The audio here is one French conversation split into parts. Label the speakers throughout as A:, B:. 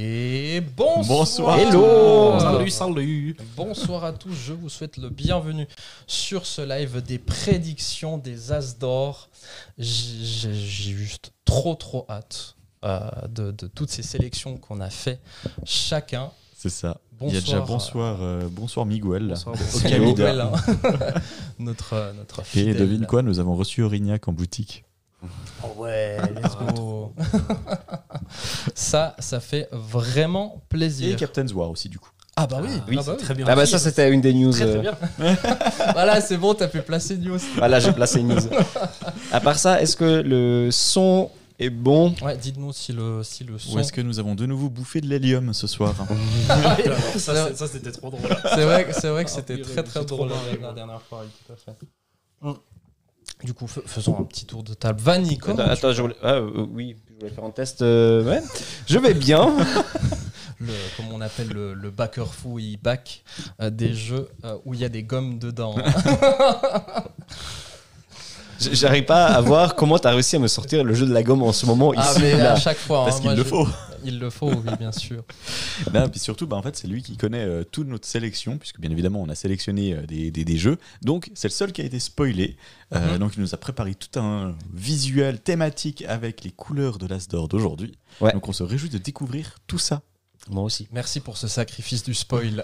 A: et bonsoir.
B: Bonsoir.
C: Hello.
B: Salut, salut.
A: Bonsoir à tous, je vous souhaite le bienvenue sur ce live des prédictions des As d'or. J'ai j'ai- j'ai juste trop trop hâte euh, de, de toutes ces sélections qu'on a fait chacun.
B: C'est ça.
A: Bonsoir.
B: Il y a déjà
A: euh,
B: bonsoir, euh, bonsoir Miguel.
C: Bonsoir,
A: Samuel
B: Camille.
C: bonsoir.
A: Noël, hein. notre euh, notre
B: Et
A: fidèle.
B: devine quoi, nous avons reçu Aurignac en boutique.
D: Ah
A: Oh ouais, let's go. ça, ça fait vraiment
B: Et
A: plaisir.
B: Captain War aussi, du coup.
A: Ah bah oui,
C: Oui,
A: ah bah
C: c'est très bien. Ah bah ça c'était une des news.
A: Très, très
C: euh,
A: bien. voilà, c'est bon, t'as pu placer News.
C: Voilà, j'ai placé une news. À part ça, est-ce que le son est bon
A: Ouais, dites-nous si le, si le son.
B: Ou est-ce que nous avons de nouveau bouffé de l'hélium ce soir
A: ça, c'est-
D: Ça, c'était trop drôle.
A: C'est vrai, que- c'est vrai que
D: Ah,
A: c'était
D: oui,
A: très
D: oui,
A: très
D: c'est trop
A: drôle
D: marrant,
A: avec la
D: moi.
A: dernière fois, oui, tout à fait. Du coup, fais- faisons un petit tour de table. Vanny, comment
B: bah,
C: Attends, je voulais... ah, euh, oui, je voulais faire un test. euh, ouais. Je vais bien.
A: le, comme on appelle le, le backer fou, il back euh, des jeux euh, où il y a des gommes dedans.
C: J- J'arrive pas à voir comment t'as réussi à me sortir le jeu de la gomme en ce moment
A: ah,
C: ici
A: mais
C: là.
A: à chaque fois.
B: Parce
A: hein,
B: qu'il
A: moi,
B: le
A: je-
B: faut.
A: Il le faut, oui, bien sûr.
B: Non, puis surtout, bah, en fait, c'est lui qui connaît euh, toute notre sélection, puisque bien évidemment, on a sélectionné euh, des, des- des jeux. Donc, c'est le seul qui a été spoilé. Euh,
A: Mhm.
B: Donc, il nous a préparé tout un visuel thématique avec les couleurs de l'As d'Or d'aujourd'hui.
C: Ouais.
B: Donc, on se réjouit de découvrir tout ça.
A: euh,
C: Moi aussi.
A: Merci pour ce sacrifice du spoil.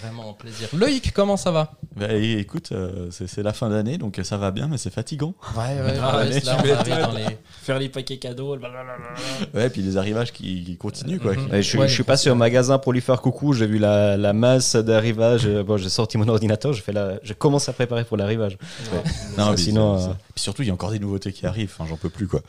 A: Vraiment un plaisir. Loïc, comment ça va
B: Bah, et- écoute, euh, c'est c'est la fin d'année, donc euh, ça va bien, mais c'est fatigant.
A: Ouais, ouais,
D: Ah,
A: ouais,
D: mais
A: là,
D: tu
A: on arrive
D: m'étonnes.
A: dans les.
D: Faire les paquets cadeaux. blablabla.
B: Ouais, puis les arrivages qui, qui continuent, quoi.
A: Mhm.
C: Ouais, je,
A: Ouais,
C: je suis
A: les
C: passé au magasin pour lui faire coucou. J'ai vu la, la masse d'arrivage. Euh, Bon, j'ai sorti mon ordinateur. Je fais la, je commence à préparer pour l'arrivage.
B: Non,
C: Ça,
B: puis,
C: sinon,
B: ça-
C: euh,
B: puis surtout, il y a encore des nouveautés qui arrivent. Enfin, j'en peux plus, quoi.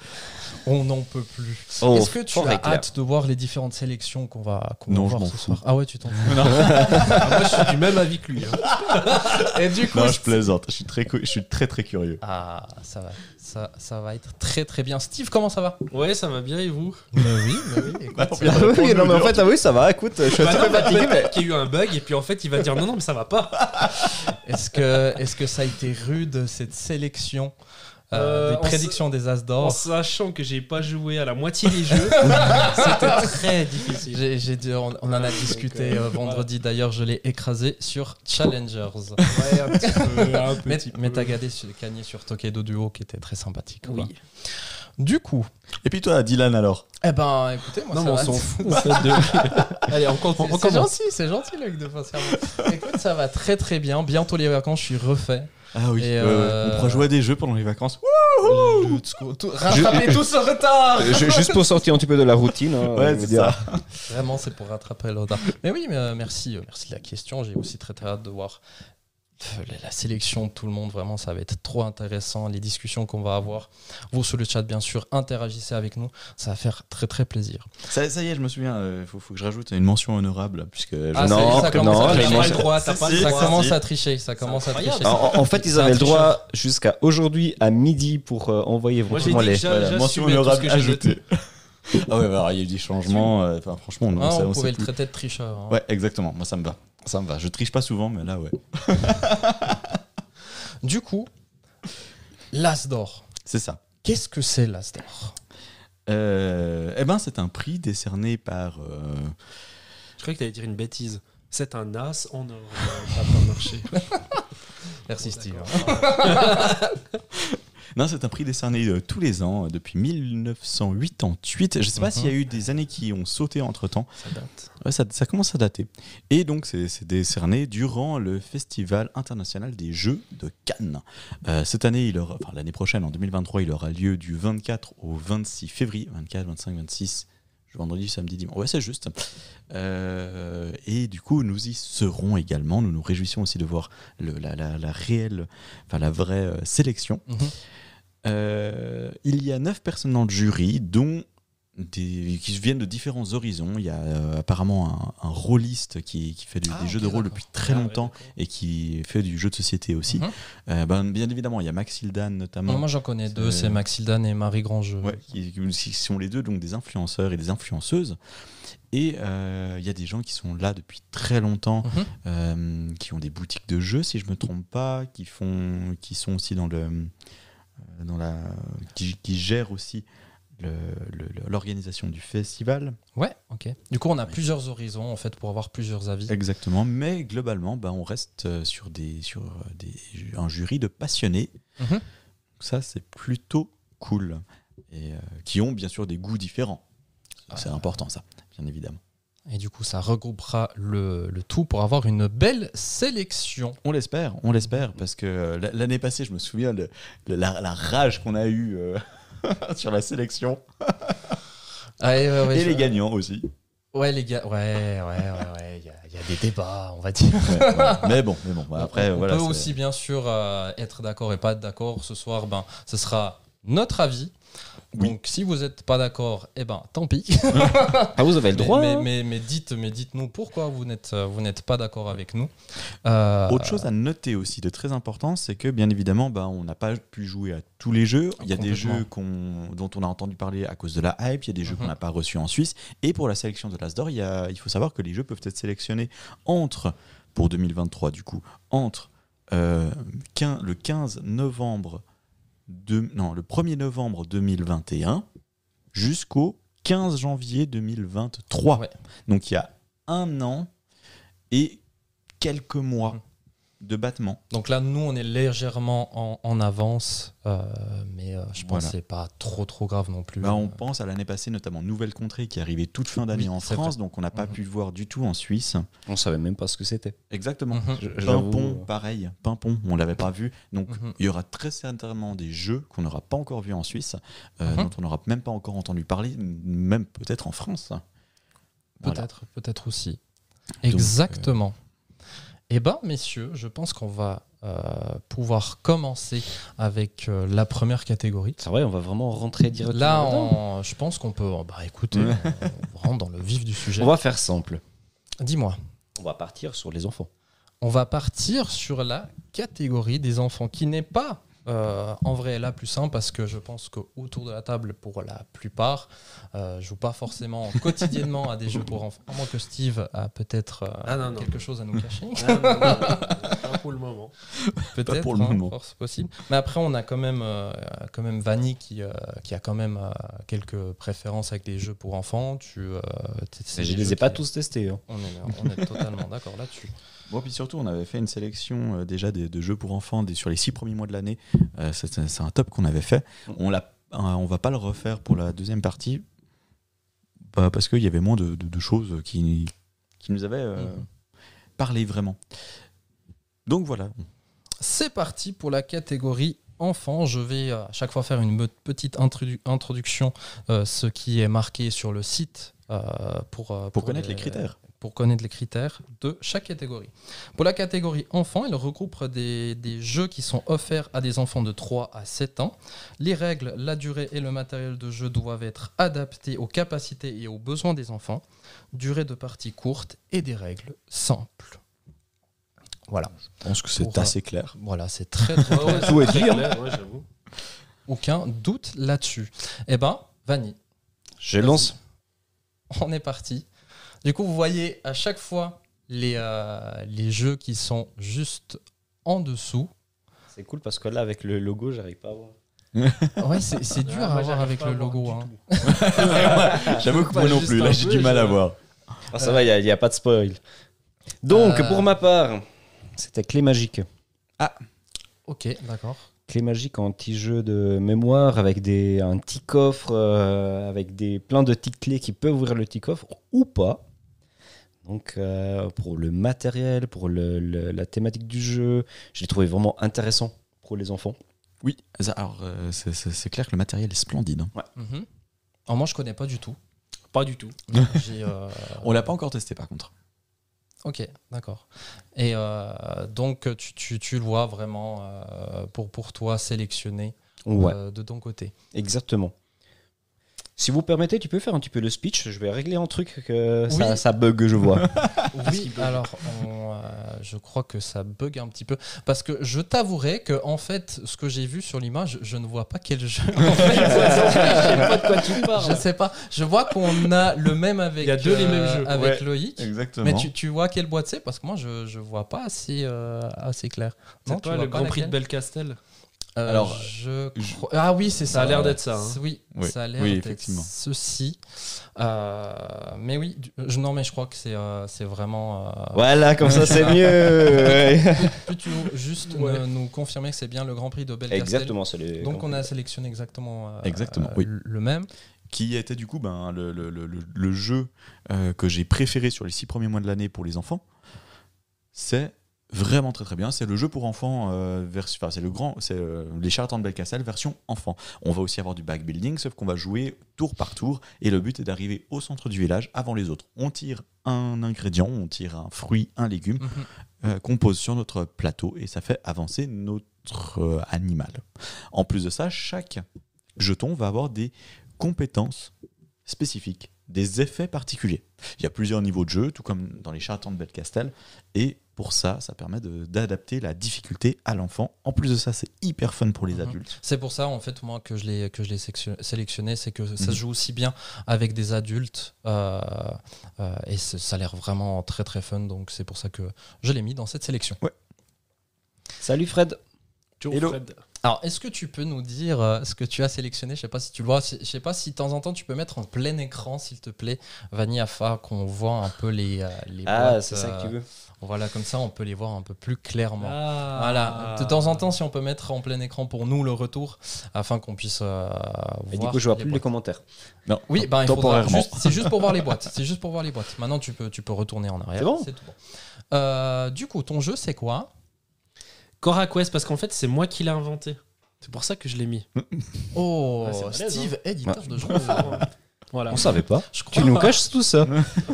A: On n'en peut plus.
C: Oh,
A: Est-ce que tu
C: fort
A: as
C: éclair.
A: hâte de voir les différentes sélections qu'on va, qu'on
B: Non,
A: va
B: je
A: voir
B: m'en
A: ce
B: fous.
A: soir Ah ouais, tu t'en fous.
D: Ah, moi, je suis du même avis que lui. hein.
A: Et du coup,
B: Non, je plaisante. Je suis très, cou- je suis très, très curieux.
A: ah, ça va, ça, ça va être très très bien. Steve, comment ça va Bah,
D: Ouais, ça va bien et vous
A: oui, oui.
C: Ah oui, non, mais en fait, ah oui, ça va. Écoute, je suis un
D: Bah non,
C: petit peu
D: mais
C: fatigué, mais
D: peut-être qu'il y a eu un bug et puis en fait il va dire non non mais ça va pas.
A: Est-ce que, est-ce que ça a été rude cette sélection euh,
D: Euh,
A: des
D: on s-
A: prédictions des As
D: En
A: d'or
D: sachant que j'ai pas joué à la moitié des jeux,
A: C'était
D: très difficile.
A: J'ai- j'ai dit- on, on en a discuté euh, vendredi d'ailleurs, je l'ai écrasé sur Challengers.
D: Ouais, un petit peu, un
A: Mais,
D: petit
A: mais
D: peu.
A: t'as gagné sur, gagné sur Tokedo Duo qui était très sympathique. quoi.
D: Oui.
A: Du coup,
B: Et puis toi, Dylan, alors
A: eh ben écoutez, moi
D: Non
A: ça
D: mais
A: va.
D: on s'en fout. en fait, de- Allez on, compte, on
A: C'est- C'est
D: commence.
A: gentil, c'est gentil, Luc, de faire ça. Écoute, ça va très très bien. Bientôt les vacances, je suis refait.
B: Ah oui,
A: Et
B: ouais,
A: euh,
B: ouais. on pourra jouer à des jeux pendant les vacances. Ouh,
A: Le- tout- tout- rattraper tout ce retard
C: Euh, ju- juste pour sortir un petit peu de la routine. hein,
B: Ouais,
C: je veux
B: c'est
C: dire.
B: ça.
A: Vraiment, c'est pour rattraper le retard. Mais oui, mais euh, merci, euh, merci de la question. J'ai aussi très très hâte de voir euh, la- la sélection de tout le monde. Vraiment, ça va être trop intéressant. Les discussions qu'on va avoir. Vous sur le chat, bien sûr, interagissez avec nous. Ça va faire très très plaisir.
B: ça. ça y est, je me souviens, il faut, faut que je rajoute une mention honorable, puisque je-
A: Ah, ça-
C: Non,
A: ça commence
C: non,
A: à
D: T'as
C: les
A: tricher.
D: pas
C: manches-
D: le droit, t'as
B: Si,
D: pas le
B: si,
A: Ça
D: droit.
A: commence à tricher. Ça commence à
D: incroyable.
A: tricher. Hein,
C: En, en fait,
A: C'est
C: ils
A: un
C: avaient le
A: tricheur.
C: droit jusqu'à aujourd'hui à midi pour euh, envoyer vos
D: Moi, j'ai dit
C: les.
D: que j'a-
B: voilà,
D: j'assumais
B: mention
D: tout ce que
B: honorable
D: j'ai noté.
B: ajoutée. ah ouais, bah, alors, il y a eu des changements. euh, Enfin, franchement, on,
A: Hein,
B: sait-
A: on
B: sait
A: pouvait le
B: plus.
A: traiter de tricheur. hein.
B: Ouais, exactement. Moi, ça me va. Ça me va. Je triche pas souvent, mais là, ouais.
A: Du coup, l'As d'or.
B: C'est ça.
A: Qu'est-ce que c'est l'As d'or
B: Euh, eh ben, c'est un prix décerné par. euh,
D: Je croyais que t'allais dire une bêtise. C'est un as en or. Ça n'a pas marché.
A: Merci Steve.
B: Non, c'est un prix décerné euh, tous les ans euh, depuis 1988. Je sais pas s'il y a eu des années qui ont sauté entre temps.
D: Ça date.
B: Ouais, ça, ça commence à dater. Et donc, c'est c'est décerné durant le Festival international des Jeux de Cannes. Euh, cette année, il aura, enfin, l'année prochaine, en 2023, il aura lieu du 24 au 26 février. 24, 25, 26, vendredi, samedi, dimanche. Ouais, c'est juste. Euh, et du coup, nous y serons également. Nous nous réjouissons aussi de voir le- la, la- la réelle, enfin, la vraie euh, sélection.
A: Mhm.
B: Euh, il y a neuf personnes dans le jury, dont des, qui viennent de différents horizons. Il y a euh, apparemment un, un rôliste qui, qui fait du-
A: Ah,
B: des
A: ok,
B: jeux de rôle
A: d'accord.
B: depuis très
D: Ah ouais,
B: longtemps
D: d'accord.
B: et qui fait du jeu de société aussi.
A: Mhm.
B: Euh, ben, bien évidemment, il y a Max Hildan notamment.
A: Bon, moi j'en connais deux,
B: C'est-
A: c'est Maxildan et Marie Grandjeu.
B: Ouais, qui, qui sont les deux donc des influenceurs et des influenceuses. Et euh, il y a des gens qui sont là depuis très longtemps,
A: Mhm.
B: euh, qui ont des boutiques de jeux, si je me trompe pas, qui euh, font, qui sont aussi dans le, dans la, qui, qui gèrent aussi le- le- le- l'organisation du festival.
A: Ouais, ok. Du coup, on a plusieurs horizons en fait pour avoir plusieurs avis.
B: Exactement, mais globalement, bah, on reste euh, sur, des, sur euh, des, ju- un jury de passionnés.
A: Mhm.
B: Donc Ça, c'est plutôt cool. Et euh, qui ont bien sûr des goûts différents. C'est
A: Ah.
B: important, ça, bien évidemment.
A: Et du coup, ça regroupera le, le tout pour avoir une belle sélection.
B: On l'espère, on l'espère, parce que euh, l- l'année passée, je me souviens de, de la, la rage qu'on a eue euh, sur la sélection
A: Ouais, ouais, Ah ouais,
B: Ah, et
A: je-
B: les gagnants aussi.
A: Ouais, les gars. Ouais, ouais, ouais, ouais. Il y, a- il y a des débats, on va dire.
B: mais bon, mais bon, bah, après,
A: on
B: voilà.
A: peut
B: c'est-
A: aussi bien sûr euh, être d'accord et pas être d'accord. Ce soir, ben, ce sera notre avis.
B: Oui.
A: Donc, si vous n'êtes pas d'accord, eh ben, tant pis.
C: Ah, vous avez le droit.
A: mais,
C: hein.
A: mais, mais dites, mais dites-nous pourquoi vous n'êtes, euh, vous n'êtes pas d'accord avec nous. Euh,
B: Autre chose à noter aussi de très important, c'est que bien évidemment, bah, on n'a pas pu jouer à tous les jeux. Il y a des
A: Complètement.
B: jeux qu'on- dont on a entendu parler à cause de la hype, il y a des jeux
A: Mhm.
B: qu'on n'a pas reçus en Suisse. Et pour la sélection de l'Asdor, il, y a- il faut savoir que les jeux peuvent être sélectionnés entre, pour 2023 du coup, entre euh, quin- le 15 novembre, de, non, le 1er novembre 2021 jusqu'au 15 janvier 2023.
A: Ouais.
B: Donc il y a un an et quelques mois
A: Mhm.
B: de battement.
A: Donc là, nous, on est légèrement en, en avance, euh, mais euh, je pense
B: Voilà.
A: que c'est pas trop trop grave non plus.
B: Bah, on pense à l'année passée, notamment Nouvelle Contrée, qui est arrivée toute fin d'année
A: Mmh. Oui,
B: en
A: c'est
B: France, donc on n'a pas
A: Mhm.
B: pu le voir du tout en Suisse.
C: On savait même pas ce que c'était.
B: Exactement.
A: Mhm.
C: Je- j'avoue. euh.
B: Pimpon, pareil. Pimpon, on l'avait pas vu. Donc
A: Mhm.
B: il y aura très certainement des jeux qu'on n'aura pas encore vus en Suisse, euh,
A: Mhm.
B: dont on n'aura même pas encore entendu parler, même peut-être en France. Voilà.
A: Peut-être, peut-être aussi.
C: euh,
A: Exactement. Eh ben, messieurs, je pense qu'on va euh, pouvoir commencer avec euh, la première catégorie.
C: C'est vrai, on va vraiment rentrer directement.
A: Là,
C: dedans.
A: on- je pense qu'on peut. Bah, écoutez,
B: Ouais.
A: on rentre dans le vif du sujet.
C: on va faire simple.
A: Dis-moi,
C: On va partir sur les enfants.
A: on va partir sur la catégorie des enfants, qui n'est pas euh, en vrai la plus simple, parce que je pense qu'autour de la table, pour la plupart, euh, joue pas forcément quotidiennement à des jeux pour enfants. À moins que Steve a peut-être euh,
D: Ah, non, non.
A: quelque chose à nous cacher.
D: Ah, non, non, non, pas pour le moment.
A: Peut-être,
B: pour le
A: hein,
B: moment.
A: force possible. Mais après, on a quand même, euh, quand même Vanny qui, euh, qui a quand même euh, quelques préférences avec les jeux pour enfants. Tu, euh, t'es- c'est
C: Je
A: des
C: les
A: jeux
C: ai pas
A: qui-
C: tous testés. hein.
A: On est, on est totalement d'accord là-dessus.
B: Bon, puis surtout, on avait fait une sélection euh, déjà des- de, jeux pour enfants des- sur les six premiers mois de l'année. Euh, c'est c'est- c'est un top qu'on avait fait. On l'a, euh, on va pas le refaire pour la deuxième partie bah, parce qu'il y avait moins de, de- de choses qui, qui nous avaient euh,
A: Mhm.
B: parlé vraiment. Donc voilà.
A: C'est parti pour la catégorie enfants. Je vais euh, à chaque fois faire une me- petite introdu- introduction, euh, ce qui est marqué sur le site euh, pour, euh,
B: Pour, connaître les, critères.
A: pour connaître les critères de chaque catégorie. Pour la catégorie enfants, elle regroupe des, des jeux qui sont offerts à des enfants de 3 à 7 ans. Les règles, la durée et le matériel de jeu doivent être adaptés aux capacités et aux besoins des enfants. Durée de partie courte et des règles simples. Voilà,
B: Je pense que
A: c'est Pour, euh, assez
B: clair.
A: voilà c'est très très
D: Ouais, ouais,
A: clair.
D: c'est
C: Tout est
D: très
C: dit, hein.
D: clair, ouais, j'avoue.
A: Aucun doute là-dessus. Eh ben, Vanny,
C: Je lance.
A: on est parti. Du coup, vous voyez à chaque fois les, euh, les jeux qui sont juste en dessous.
C: C'est cool parce que là, avec le logo, j'arrive pas à voir.
A: Ouais, c'est c'est dur
D: Ah,
A: à
D: moi,
A: voir
D: j'arrive
A: avec
D: pas à
A: le
D: voir
A: logo.
D: du
A: hein.
D: tout.
B: J'avoue que moi non
D: Juste
B: plus. Là,
D: un
B: j'ai
D: peu,
B: du mal
D: je-
B: à voir.
C: Ah, ça va, il n'y a, pas de spoil. Donc,
A: Euh.
C: pour ma part, c'était Clé Magique.
A: Ok, d'accord.
C: Clé Magique en petit jeu de mémoire avec des, un petit coffre, euh, avec des, plein de petites clés qui peuvent ouvrir le petit coffre ou pas. Donc, euh, pour le matériel, pour le- le- la thématique du jeu, je l'ai trouvé vraiment intéressant pour les enfants.
B: Oui. ça- Alors, euh, c'est- c'est c'est clair que le matériel est splendide. hein.
A: Mhm. Alors, moi, je connais pas du tout.
D: Pas du tout.
A: J'ai, euh,
B: On l'a pas encore testé par contre.
A: Ok, d'accord. Et euh, donc, tu, tu- tu le vois vraiment euh, pour, pour toi sélectionné
C: Ouais.
A: euh, de ton côté.
C: Exactement. Si vous permettez, tu peux faire un petit peu le speech. Je vais régler un truc que ça,
A: Oui.
C: ça bug, je vois.
D: Ah,
A: Oui, alors on, euh, je crois que ça bug un petit peu parce que je t'avouerai que en fait, ce que j'ai vu sur l'image, je ne vois pas quel jeu. En fait, je sais pas. Je vois qu'on a le même avec. euh,
D: Il y a deux les mêmes jeux,
A: avec
D: ouais.
A: Loïc.
B: Exactement.
A: Mais tu, tu vois quelle boîte c'est Parce que moi, je, je vois pas assez, euh, assez clair. Non,
D: C'est
A: tu
D: toi
A: vois
D: le Grand Prix de
A: laquelle
D: Belcastel
A: Euh,
B: Alors,
A: je
B: je-
A: crois- Ah oui, c'est ça.
D: Ça a l'air d'être ça, hein.
A: Oui,
B: Oui,
A: ça a l'air
B: oui,
A: d'être
B: effectivement.
A: ceci. Euh, mais oui, du- je, non, mais je crois que c'est euh, c'est vraiment. euh,
C: Voilà, comme ça c'est mieux.
A: Peux-tu juste
D: Ouais.
A: nous, nous confirmer que c'est bien le Grand Prix de Belfast
C: Exactement, c'est le.
A: Donc on a sélectionné exactement, euh,
B: Exactement,
A: euh,
B: oui.
A: le même.
B: qui était du coup ben, le, le- le- le- le jeu euh, que j'ai préféré sur les six premiers mois de l'année pour les enfants. C'est vraiment très très bien. C'est le jeu pour enfants euh, version. Enfin, c'est le grand. C'est euh, les charlatans de Belcastel version enfant. On va aussi avoir du backbuilding, sauf qu'on va jouer tour par tour et le but est d'arriver au centre du village avant les autres. On tire un ingrédient, on tire un fruit, un légume
C: Mm-hmm.
A: Mhm.
B: euh, qu'on pose sur notre plateau et ça fait avancer notre euh, animal. En plus de ça, chaque jeton va avoir des compétences spécifiques, des effets particuliers. Il y a plusieurs niveaux de jeu, tout comme dans les charlatans de Belcastel, et pour ça, ça permet de- d'adapter la difficulté à l'enfant. En plus de ça, c'est hyper fun pour les
A: Mhm.
B: adultes.
A: C'est pour ça, en fait, moi, que je l'ai que je l'ai section- sélectionné, c'est que ça
C: Mm-hmm.
A: se
B: Mhm.
A: joue aussi bien avec des adultes euh, euh, et c'est- ça a l'air vraiment très très fun. Donc c'est pour ça que je l'ai mis dans cette sélection.
C: Salut Fred.
D: Joe
B: Hello.
D: Fred.
A: Alors, est-ce que tu peux nous dire euh, ce que tu as sélectionné Je sais pas si tu le vois. si- Je sais pas si de temps en temps tu peux mettre en plein écran, s'il te plaît, Vanyafa, qu'on voit un peu les, euh, les
C: Ah,
A: boîtes,
C: c'est ça que tu
A: euh,
C: veux.
A: Voilà, comme ça, on peut les voir un peu plus clairement.
D: Ah.
A: Voilà, de temps en temps, si on peut mettre en plein écran pour nous le retour, afin qu'on puisse euh,
C: Et du
A: voir
C: coup, je vois
A: les
C: plus les
A: boîtes.
C: commentaires.
B: Non,
A: Oui, ben, il faudra
B: temporairement.
A: juste- c'est juste pour voir les boîtes. C'est juste pour voir les boîtes. Maintenant, tu peux, tu peux retourner en arrière.
C: C'est bon
A: tout bon. Euh, du coup, ton jeu, c'est quoi
D: Cora Quest, parce qu'en fait, c'est moi qui l'ai inventé. C'est pour ça que je l'ai mis.
A: Oh,
D: Ah, c'est balèze,
A: Steve, éditeur
C: Ouais.
A: de jeux.
D: Voilà.
C: On savait pas.
A: Je crois,
C: Tu nous caches tout ça.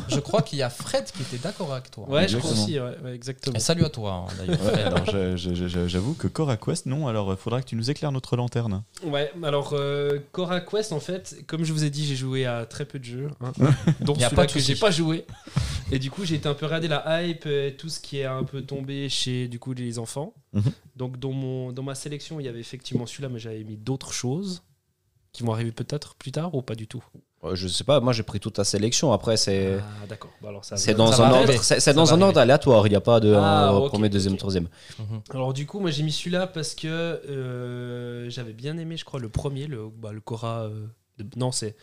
A: je crois qu'il y a Fred qui était d'accord avec toi.
D: Ouais, je crois
B: Exactement.
D: aussi, ouais, ouais, exactement.
A: Et salut à toi, hein, d'ailleurs.
B: Ouais,
A: Fred.
B: alors je- je- je- j'avoue que Cora Quest, non, alors il faudra que tu nous éclaires notre lanterne.
D: Ouais, alors euh, Cora Quest, en fait, comme je vous ai dit, j'ai joué à très peu de jeux, hein, donc
A: Y a
D: celui-là
A: pas de
D: que
A: souci.
D: j'ai pas joué. Et du coup, j'ai été un peu radé la hype, euh, tout ce qui est un peu tombé chez du coup les enfants.
B: Mhm.
D: Donc dans mon dans ma sélection, il y avait effectivement celui-là, mais j'avais mis d'autres choses qui vont arriver peut-être plus tard ou pas du tout.
C: Euh, Je sais pas, moi j'ai pris toute ta sélection. Après, c'est.
D: Ah d'accord. Bah, alors ça.
C: C'est
D: ça
C: dans,
D: va
C: un
D: arriver.
C: ordre, c'est, c'est
D: Ça
C: dans
D: va
C: un ordre aléatoire, il n'y a pas de
D: Ah,
C: euh,
D: ok,
C: premier, deuxième,
D: ok.
C: troisième.
A: Mhm.
D: Alors du coup, moi j'ai mis celui-là parce que euh, j'avais bien aimé, je crois, le premier, le, bah, le Cora. euh, de- non, c'est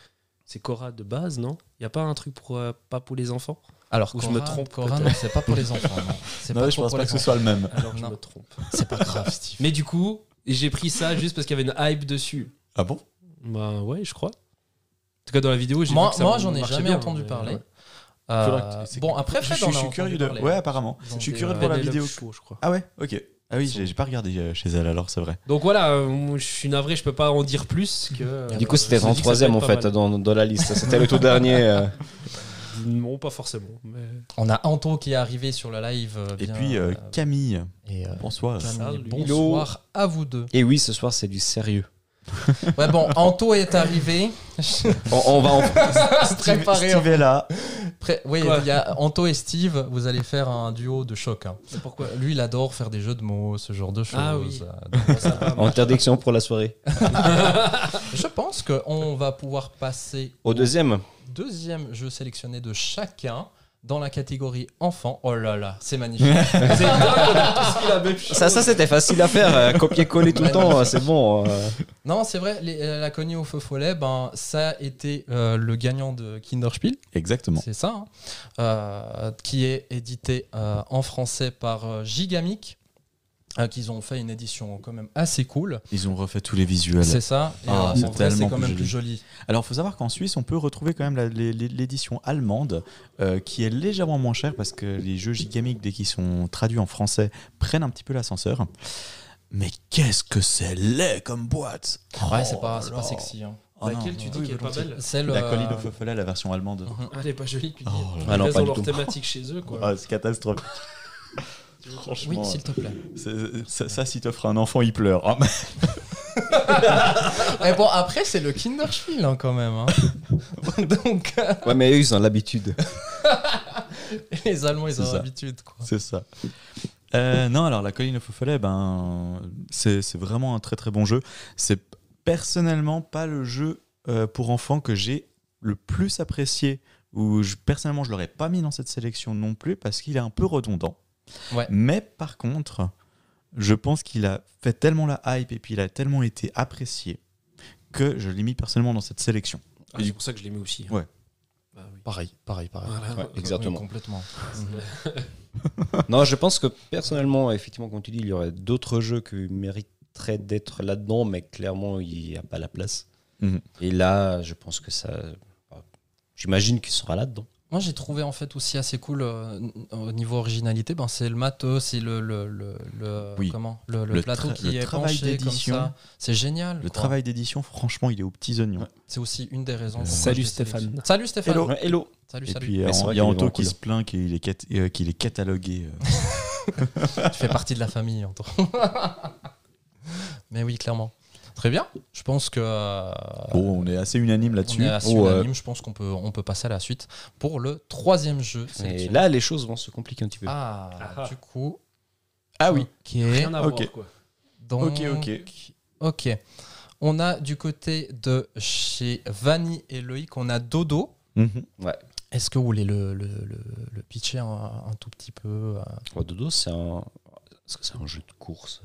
D: c'est Cora de base, non Il y a pas un truc pour euh, pas pour les enfants
A: Alors,
D: Ou je
A: Cora-
D: me trompe,
A: Cora,
D: peut-être.
A: non, c'est pas pour les enfants. non. C'est pas trop pour les enfants.
B: soit le même.
D: Alors je
A: Non.
D: me trompe.
A: C'est pas grave, Steve.
D: Mais du coup, j'ai pris ça juste parce qu'il y avait une hype dessus.
B: Ah bon
D: Bah ouais, je crois. En tout cas, dans la vidéo, j'ai
A: Moi-
D: vu que ça
A: moi, j'en ai
D: marchait
A: jamais
D: bien,
A: entendu
D: mais
A: parler.
D: ouais.
A: Euh,
B: Faudra que tu- c'est-
A: bon, après,
B: je,
A: Fred,
B: suis-
A: on
B: je
A: a
B: suis
A: entendu
B: curieux de.
A: parler.
B: Ouais, apparemment.
A: Dans
B: Je suis
A: des,
B: curieux de
A: euh,
B: voir la
D: Penelope
B: vidéo.
D: Shaw, je crois.
B: Ah ouais, ok. Ah oui, j'ai j'ai pas regardé euh, chez elle alors, c'est vrai.
D: Donc voilà, euh, moi, je suis navré, je peux pas en dire plus que. euh,
C: Du coup, c'était
D: Ah, bah, je me
C: en
D: dis que ça peut
C: troisième
D: être
C: en
D: pas
C: fait,
D: mal.
C: dans, dans la liste. C'était le tout dernier. euh.
D: Non, pas forcément. Mais...
A: On a Anto qui est arrivé sur le live. euh,
B: Et
A: bien,
B: puis euh,
A: euh,
B: Camille,
A: et, euh,
B: bonsoir.
A: Camille,
D: Salut.
A: bonsoir à vous deux.
C: Et oui, ce soir c'est du sérieux.
A: Ouais, bon, Anto est arrivé.
C: On, on va en-
A: préparé.
B: Steve est là.
A: Pré- oui,
D: Quoi
A: il y a Anto et Steve, vous allez faire un duo de choc. hein.
D: Pourquoi
A: Lui, il adore faire des jeux de mots, ce genre de choses.
D: Ah oui.
A: Euh, donc, ça va.
C: interdiction pour la soirée.
A: Je pense qu'on va pouvoir passer
C: Au deuxième,
A: deuxième jeu sélectionné de chacun dans la catégorie enfant. Oh là là, c'est magnifique.
D: Ah,
A: Ah
C: ça, ça c'était facile à faire, euh, copier-coller tout le temps, euh, c'est bon. euh.
A: non, c'est vrai, les- euh, la cognée au feu follet, ben, ça a été euh, le gagnant de Kinderspiel,
B: Exactement.
A: c'est ça, hein, euh, qui est édité euh, en français par euh, Gigamic. euh, qu'ils ont fait une édition quand même assez cool.
B: Ils ont refait tous les visuels.
A: C'est ça. Et,
B: Ah,
A: euh,
B: c'est
A: en vrai, c'est
B: tellement
A: quand
B: plus
A: même plus joli.
B: Alors, il faut savoir qu'en Suisse, on peut retrouver quand même la- les- les- l'édition allemande, euh, qui est légèrement moins chère parce que les jeux gigamiques, dès qu'ils sont traduits en français, prennent un petit peu l'ascenseur. Mais qu'est-ce que c'est laid comme boîte
A: Ouais, c'est pas,
B: Oh
A: c'est
B: là.
A: pas sexy. hein.
B: Oh non.
D: Laquelle tu dis
A: Oui,
D: qui est pas
A: volontiers.
D: belle
A: C'est le-
B: La colline au feu follet, la version allemande.
A: Mhm.
D: Elle est pas jolie, tu dis.
B: Oh là
D: Ils
C: là. Ah non,
D: restent
C: pas
D: dans
C: du
D: leur
C: tout.
D: thématique chez eux, quoi.
B: Ah, c'est catastrophique.
A: Oui,
B: Franchement, euh,
A: s'il te plaît.
B: c'est- ça, ça, si t'offres un enfant, il pleure. Ah, mais-
A: Et Eh bon, après, c'est le Kinderspiel hein, quand même. hein. Donc, euh,
C: Ouais, mais eux ils ont l'habitude.
A: les Allemands, ils
B: C'est
A: ont
B: ça.
A: l'habitude. quoi.
B: c'est ça. Euh, non, alors la colline au feu follet, ben, c'est c'est vraiment un très très bon jeu. C'est personnellement pas le jeu euh, pour enfants que j'ai le plus apprécié. Ou je- personnellement, je l'aurais pas mis dans cette sélection non plus parce qu'il est un peu redondant.
A: Ouais.
B: Mais par contre, je pense qu'il a fait tellement la hype et puis il a tellement été apprécié que je l'ai mis personnellement dans cette sélection.
D: Ah, c'est pour ça que je l'ai mis aussi.
B: Ouais.
D: Bah oui.
A: Pareil, pareil, pareil.
D: Voilà.
C: Ouais, exactement.
A: Complètement.
C: Non, je pense que personnellement, effectivement, comme tu dis, il y aurait d'autres jeux qui mériteraient d'être là-dedans, mais clairement, il n'y a pas la place.
B: Mhm.
C: Et là, je pense que ça. J'imagine qu'il sera là-dedans.
A: Moi, j'ai trouvé en fait aussi assez cool euh, n- au niveau originalité. Ben, c'est le matos, c'est le, le, le, le-
B: Oui.
A: comment le, le
B: Le
A: plateau
B: tra-
A: qui
B: le
A: est
B: travail
A: penché comme
B: d'édition.
A: ça. C'est génial.
B: Le
A: quoi.
B: travail d'édition, franchement, il est aux petits oignons.
A: C'est aussi une des raisons.
B: Euh,
A: pourquoi
D: Salut
A: je l'ai
D: Stéphane.
A: sélectionné. Salut Stéphane.
B: Hello.
C: Ouais, hello
A: Salut,
B: Et
A: salut.
B: puis, euh,
C: Mais c'est
B: en-
C: vrai
B: il y a
C: qu'il est
B: Anto
C: vraiment
B: qui
C: cool.
B: se plaint qu'il est, cat- euh, qu'il est catalogué. euh,
A: Tu fais partie de la famille, Anton. Mais oui, clairement. Très bien. Je pense que euh,
C: Ah.
B: Bon, on est assez unanime là-dessus.
A: on est assez
B: Oh, euh,
A: unanime. Je pense qu'on peut, on peut passer à la suite pour le troisième jeu.
C: Et
A: sélectionné.
C: là, les choses vont se compliquer un petit peu.
A: Ah,
D: Ah.
A: du coup.
B: Ah oui.
A: Ok.
D: Rien à
B: Ok.
D: voir, quoi.
A: Donc,
B: Ok, ok.
A: Ok. On a du côté de chez Vanny et Loïc, on a Dodo.
B: mhm.
A: Est-ce que vous voulez le, le, le, le pitcher un, un tout petit peu euh,
C: Oh, Dodo, c'est un. Est-ce que c'est un jeu de course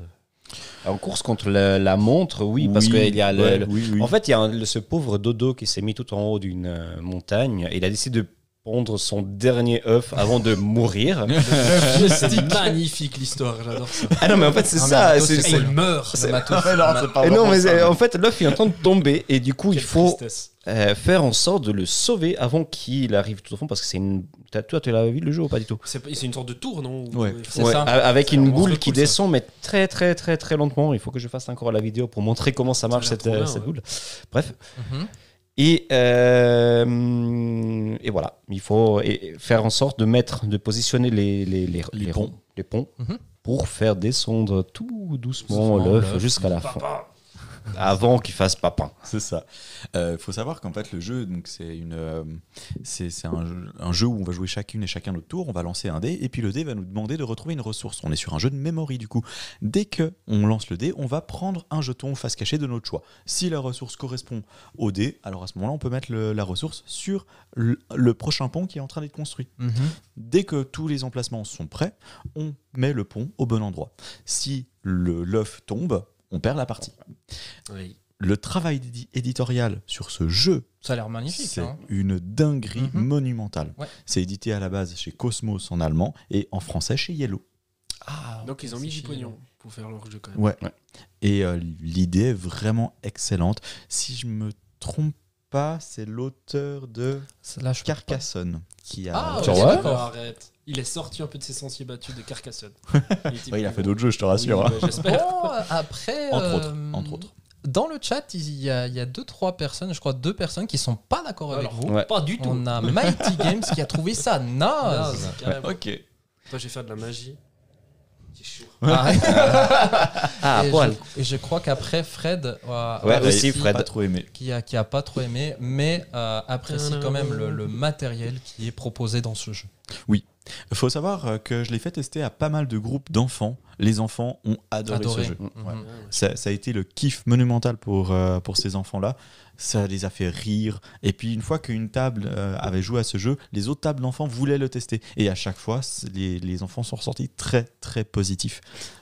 C: En course contre la, la montre, oui, parce qu'il y a le-
B: ouais,
C: le-
B: oui, oui.
C: En fait, il y a un- le- ce pauvre dodo qui s'est mis tout en haut d'une euh, montagne. Et il a décidé de pondre son dernier œuf avant de mourir.
D: C'est magnifique l'histoire, j'adore ça.
C: ah non, mais en fait, c'est
A: Ah,
C: ça.
A: mais
C: c'est-
A: Dodo,
D: Et
A: c'est-
C: c'est-
D: il meurt.
C: c'est-
B: Mais non, Oh, c'est pas
C: Et non,
B: vraiment
C: mais
B: ça.
C: c'est- en fait, l'œuf est en train de tomber. Et du coup, il
D: Quelle
C: faut
D: tristesse.
C: euh, faire en sorte de le sauver avant qu'il arrive tout au fond. Parce que c'est une. t'as- Toi, tu l'avais vu le jeu ou pas du tout
D: C'est c'est une sorte de tour, non
B: Ouais.
A: C'est
C: Ouais, Ah.
A: ça.
C: a- Avec
D: C'est
C: une
D: vraiment
C: boule
D: très
C: qui
D: cool, ça.
C: descend, mais très, très, très, très lentement. Il faut que je fasse encore la vidéo pour montrer comment ça marche
D: a l'air
C: cette, euh,
D: trop bien,
C: cette
D: ouais.
C: boule. Bref.
A: mhm.
C: Et, euh, et voilà, il faut et- et faire en sorte de mettre, de positionner les, les, les,
B: Les
C: les
B: ponts.
C: ronds, les ponts,
A: Mhm.
C: pour faire descendre tout doucement
A: Doucement
C: l'œuf
A: l'œuf.
C: jusqu'à la fin,
D: Papa.
C: avant qu'il fasse papin.
B: C'est ça. Il faut savoir qu'en fait, le jeu, donc, c'est une, euh, c'est c'est un, jeu- un jeu où on va jouer chacune et chacun notre tour. On va lancer un dé et puis le dé va nous demander de retrouver une ressource. On est sur un jeu de memory du coup. Dès que on lance le dé, on va prendre un jeton face cachée de notre choix. Si la ressource correspond au dé, alors à ce moment-là, on peut mettre le- la ressource sur le- le prochain pont qui est en train d'être construit.
A: Mhm.
B: Dès que tous les emplacements sont prêts, on met le pont au bon endroit. Si le l'œuf tombe, on perd la partie.
D: Oui.
B: Le travail d'édi- éditorial sur ce jeu,
A: Ça a l'air magnifique.
B: c'est
A: hein.
B: une dinguerie
A: Mhm.
B: monumentale.
A: Ouais.
B: C'est édité à la base chez Cosmos en allemand et en français chez Yellow.
A: Ah,
D: Donc ils ont
A: c'est
D: mis
A: chez-
D: Gipognon pour faire leur jeu quand même.
B: Ouais. Et euh, l'idée est vraiment excellente. Si je me trompe pas, c'est l'auteur de
A: C'est- Là, je peux pas.
B: Carcassonne qui a.
D: Ah,
A: ouais,
D: ok,
A: ouais.
D: d'accord, arrête. Il est sorti un peu de ses sentiers battus de Carcassonne. était
B: Ouais, il a
D: plus
B: fait
D: gros.
B: d'autres jeux, je te rassure.
D: Oui,
B: hein.
D: bah, J'espère.
A: Bon, euh, après,
B: Entre autres,
A: euh,
B: entre autres.
A: dans le chat, il y, a, il y a deux, trois personnes, je crois deux personnes qui sont pas d'accord avec
D: Alors,
A: vous.
C: Ouais.
D: Oh, Pas du tout.
A: On a Mighty Games qui a trouvé ça
D: Ah,
A: naze.
D: c'est carrément.
B: Ok.
D: Toi, je vais faire de la magie. J'ai chaud.
A: Arrête.
C: Ah,
A: et,
C: poil
A: je, et je crois qu'après Fred, euh,
C: Ouais,
A: a
C: aussi, Fred.
B: Pas trop aimé.
A: qui a, qui a pas trop aimé, mais euh, apprécie quand même le, le matériel qui est proposé dans ce jeu.
B: faut savoir euh, que je l'ai fait tester à pas mal de groupes d'enfants. Les enfants ont adoré,
A: Adoré.
B: ce jeu.
A: Mhm.
B: Ouais.
D: Ah, ouais.
B: Ça, ça a été le kiff monumental pour, euh, pour ces enfants-là. Ça les a fait rire. Et puis, une fois qu'une table euh, avait joué à ce jeu, les autres tables d'enfants voulaient le tester. Et à chaque fois, c- les, les enfants sont ressortis très, très positifs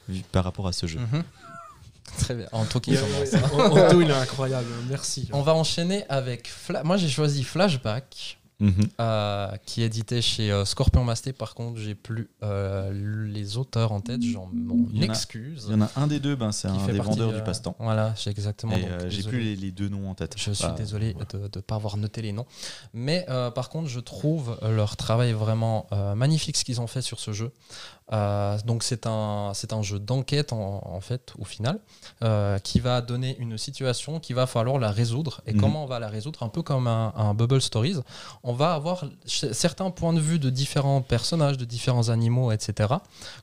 B: vu- par rapport à ce jeu.
A: Mhm. Très bien. En tout cas, hein.
D: Il est- Anto, il est incroyable. hein. Merci.
A: on va enchaîner avec Fla- Moi, j'ai choisi Flashback,
B: Mhm.
A: euh, qui est édité chez euh, Scorpion Masté. Par contre, j'ai plus euh, les auteurs en tête. J'en m'en
B: Il y en a-
A: excuse.
B: Il y en a un des deux, ben, c'est
A: Qui
B: un
A: fait
B: des
A: partie,
B: vendeurs
A: euh,
B: du passe-temps.
A: Voilà, j'ai exactement.
B: Et
A: donc,
B: euh, j'ai
A: désolé.
B: plus les, les deux noms en tête.
A: Je suis
B: Ah,
A: désolé de ne pas avoir noté les noms. Mais euh, par contre, je trouve euh, leur travail vraiment euh, magnifique, ce qu'ils ont fait sur ce jeu. Euh, donc c'est un, c'est un jeu d'enquête, en, en fait, au final, euh, qui va donner une situation qu'il va falloir la résoudre. Et
B: Mhm.
A: comment on va la résoudre Un peu comme un, un Bubble Stories. On va avoir ch- certains points de vue de différents personnages, de différents animaux, etc.,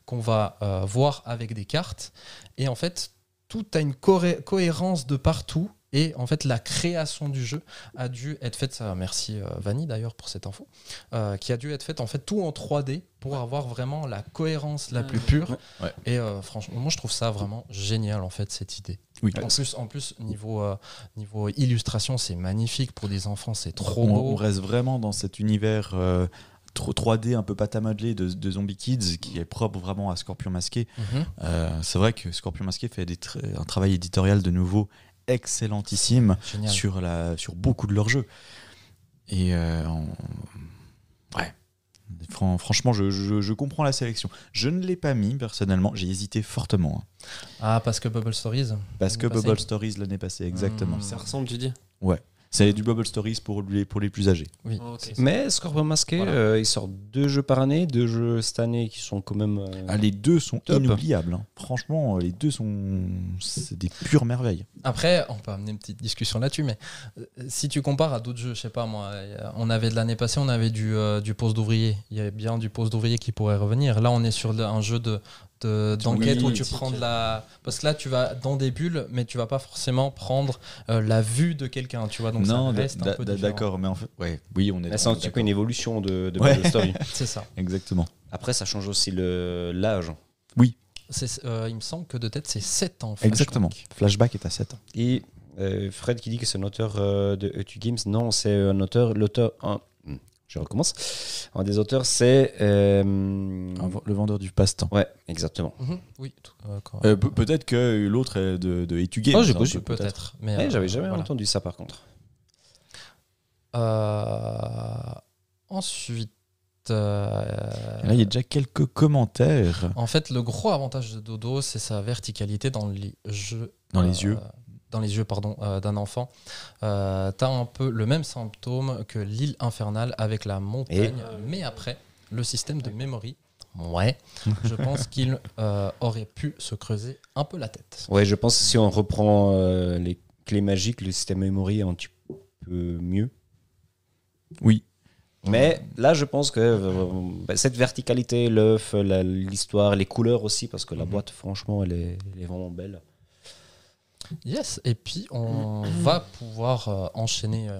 A: qu'on va euh, voir avec des cartes. Et en fait, tout a une coré- cohérence de partout. Et en fait, la création du jeu a dû être faite, ça, merci euh, Vanny d'ailleurs pour cette info, euh, qui a dû être faite en fait tout en 3D pour avoir vraiment la cohérence la
D: Ouais.
A: plus pure.
B: Ouais.
A: Et euh, franchement, moi je trouve ça vraiment génial en fait cette idée.
B: Oui,
A: En plus, en plus niveau, euh, niveau illustration, c'est magnifique pour des enfants, c'est trop
B: on,
A: beau.
B: on reste vraiment dans cet univers euh, tro- 3D un peu pâte à modeler de, de Zombie Kids qui est propre vraiment à Scorpion Masqué.
A: Mhm.
B: Euh, c'est vrai que Scorpion Masqué fait des tra- un travail éditorial de nouveau excellentissime
A: Génial.
B: sur, la, sur beaucoup de leurs jeux. Et euh, on- ouais. Fran- franchement, je, je- je comprends la sélection. Je ne l'ai pas mis personnellement, j'ai hésité fortement. hein.
A: Ah, parce que Bubble Stories.
B: parce que
A: L'année
B: Bubble
A: passée.
B: Stories l'année passée, exactement.
A: Hmm.
D: Ça ressemble, tu dis
B: C'est du Bubble Stories pour les, pour les plus âgés.
A: Oui.
D: Oh, ok.
A: c'est-
C: Mais Scorpion Masqué,
A: Voilà.
C: euh, ils sortent deux jeux par année, deux jeux cette année qui sont quand même. euh,
B: Ah, les deux sont
C: Top.
B: inoubliables. hein. Franchement, les deux sont c'est des pures merveilles.
A: Après, on peut amener une petite discussion là-dessus, mais euh, si tu compares à d'autres jeux, je sais pas moi, euh, on avait de l'année passée, on avait du, euh, du poste d'ouvrier. Il y avait bien du poste d'ouvrier qui pourrait revenir. Là, on est sur le- un jeu de de- d'enquête
B: Oui,
A: où tu
D: mythique.
A: prends de la parce que là tu vas dans des bulles mais tu vas pas forcément prendre euh, la vue de quelqu'un tu vois donc
B: non,
A: ça reste
B: d'a-
A: un peu
B: d'a-
A: différent.
B: d'accord, mais en fait, ouais, oui, on est.
C: là, c'est un
B: on est
C: petit peu
B: d'accord.
C: une évolution de, de
B: Ouais.
C: Bubble Story.
A: c'est ça
B: Exactement.
C: Après, ça change aussi le- l'âge.
A: C'est- euh, il me semble que de tête c'est 7 ans Flashback.
B: Exactement. Flashback est à 7 ans.
C: Et euh, Fred qui dit que c'est un auteur euh, de E2 Games, non, c'est un auteur, l'auteur, un- hmm, je recommence, un des auteurs, c'est... euh,
B: Un v- Le vendeur du passe-temps.
C: ouais, exactement.
A: Mhm, oui tout- euh, quand-
B: Euh, pe- peut-être que l'autre est de, de Etu Games,
C: Oh, j'ai
B: hein,
C: pas su,
B: peut-
A: peut-être mais
C: Eh,
A: euh,
C: J'avais jamais
A: voilà.
C: entendu ça par contre.
A: Euh, ensuite, euh,
B: Là, il y a déjà quelques commentaires
A: en fait, le gros avantage de Dodo, c'est sa verticalité dans les jeux.
B: dans
A: euh,
B: les yeux.
A: Dans les yeux, pardon, euh, d'un enfant. Euh, T'as un peu le même symptôme que l'île infernale avec la montagne, mais après, le système de memory. Ouais, je pense qu'il euh, aurait pu se creuser un peu la tête.
C: Ouais, je pense que si on reprend euh, les clés magiques, le système memory est un petit peu mieux.
B: Oui.
C: Mais là, je pense que euh, bah, cette verticalité, l'œuf, la- l'histoire, les couleurs aussi, parce que la boîte, franchement, elle est, elle est vraiment belle.
A: Yes, et puis on va pouvoir euh, enchaîner euh,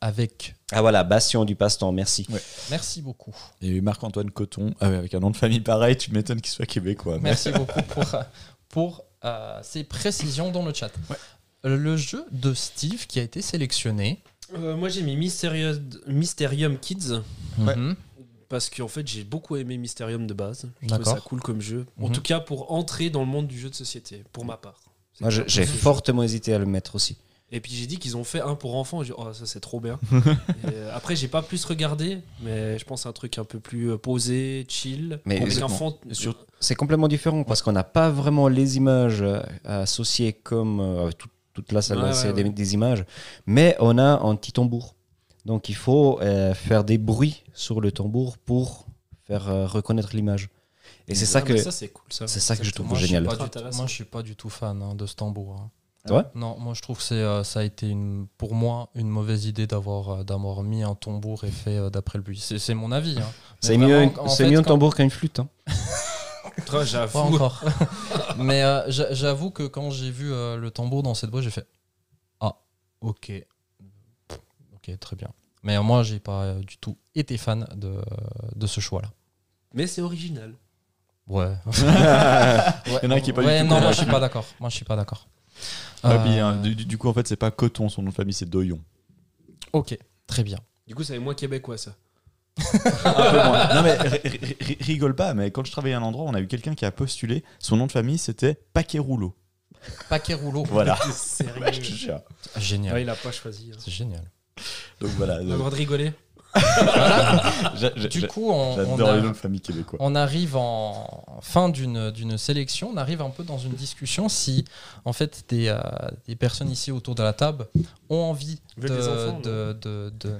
A: avec.
C: Ah voilà, Bastion du passe-temps, merci.
A: Merci beaucoup.
B: Et Marc-Antoine Coton, ah ouais, avec un nom de famille pareil, tu m'étonnes qu'il soit québécois. mais-
A: Merci beaucoup pour, euh, pour euh, ces précisions dans le chat. Le jeu de Steve qui a été sélectionné.
D: Euh, Moi, j'ai mis Mysterious- Mysterium Kids.
B: Ouais.
A: Mhm.
D: Parce qu'en fait, j'ai beaucoup aimé Mysterium de base. Je trouve
A: D'accord.
D: ça cool comme jeu. En
A: Mhm.
D: tout cas, pour entrer dans le monde du jeu de société, pour ma part. C'est
C: Moi, je-
D: clair.
C: j'ai fortement hésité à le mettre aussi.
D: Et puis j'ai dit qu'ils ont fait un pour enfants. J'ai dit, oh, ça c'est trop bien. Et, euh, après, j'ai pas plus regardé, mais je pense à un truc un peu plus euh, posé, chill.
C: Mais
D: avec un
B: exactement.
D: fond.
B: Sur-
C: C'est complètement différent parce qu'on n'a pas vraiment les images euh, associées comme euh, tout- toute la salle,
D: Ouais,
C: c'est
D: ouais,
C: des,
D: ouais.
C: des images, mais on a un petit tambour. Donc il faut euh, faire des bruits sur le tambour pour faire euh, reconnaître l'image. Et c'est ça
D: Ah,
C: que
D: mais Ça c'est cool. Ça.
C: c'est ça que je trouve
A: Moi, je suis
C: génial. Ah
A: pas du-
D: Intéressant.
A: moi, je suis pas du tout fan hein, de ce tambour. hein.
C: C'est vrai
A: Non, moi je trouve que c'est, euh, ça a été une, pour moi une mauvaise idée d'avoir euh, d'avoir mis un tambour et fait euh, d'après le but. C'est c'est mon avis. hein.
C: C'est
A: Mais
C: mieux,
A: vraiment, en
C: c'est
A: fait,
C: mieux un
A: quand-
C: tambour qu'une flûte. hein.
D: Putain,
A: Pas
D: Ah, J'avoue.
A: encore. Mais euh, j'a- j'avoue que quand j'ai vu euh, le tambour dans cette boîte, j'ai fait Ah, ok. Ok, très bien. Mais euh, moi, j'ai pas euh, du tout été fan de, de ce choix-là.
D: Mais c'est original.
A: Ouais.
B: Il y en a un qui est pas
A: Ouais, non,
B: du tout
A: moi,
B: convaincu.
A: je suis pas d'accord. Moi, je suis pas d'accord.
B: Ah, puis,
A: Euh,
B: hein, du, du coup, en fait, c'est pas Coton, son nom de famille, c'est Doyon.
A: Ok, très bien.
D: Du coup, ça est moins québécois ça.
B: Un peu moins. Non mais ri- ri- ri- rigole pas, mais quand je travaillais à un endroit, on a eu quelqu'un qui a postulé. Son nom de famille, c'était Paquet Rouleau.
A: Paquet rouleau.
B: Voilà.
C: Ah.
D: T'es Sérieux.
B: Ouais, je te jure.
A: Génial.
D: Ouais, il a pas choisi. hein.
A: C'est génial.
B: Donc voilà.
D: On a le
B: euh,
D: droit de rigoler.
B: j'a- j'a-
A: Du
B: j'a-
A: coup, on, on,
B: J'adore
A: a-
B: les noms de famille québécois.
A: on arrive en fin d'une d'une sélection, on arrive un peu dans une discussion si en fait des, euh, des personnes ici autour de la table ont envie de,
D: Veulent des enfants,
A: de, de- de-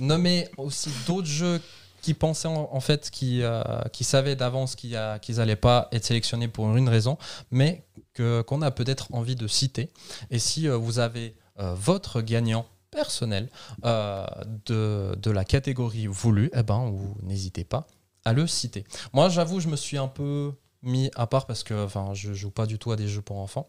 A: nommer aussi d'autres jeux qui pensaient en, en fait, qui, euh, qui savaient d'avance qu'il y a- qu'ils n'allaient pas être sélectionnés pour une raison, mais que- qu'on a peut-être envie de citer. Et si euh, vous avez euh, votre gagnant personnel euh, de, de la catégorie voulue, eh ben, vous n'hésitez pas à le citer. Moi, j'avoue, je me suis un peu mis à part parce que enfin, je joue pas du tout à des jeux pour enfants.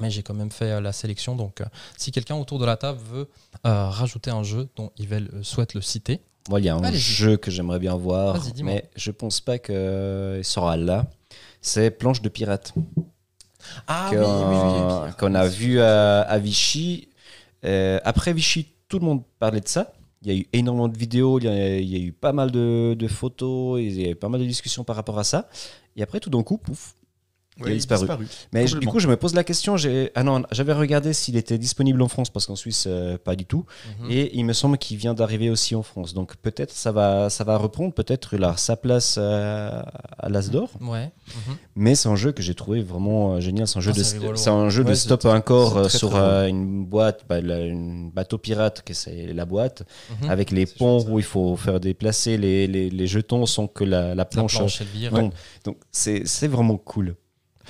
A: Mais j'ai quand même fait euh, la sélection. Donc, euh, si quelqu'un autour de la table veut euh, rajouter un jeu dont il veut- euh, souhaite le citer,
C: Moi, il y a un
A: Allez-y.
C: jeu que j'aimerais bien voir,
A: Vas-y, dis-moi.
C: mais je pense pas qu'il sera là. C'est Planche de pirate.
A: ah
C: que- qu'on a vu à, à Vichy. Euh, après Vichy, tout le monde parlait de ça. Il y a eu énormément de vidéos, il y a, il y a eu pas mal de, de photos, il y a eu pas mal de discussions par rapport à ça. Et après, tout d'un coup, pouf.
B: Ouais,
C: a disparu. Mais je- du
B: Complètement.
C: coup, je me pose la question. j'ai- Ah non, j'avais regardé s'il était disponible en France parce qu'en Suisse, euh, pas du tout.
A: Mhm.
C: Et il me semble qu'il vient d'arriver aussi en France. Donc peut-être ça va, ça va reprendre. Peut-être il a sa place euh, à l'Asdor.
A: Ouais. Mhm.
C: Mais c'est un jeu que j'ai trouvé vraiment euh, génial. C'est un jeu
A: Ah,
C: de,
A: c'est rigolo.
C: c'est un jeu
A: Ouais,
C: de
A: c'est
C: stop
A: très-
C: encore
A: c'est
C: euh,
A: très,
C: sur
A: très
C: euh, une boîte, bah, la- une bateau pirate, que c'est la boîte,
A: Mhm.
C: avec les
A: C'est
C: ponts
A: chouette, ça.
C: où il faut faire déplacer les, les, les jetons sans que la, la
A: La
C: planche.
A: planche, elle vire.
C: tombe. Donc c'est c'est vraiment cool.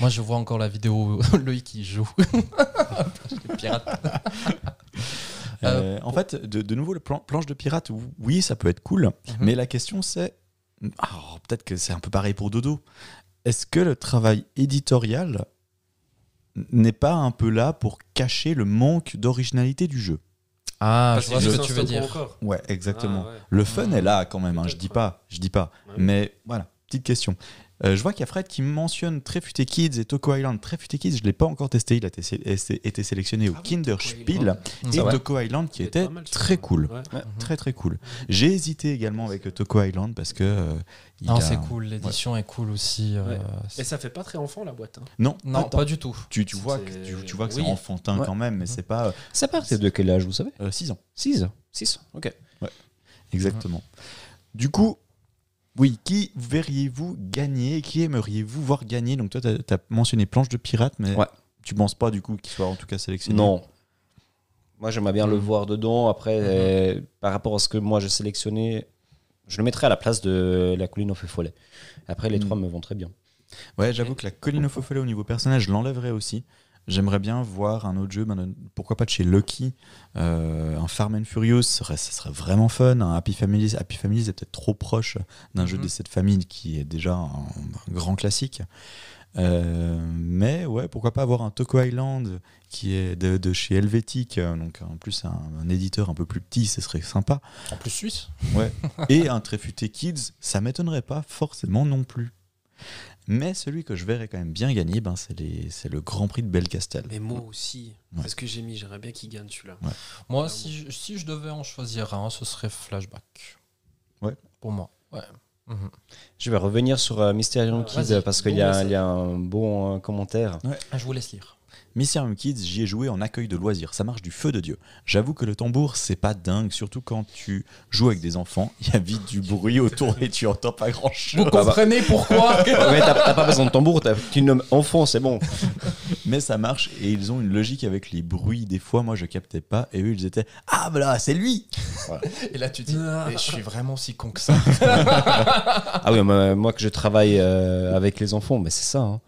A: Moi, je vois encore la vidéo où Loïc qui joue. Le pirate.
B: Euh, en fait, de, de nouveau, le plan- planche de pirate, ou- oui, ça peut être
A: Mhm.
B: cool, Mhm. mais la question c'est. ah, alors, Peut-être que c'est un peu pareil pour Dodo. Est-ce que le travail éditorial n'est pas un peu là pour cacher le manque d'originalité du jeu
A: Ah,
D: Parce
A: je vois
D: c'est
A: ce
D: juste
A: que tu
D: un
A: veux
D: stop
A: dire.
D: encore.
B: Ouais, exactement.
D: Ah, ouais.
B: Le fun est là quand même, hein, je
D: Peut-être,
B: dis
D: ouais.
B: pas, je dis pas.
D: Ouais.
B: Mais voilà, petite question. Euh, je vois qu'il y a Fred qui mentionne Très Futé Kids et Toko Island. Très Futé Kids, je ne l'ai pas encore testé. Il a testé- été été sélectionné au
D: Ah oui,
B: Kinder
D: Toko
B: Spiel
D: Island.
B: et
A: C'est vrai.
B: Toko Island qui
D: Ça doit être
B: était
D: pas mal, ça.
B: très cool.
D: Ouais.
A: Mhm.
B: Très très cool. J'ai hésité également avec Toko Island parce que. euh, il
A: Non,
B: a-
A: c'est cool. L'édition est cool aussi. euh,
D: Ouais.
A: c'est-
D: Et ça fait pas très enfant la boîte. hein.
B: Non,
A: Non,
B: attends,
A: pas du tout.
B: tu, tu vois
D: C'est-
B: que, tu, tu vois que
D: oui. Mhm.
B: c'est enfantin
C: Ouais.
B: quand même, mais c'est pas
C: C'est parti de quel âge, vous savez
B: 6 ans.
C: 6 6 Ok.
B: Exactement. Du coup, oui, qui verriez-vous gagner Qui aimeriez-vous voir gagner Donc toi, tu as, mentionné planche de pirate, mais
C: Ouais.
B: tu penses pas du coup qu'il soit en tout cas sélectionné
C: Non. Moi, j'aimerais bien
D: Mm.
C: le voir dedans. Après,
D: Mm-hmm.
C: euh, par rapport à ce que moi j'ai sélectionné, je le mettrais à la place de la colline au feu follet. Après, les
D: Mm.
B: Mhm.
C: trois me vont très bien.
B: Ouais, j'avoue que la colline au faux follet au niveau personnage, je l'enlèverais aussi. J'aimerais bien voir un autre jeu, ben, de- pourquoi pas de chez Lucky, euh, un Farm and Furious, ce serait, ce serait vraiment fun. Un Happy Families, Happy Families est peut-être trop proche d'un jeu
A: Mhm.
B: des 7 familles qui est déjà un, un grand classique. Euh, mais ouais, pourquoi pas avoir un Toko Island qui est de, de chez Helvetic, euh, donc en plus un, un éditeur un peu plus petit, ce serait sympa.
A: En plus, Suisse.
B: Et un Tréfuté Kids, ça m'étonnerait pas forcément non plus. Mais celui que je verrais quand même bien gagner, ben c'est les- c'est le Grand Prix de Belcastel.
D: Mais moi aussi.
B: Ouais.
D: C'est ce que j'ai mis. J'aimerais bien qu'il gagne celui-là.
A: Moi,
D: Clairement.
A: si je, si je devais en choisir un, ce serait Flashback.
B: Ouais.
A: Pour moi. Ouais. Mhm.
C: Je vais revenir sur euh, Mysterion
D: Ah,
C: Kids
D: vas-y.
C: parce qu'il
D: Bon,
C: y, a-
D: mais ça-
C: il y a un bon euh, commentaire.
A: Ah, je vous laisse lire.
B: Mysterium Kids, j'y ai joué en accueil de loisirs, ça marche du feu de Dieu. J'avoue que le tambour, c'est pas dingue, surtout quand tu joues avec des enfants, il y a vite du bruit autour et tu entends pas grand
A: Vous
B: chose.
D: Ah bah.
A: comprenez pourquoi
C: Mais t'as t'as pas besoin de tambour, t'as- tu nommes enfant, c'est bon.
B: Mais ça marche et ils ont une logique avec les bruits. Des fois, moi je captais pas et eux ils étaient Ah voilà, c'est lui
A: Et là, tu dis,
D: Ah.
C: Euh,
A: mais je suis vraiment si con que ça.
C: Ah oui, mais moi que je travaille euh, avec les enfants, mais c'est ça. hein.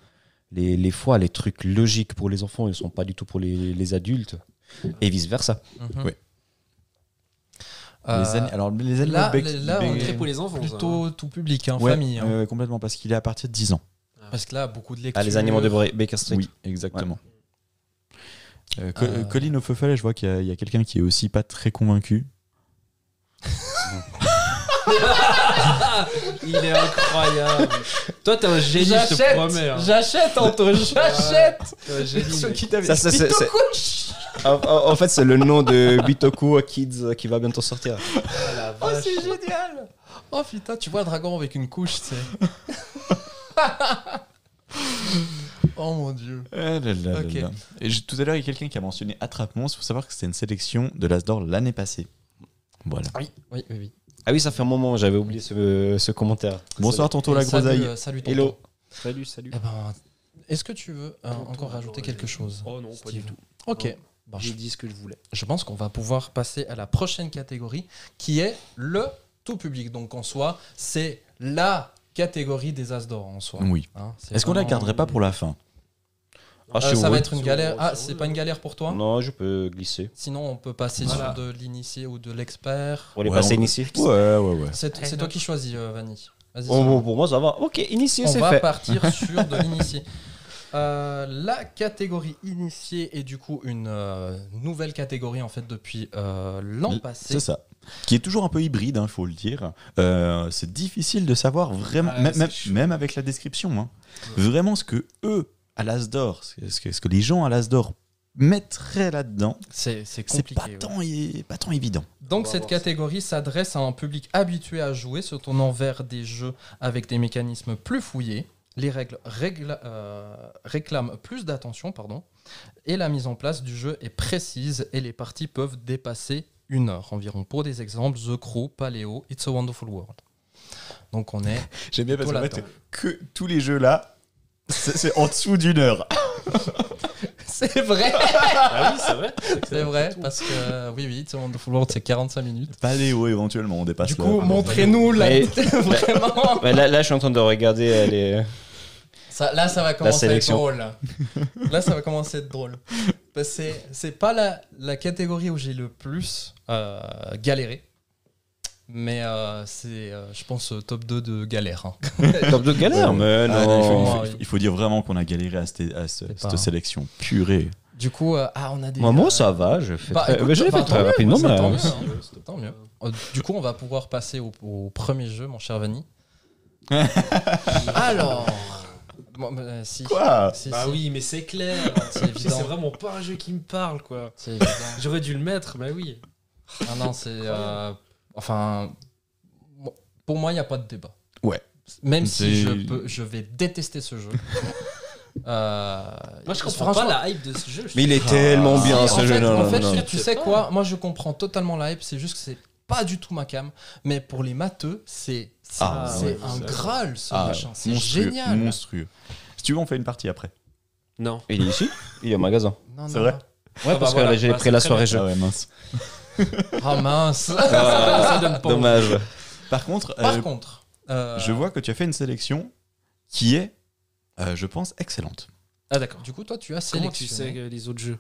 C: Les, les fois, les trucs logiques pour les enfants, ils sont pas du tout pour les, les adultes. Et vice-versa.
A: Mhm.
B: Oui.
A: Euh,
B: Les an- Alors les animaux
A: là,
B: bec-
A: les- là, on
B: bec-
A: est
D: Très pour les enfants. ça, hein.
A: Plutôt tout public, hein,
B: Ouais,
A: famille. hein.
B: ouais, ouais, complètement, parce qu'il est à partir de 10 ans.
A: Parce que là, beaucoup de lectures.
C: Euh.
A: euh,
C: Ah, les animaux de Bre- Baker Street.
B: Oui, exactement. Euh, Co-
A: Euh.
B: Colline au feu follet, je vois qu'il y a, il y a quelqu'un qui est aussi pas très convaincu.
D: Il est incroyable. Toi, t'es un génie, je te
A: J'achète,
D: promets. hein.
A: j'achète, Anto, j'achète.
D: T'es un génie,
A: Ce
D: mec.
A: qui t'avait
C: Ça, ça,
A: dit,
C: c'est-
A: Pitoco,
C: En, en- en fait, c'est le nom de Bitoku Kids euh, qui va bientôt sortir.
D: Ah, la
A: Oh,
D: vache.
A: c'est génial. Oh putain, tu vois un dragon avec une couche, c'est. oh mon dieu.
B: Eh
A: là là.
B: Et je- tout à l'heure, il y a quelqu'un qui a mentionné Attrape-Monstre. Il faut savoir que c'était une sélection de l'Asdor l'année passée. Voilà.
A: Oui, oui, oui.
C: Ah oui, ça fait un moment, j'avais oublié ce, ce commentaire.
B: Bonsoir, tonton la
A: Salut,
B: groseille.
A: euh, Salut, tonton.
C: Hello.
D: Salut, salut.
A: Eh ben, est-ce que tu veux euh,
D: Tonton,
A: encore rajouter
D: ouais.
A: quelque chose
D: Oh non, pas du
A: Steve.
D: tout.
A: Ok.
D: Non.
A: Bah, je
D: J'ai dit ce que je voulais.
A: je pense qu'on va pouvoir passer à la prochaine catégorie qui est le tout public. Donc en soi, c'est la catégorie des As d'or en soi.
B: Oui.
A: Hein, c'est
B: Est-ce qu'on la
A: vraiment-
B: garderait pas pour la fin
C: Ah, je
A: Euh,
C: suis
A: Ça va
C: heureux.
A: être une
D: C'est
A: galère.
D: heureux,
A: Ah,
D: c'est
A: c'est
D: heureux.
A: pas une galère pour toi
C: Non, je peux glisser.
A: Sinon, on peut passer
D: Voilà.
A: sur de l'initié ou de l'expert.
C: Pour les
B: Ouais,
C: passer
B: on-
C: initiés.
B: Ouais, ouais, ouais.
A: C'est c'est toi qui choisis, euh, Vanny. Vas-y.
C: Oh,
A: Sarah.
C: bon, pour moi, ça va. Ok, initié,
A: on
C: c'est
A: va
C: fait.
A: partir sur de l'initié. Euh, la catégorie initiée est du coup une euh, nouvelle catégorie en fait depuis euh, l'an
B: L-
A: passé.
B: C'est ça. Qui est toujours un peu hybride, il faut le dire. Euh, c'est difficile de savoir vraiment,
D: Ah,
B: même,
D: c'est
B: même-
D: chaud.
B: même avec la description, hein. vraiment ce que eux, à l'Asdor, ce que, ce que les gens à l'Asdor mettrais là-dedans
A: C'est c'est
B: C'est
A: compliqué.
B: pas,
A: ouais.
B: tant é- pas tant évident.
A: Donc
D: va
A: cette
D: voir ça.
A: catégorie s'adresse à un public habitué à jouer, se tournant vers des jeux avec des mécanismes plus fouillés. Les règles régla- euh, réclament plus d'attention, pardon, et la mise en place du jeu est précise et les parties peuvent dépasser une heure environ. Pour des exemples, The Crew, Paléo, It's a Wonderful World. Donc on est
B: J'aime bien parce qu'en
A: Plutôt
B: fait, que tous les jeux là, c'est c'est en dessous d'une heure.
A: c'est vrai,
D: Ah oui, c'est vrai.
A: c'est vrai parce que oui oui, It's a Wonderful World c'est 45 minutes.
B: Paléo éventuellement, on dépasse Ah,
A: Du
B: le-
A: coup, montrez-nous la
C: Mais-
A: vraiment.
C: Ouais, là, là, je suis en train de regarder euh, les.
A: Ça- là, ça va commencer à être
C: sélection.
A: drôle. Là, ça va commencer à être drôle. Parce que c'est- c'est pas la, la catégorie où j'ai le plus euh, galéré. Mais euh, c'est, euh, je pense, euh, top 2 de galère. hein.
C: Top de galère, mais
B: Ah non, il, faut, il
A: non.
C: non.
B: faut- il faut- il faut dire vraiment qu'on a galéré à, cette- à ce-
A: C'est
B: cette
A: pas-
B: sélection. Purée.
A: Du coup, euh, ah, on a des.
C: Moi,
A: euh,
C: moi, ça va, je fais
A: bah,
C: très,
A: écoute,
C: mais je l'ai
A: bah,
C: fait
A: tant
C: très
A: mieux,
C: rapidement.
A: ça,
C: mais,
A: tant
C: euh,
A: mieux, hein. Tant mieux. Euh, Du coup, on va pouvoir passer au, au premier jeu, mon cher Vanny. Alors. Bon, bah, si.
B: Quoi
A: Si,
D: Bah
A: si.
D: oui, mais c'est clair.
A: C'est
D: C'est
A: évident.
D: vraiment pas un jeu qui me parle, quoi.
A: C'est évident.
D: J'aurais dû le mettre, bah oui.
A: Ah non, c'est. euh, enfin. mo- Pour moi, il n'y a pas de débat.
B: Ouais.
A: Même si
B: C'est-
A: je, peux- je vais détester ce jeu. Euh,
D: Moi, je comprends
A: franchement-
D: pas la hype de ce jeu.
C: Mais il est tellement bien
A: Ah,
C: ce
A: en
C: jeu.
A: fait-
C: Non,
A: en
C: non,
A: fait,
C: non.
A: tu- tu sais quoi Moi, je comprends totalement la hype. C'est juste que c'est pas du tout ma cam. Mais pour les matheux, c'est c'est
B: Ah,
A: c'est
D: ouais,
A: un
D: c'est-
A: graal ce
B: Ah,
A: machin. C'est
B: monstrueux,
A: génial.
B: Monstrueux. Si tu veux, on fait une partie après.
D: Non.
C: Il est ici Il est au magasin.
A: Non, non,
B: C'est vrai
A: non.
C: Ouais,
D: Ah,
C: parce
D: bah, voilà.
C: que j'ai
D: Bah,
C: pris la
D: c'est très
C: soirée
D: bien.
C: jeu.
B: Ah ouais, mince.
A: Ah mince. Ça
C: Ah,
A: donne pas envie.
C: Dommage.
B: Par contre, euh,
A: Par contre, euh,
B: je vois que tu as fait une sélection qui est, euh, je pense, excellente.
D: Ah d'accord.
A: Du coup, toi, tu as
D: Comment tu
A: sélectionné.
D: sais que les autres jeux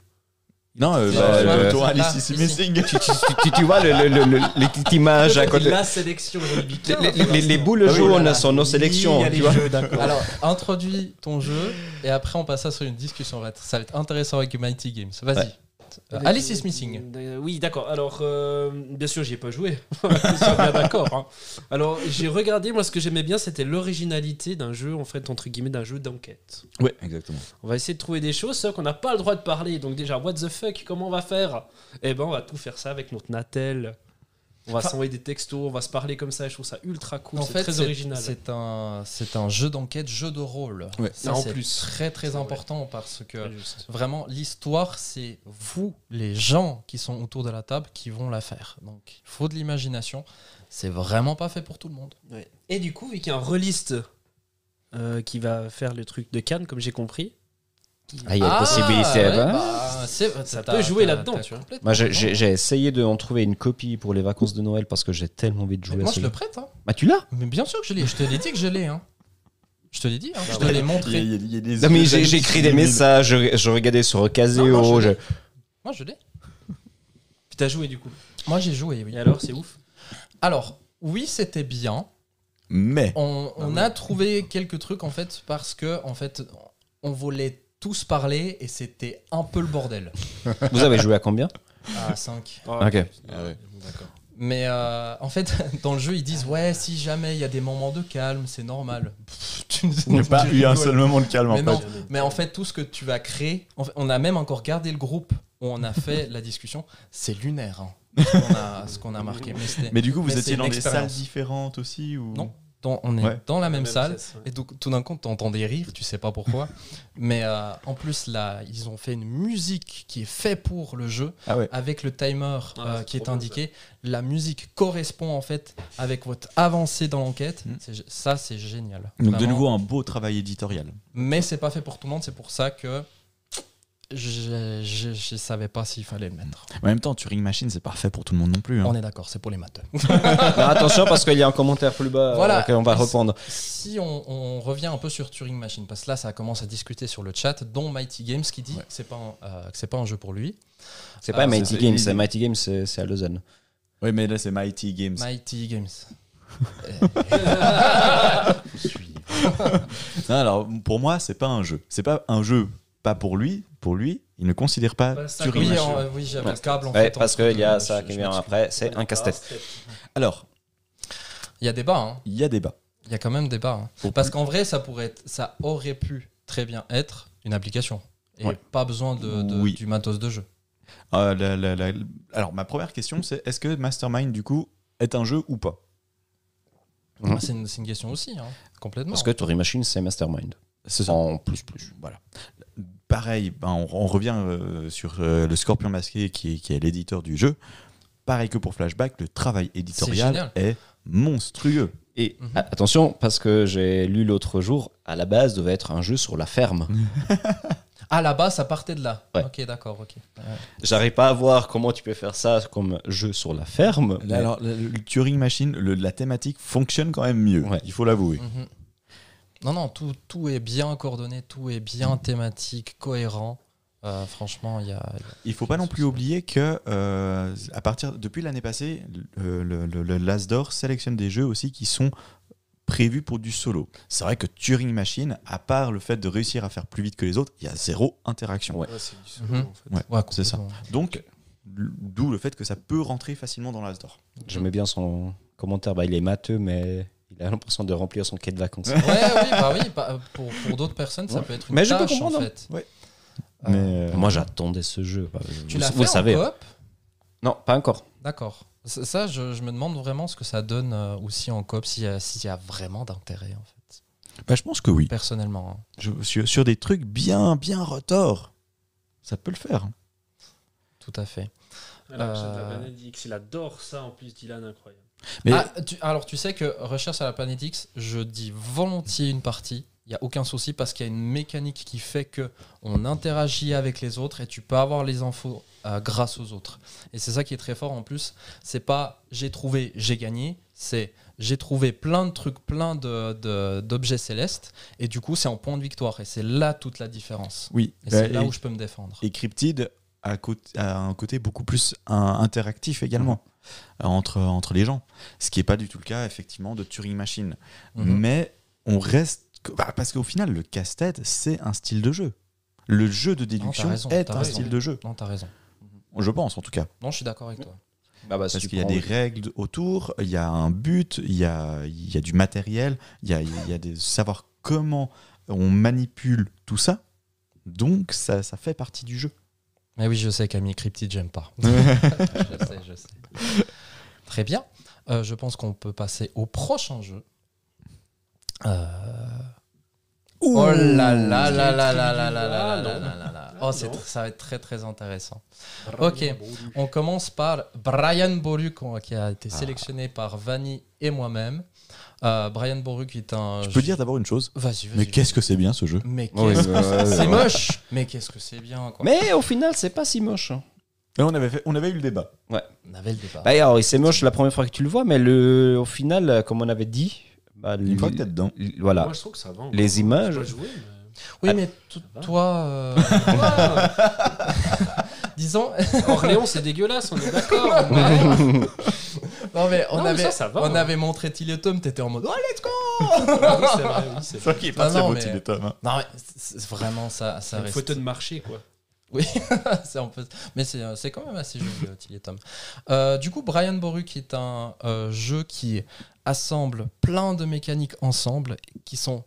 B: Non, euh,
A: C'est-
B: bah,
C: c'est-
B: le tour
A: c'est-
B: Alice
A: là,
B: is
A: ici.
B: Missing.
C: tu, tu- tu- tu- tu vois le, le- le- le- les petites images Ah, à côté.
D: La sélection, j'en ai mis
C: Les,
D: 15,
C: les- les- les boules
A: Ah oui,
C: jaunes
A: voilà.
C: sont nos sélections.
D: Il y a
C: tu
D: les
C: vois.
D: jeux, d'accord.
A: Alors, introduis ton jeu et après on passe sur une discussion. Ça va être, ça va être intéressant avec Mighty Games. Vas-y.
C: Ouais.
A: Euh, Alice is Missing.
D: Euh, Oui, d'accord. Alors, euh, bien sûr, j'y ai pas joué. Nous sommes bien d'accord. hein. Alors, j'ai regardé. Moi, ce que j'aimais bien, c'était l'originalité d'un jeu, en fait, entre guillemets, d'un jeu d'enquête.
B: Ouais, exactement.
D: On va essayer de trouver des choses, sauf qu'on n'a pas le droit de parler. Donc, déjà, what the fuck, comment on va faire Eh ben, on va tout faire ça avec notre Natel. On va
A: Enfin-
D: s'envoyer des textos, on va se parler comme ça. Je trouve ça ultra cool.
A: En
D: c'est
A: fait,
D: très
A: c'est-
D: original.
A: C'est un, c'est un jeu d'enquête, jeu de rôle.
B: Ouais.
A: Ça,
D: En
A: c'est
D: plus.
A: très très
D: C'est
A: important parce que
D: Très juste.
A: vraiment l'histoire, c'est vous, les gens qui sont autour de la table, qui vont la faire. Donc, il faut de l'imagination. C'est vraiment pas fait pour tout le monde.
D: Et du coup, vu qu'il y a un reliste euh, qui va faire le truc de Cannes, comme j'ai compris,
C: Ah, il y a
A: Ah,
C: possibilité.
A: ouais,
C: hein.
A: bah, c'est-
D: Ça
A: t'as-
D: peut jouer
A: t'as-
D: là-dedans,
A: t'as
D: tu vois.
A: complètement
C: Moi, j'ai-
A: raison.
C: j'ai j'ai essayé de en trouver une copie pour les vacances de Noël parce que j'ai tellement envie de jouer
A: Moi,
C: à
A: je
C: ce
A: le
C: jeu.
A: prête. hein.
C: Bah, tu l'as
A: Mais bien sûr que je l'ai. Je te l'ai dit que je l'ai. hein. Je te l'ai dit. hein. Je te l'ai
B: Il y a-
A: montré.
B: il y a- il y a des
C: Non, mais
B: yeux
C: j'ai
B: d'Alice
C: j'ai
B: qui
C: écrit des
B: illuminent.
C: messages, je, je regardais sur Caseo.
A: Non, moi, je
C: je-
A: Moi, je l'ai.
D: puis t'as joué du coup.
A: Moi, j'ai joué, oui.
D: Et alors, c'est ouf.
A: Alors, oui, c'était bien.
B: Mais.
A: On, on
D: ouais.
A: a trouvé quelques trucs, en fait, parce que, en fait, on voulait tous parler et c'était un peu le bordel
C: Vous avez joué à combien
A: à 5.
D: Ah,
C: Ok.
B: Ah ouais.
D: D'accord.
A: Mais euh, en fait, dans le jeu, ils disent Ouais, si jamais il y a des moments de calme, c'est normal. Pff, tu
B: Il n'y a pas
A: tu
B: eu un
A: rigoles.
B: seul moment de calme
A: Mais
B: en
A: non,
B: fait.
A: mais en fait, tout ce que tu vas créer, en fait, on a même encore gardé le groupe où on a fait la discussion. C'est lunaire, hein, ce qu'on a- ce qu'on a, marqué. Mais c'était-
B: Mais du coup,
A: Mais
B: vous
A: c'est
B: étiez
A: une
B: dans des salles
A: expérience.
B: différentes aussi ou...
A: Non, dans- on est
B: Ouais.
A: dans la même, salle.
D: pièce, ouais.
A: Et donc, tout d'un coup, t'entends des rires, tu sais pas pourquoi. Mais euh, en plus, là, ils ont fait une musique qui est faite pour le jeu,
B: Ah ouais.
A: avec le timer
D: Ah,
A: euh,
D: c'est
A: qui est
D: trop bien,
A: indiqué. La musique correspond en fait avec votre avancée dans l'enquête.
B: Mm.
A: C'est gé- Ça, c'est génial.
B: Donc de
A: Vraiment.
B: nouveau un beau travail éditorial.
A: Mais c'est pas fait pour tout le monde, c'est pour ça que je, je, je savais pas s'il fallait le mettre.
B: En même temps, Turing Machine, c'est parfait pour tout le monde non plus. hein.
A: On est d'accord, c'est pour les maths.
C: Non, attention parce qu'il y a un commentaire plus bas
A: Voilà.
C: on va reprendre.
A: Si on, on revient un peu sur Turing Machine, parce que là, ça commence à discuter sur le chat, dont Mighty Games qui dit que c'est pas, un- euh, que c'est pas un jeu pour lui.
C: C'est
A: Ah,
C: pas
A: c'est-
C: Mighty
B: c'est-
C: Games,
B: il-
C: c'est Mighty Games, c'est c'est à Lausanne.
B: Oui, mais là, c'est Mighty Games.
A: Mighty Games.
B: Non, alors, pour moi, c'est pas un jeu. C'est pas un jeu, pas pour lui. Pour lui, il ne considère pas
D: Bah, ça,
B: Turing
D: oui,
A: oui,
B: Machine.
D: Machine.
A: en- oui, j'avais
C: Ouais.
A: le câble en
C: Ouais,
A: fait.
C: parce
A: entre
C: qu'il y a
A: deux.
C: ça
A: Je-
C: qui
A: je
C: vient
A: m'excuse.
C: après, c'est un casse-tête.
B: Alors,
A: Il y a débat, hein.
B: il y a débat.
A: il y a quand même débat. hein.
B: Pour
A: Parce qu'en vrai, ça, pourrait être- ça aurait pu très bien être une application. Et
B: Ouais.
A: pas besoin de, de-
B: Oui.
A: du matos de jeu.
B: Euh, la- la- la- Alors, ma première question, c'est est-ce que Mastermind, du coup, est un jeu ou pas
C: Mhm.
A: Ah, C'est une, c'est une question aussi, hein, complètement.
C: Parce que Tory Machine, c'est Mastermind.
B: C'est
C: En plus, plus.
B: Voilà. Pareil, ben, on, on revient euh, sur euh, le Scorpion Masqué qui, est- qui est l'éditeur du jeu. Pareil que pour Flashback, le travail éditorial
A: génial.
B: est monstrueux.
C: Et
A: Mhm.
C: a- attention, parce que j'ai lu l'autre jour, à la base devait être un jeu sur la ferme.
A: Ah, là-bas, ça partait de là.
C: Ouais.
A: Ok, d'accord, ok. Ouais.
C: J'arrive pas à voir comment tu peux faire ça comme jeu sur la ferme. mais-
B: Là, alors, le, le Turing Machine, le- la thématique fonctionne quand même mieux,
C: Ouais.
B: il faut l'avouer.
A: Mhm. Non, non, tout, tout est bien coordonné, tout est bien thématique, cohérent. Euh, franchement, il y a.
B: Il faut pas non plus oublier que euh, à partir depuis l'année passée, le, le, le- le Lasdor sélectionne des jeux aussi qui sont prévus pour du solo. C'est vrai que Turing Machine, à part le fait de réussir à faire plus vite que les autres, il y a zéro interaction.
C: Ouais.
D: Ouais, c'est du solo,
A: Mhm.
D: en fait.
B: Ouais.
A: Ouais,
B: c'est ça.
A: complètement.
B: Donc, l- d'où le fait que ça peut rentrer facilement dans l'Asdor.
C: J'aimais bien son commentaire. Bah, il est matheux, mais il a l'impression de remplir son quai de vacances.
A: Ouais, oui, bah oui, bah, pour, pour d'autres personnes, ça
C: Ouais.
A: peut être une
C: Mais je peux
A: tâche
C: comprendre,
A: en
C: hein.
A: fait.
B: Ouais.
A: Euh,
C: Moi, j'attendais ce jeu. Bah, vous-
A: tu l'as
C: vous le
A: fait
C: savez.
A: en coop
C: Non, pas encore.
A: D'accord. Ça, ça, je, je me demande vraiment ce que ça donne euh, aussi en coop, s'il y, a- s'il y a vraiment d'intérêt, en fait.
B: Bah, je pense que oui.
A: Personnellement. hein.
B: sur, sur des trucs bien, bien retors, ça peut le faire. hein.
A: Tout à fait.
D: Alors,
A: Euh,
D: Recherche à la planète X, il adore ça en plus, Dylan, incroyable.
B: Mais-
A: Ah, tu- alors, tu sais que Recherche à la Planète X, je dis volontiers une partie. Il n'y a aucun souci parce qu'il y a une mécanique qui fait que on interagit avec les autres et tu peux avoir les infos euh, grâce aux autres. Et c'est ça qui est très fort en plus. C'est pas j'ai trouvé, j'ai gagné. C'est j'ai trouvé plein de trucs, plein de- de- d'objets célestes. Et du coup, c'est en point de victoire. Et c'est là toute la différence.
B: Oui. Bah,
A: Et c'est là où je peux me défendre.
B: Et Cryptid a, côté- a un côté beaucoup plus un- interactif également
A: Mhm.
B: euh, entre, entre les gens, ce qui n'est pas du tout le cas effectivement de Turing Machine.
A: Mhm.
B: Mais on reste bah, parce qu'au final le casse-tête c'est un style de jeu. Le jeu de déduction
A: raison,
B: est
A: t'as
B: un
A: raison.
B: style de jeu,
A: Non, t'as raison.
B: je pense en tout cas,
A: Non, je suis d'accord avec toi. Bah,
B: parce qu'il y a des règles autour, il y a un but, il y a, il y a du matériel, il y a, il y a des savoir comment on manipule tout ça. Donc ça, ça fait partie du jeu.
A: Mais oui, je sais, Camille Cryptid, j'aime pas. je sais, je sais. Très bien. Euh, je pense qu'on peut passer au prochain jeu. Euh, Oh là là là là là là là là là là là là là. Oh, c'est tr- ça va être très très intéressant. Ok. On commence par Brian Boruc, on- qui a été sélectionné par Vanny et moi-même. Euh, Brian Boruc est un.
B: Je peux dire d'abord une chose,
A: Ah, Vas-y, vas-y.
B: mais qu'est-ce que c'est bien ce jeu
A: Mais qu'est-ce
C: Ah Oui,
A: que
C: ouais, ouais,
A: c'est
C: ouais.
A: moche Mais qu'est-ce que c'est bien quoi.
C: Mais au final, c'est pas si moche. hein.
B: on, avait fait, on avait eu le débat.
A: On avait le débat.
C: Bah, alors, c'est moche la première fois que tu le vois, mais le, au final, euh, comme on avait dit, bah,
B: Une
C: l-
B: fois que t'es dedans.
C: l- voilà.
D: Moi, je trouve que ça va. hein.
C: Les images.
D: Je jouer,
A: Oui, mais t-
D: Ça va.
A: toi, euh,
D: mais...
A: disons,
D: Orléans, c'est dégueulasse, on est d'accord.
A: Non mais on
D: Non, mais
A: avait
D: ça, ça va,
A: on
D: hein.
A: avait montré Tiliotum, t'étais en mode oh let's go.
D: Ah oui, c'est vrai, oui, c'est
B: C'est
D: vrai.
B: vrai qu'il est
A: pas Non, très
B: pas très
A: non, beau,
B: beau,
A: mais- Tilly
B: euh,
A: Non mais c'est- c'est vraiment ça ça
D: Une
A: reste.
D: photo de marché, quoi.
A: c'est un peu- Mais c'est euh, c'est quand même assez joli euh, Tiliotum. Euh, du coup Brian Boruc est un euh, jeu qui assemble plein de mécaniques ensemble qui sont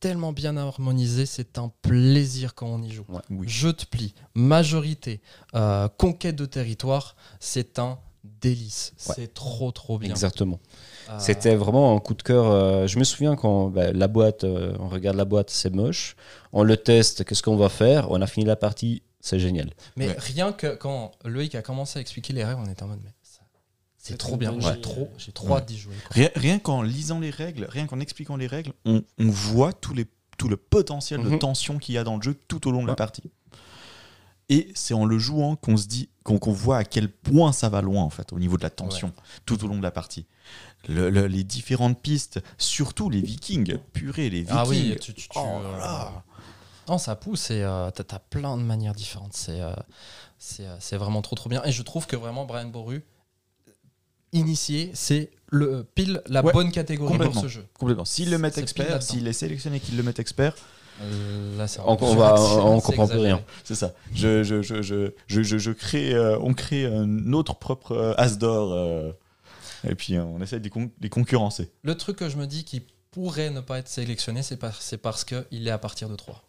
A: tellement bien harmonisées, c'est un plaisir quand on y joue.
B: Oui.
A: Jeu de pli, majorité, euh, conquête de territoire, c'est un délice.
C: Ouais.
A: C'est trop trop bien.
C: Exactement.
A: Euh,
C: C'était vraiment un coup de cœur. euh, je me souviens quand bah, la boîte, euh, on regarde la boîte, c'est moche. On le teste, qu'est-ce qu'on va faire On a fini la partie, c'est génial.
A: Mais
B: Ouais.
A: rien que quand Loïc a commencé à expliquer les règles, on était en mode mais ça, c'est
D: C'est
A: trop
D: une
A: bien.
D: bonne
A: J'ai
D: idée.
A: trop, j'ai trop
B: Ouais.
A: hâte d'y jouer. quoi.
B: Rien, rien qu'en lisant les règles, rien qu'en expliquant les règles, on, on voit tous les, tout le potentiel de
C: Mhm.
B: tension qu'il y a dans le jeu tout au long de la
C: Ouais.
B: partie. Et c'est en le jouant qu'on se dit, qu'on qu'on voit à quel point ça va loin en fait au niveau de la tension tout au long de la partie. Le- le- les différentes pistes, surtout les Vikings, purée les Vikings.
A: Ah oui, tu, tu, tu,
B: Oh
A: euh,
B: là là.
A: non, ça pousse et euh, t'as t'as plein de manières différentes. C'est euh, c'est euh, c'est vraiment trop trop bien. Et je trouve que vraiment Brian Boru initié, c'est le euh, pile la
B: Ouais,
A: bonne catégorie pour
B: complètement.
A: ce jeu.
B: Complètement. S'ils le mettent
A: C'est pile
B: expert,
A: là-dedans.
B: s'il est sélectionné qu'il le mette expert,
A: Euh, Là, c'est un
C: On-
A: peu
C: on va-
A: surexcité,
C: on
A: c'est
C: comprend plus
A: exagéré.
C: rien.
B: C'est ça. Je, je, je, je, je, je, je crée, euh, on crée euh, notre propre euh, as d'or. euh, et puis euh, on essaie de les, con- les concurrencer.
A: Le truc que je me dis qui pourrait ne pas être sélectionné, c'est par- c'est parce que il est à partir de 3.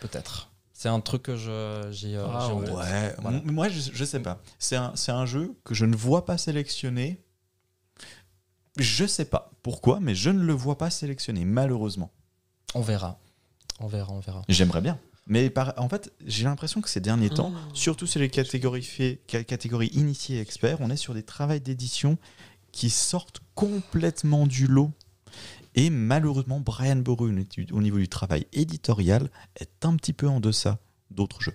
A: Peut-être. C'est un truc que je- j'ai euh,
D: Ah
A: j'ai en
D: ouais.
A: tête.
B: Ouais,
A: Voilà.
B: m- moi je, je sais pas. C'est un, c'est un jeu que je ne vois pas sélectionné. Je sais pas pourquoi, mais je ne le vois pas sélectionné, malheureusement.
A: On verra. On verra, on verra.
B: J'aimerais bien. Mais par- en fait, j'ai l'impression que ces
D: Mm.
B: derniers temps,
D: Ah,
B: surtout sur les catégories, fait, ca- catégories initiés et experts, on est sur des travails d'édition qui sortent complètement du lot. Et malheureusement, Brian Boru, au niveau du travail éditorial, est un petit peu en deçà d'autres jeux.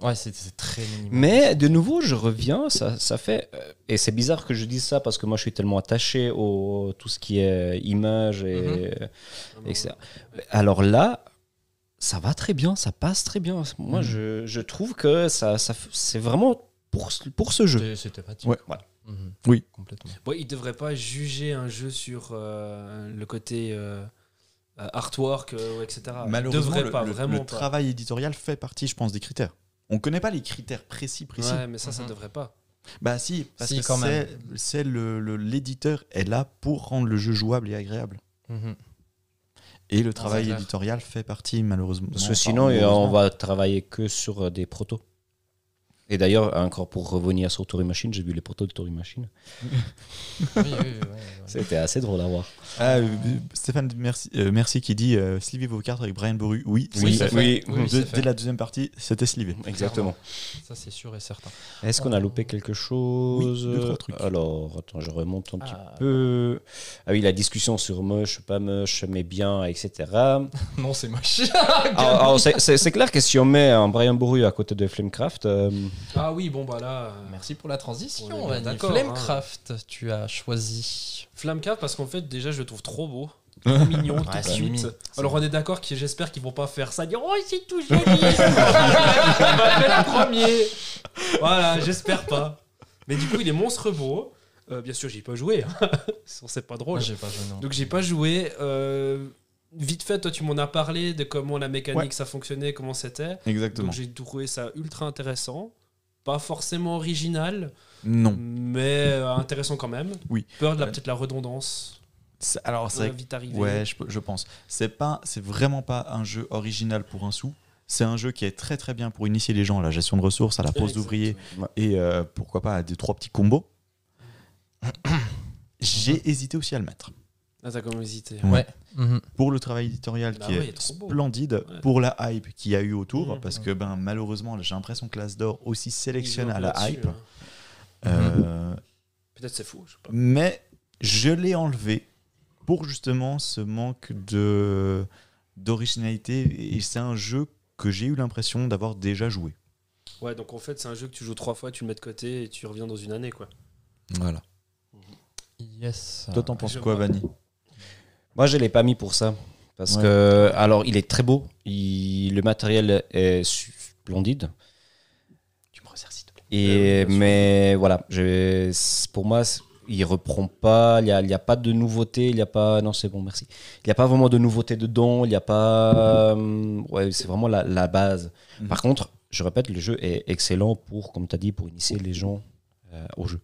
A: Ouais, c'est c'est très minimal.
C: Mais de nouveau, je reviens, ça, ça fait. euh, Et c'est bizarre que je dise ça parce que moi, je suis tellement attaché au tout ce qui est euh, image et,
B: Mhm.
C: etc. Alors là, ça va très bien, ça passe très bien. Moi,
B: Mhm.
C: je, je trouve que ça, ça f- c'est vraiment pour, ce- pour ce jeu.
A: C'était- C'était pas
B: Ouais.
C: Voilà.
A: Mhm.
B: Oui.
A: Complètement.
D: Bon, ils devraient pas juger un jeu sur euh, le côté euh, euh, artwork, euh, ouais, etc.
A: Ah,
D: Ils
B: Malheureusement,
D: devraient
B: le,
D: pas,
B: le-
D: vraiment
B: le
D: pas.
B: travail éditorial fait partie, je pense, des critères. On connaît pas les critères précis, précis.
D: Ouais, mais ça, ça
A: Mhm.
D: devrait pas.
B: Bah si, parce
A: Si,
B: que
A: quand même.
B: c'est- c'est le- le- l'éditeur est là pour rendre le jeu jouable et agréable.
A: Mhm.
B: Et le
A: Ah, c'est
B: travail
A: clair.
B: éditorial fait partie, malheureusement.
C: Parce que
B: Enfin,
C: sinon, euh,
B: heureusement.
C: on va travailler que sur euh, des protos. Et d'ailleurs, euh, encore pour revenir sur Tory Machine, j'ai vu les protos de Tory Machine.
A: Oui, oui, oui, oui, oui.
C: C'était assez drôle à voir.
B: Ah, euh, Stéphane, merci, euh, merci qui dit euh, Slivez vos cartes avec Brian Boru. Oui, c'est
A: Oui,
B: fait.
A: c'est
C: oui,
A: fait. oui,
B: Dès-
A: c'est
B: Dès
A: fait.
B: la deuxième partie, c'était slivé.
C: Exactement.
A: Ça, c'est sûr et certain.
C: Est-ce qu'on a loupé quelque chose euh,
B: Oui, deux, trois trucs.
C: Alors, attends, je remonte un petit
A: Ah.
C: peu. Ah oui, la discussion sur moche, pas moche, mais bien, etc.
A: Non, c'est moche.
C: Alors, alors, ah, c'est- c'est c'est clair que si on met un Brian Boru à côté de Flamecraft, euh,
D: Ah oui, bon, bah là. euh,
A: Merci pour la transition.
D: On est bien
A: Vanny.
D: d'accord,
A: Flamecraft, tu as choisi.
D: Flamecraft, parce qu'en fait, déjà, je le trouve trop beau. Trop mignon, tout
A: Ouais, c'est
D: cute.
A: mimi.
D: Alors, on est d'accord que j'espère qu'ils vont pas faire ça, dire Oh, c'est tout joli On va le premier Voilà, j'espère pas. Mais du coup, il est monstre beau. Euh, bien sûr, j'y ai pas joué. hein. Sinon, c'est pas drôle.
A: Moi, j'ai pas joué, non.
D: Donc, j'ai pas joué. euh, Vite fait, toi, tu m'en as parlé de comment la mécanique
B: Ouais.
D: ça fonctionnait, comment c'était.
B: Exactement.
D: Donc, j'ai trouvé ça ultra intéressant. Pas forcément original,
B: Non.
D: mais euh, intéressant quand même.
B: Oui.
D: Peur de la-
B: Ouais.
D: peut-être la redondance.
B: C'est- Alors,
D: Ouais,
B: c'est
D: vite arrivé.
B: Ouais, je, je pense. C'est pas, c'est vraiment pas un jeu original pour un sou. C'est un jeu qui est très très bien pour initier les gens à la gestion de ressources, à la pose
D: Exactement.
B: d'ouvriers et euh, pourquoi pas à des trois petits combos. J'ai hésité aussi à le mettre
D: Ah, t'as quand même hésité.
B: Ouais.
A: Mhm.
B: pour le travail éditorial
D: Bah
B: qui
D: ouais, il est
B: est
D: trop beau.
B: splendide,
D: Ouais.
B: pour la hype qu'il y a eu autour,
D: Mhm.
B: parce que ben malheureusement j'ai l'impression que l'As d'Or aussi sélectionne
D: Ils ont
B: à la
D: là-dessus,
B: hype.
D: hein.
B: Euh,
D: Peut-être c'est fou, je sais pas.
B: mais je l'ai enlevé pour justement ce manque de d'originalité et c'est un jeu que j'ai eu l'impression d'avoir déjà joué.
D: Ouais, donc en fait, c'est un jeu que tu joues trois fois, tu le mets de côté et tu reviens dans une année, quoi.
B: Voilà.
A: Yes.
B: Toi t'en penses
D: Je
B: quoi
D: vois.
B: Vanny
C: moi, je ne l'ai pas mis pour ça. Parce
B: Ouais.
C: que, alors, il est très beau. Il- le matériel est su- splendide.
B: Tu me resserres s'il te plaît.
C: Et,
D: Euh, oui, bien sûr.
C: mais voilà, je- c'est- pour moi, c'est- il reprend pas. Il n'y a, il y a pas de nouveauté. Il n'y a pas. Non, c'est bon, merci. Il n'y a pas vraiment de nouveauté dedans. Il n'y a pas. euh, ouais, c'est vraiment la, la base.
B: Mhm.
C: Par contre, je répète, le jeu est excellent pour, comme tu as dit, pour initier les gens euh, au jeu.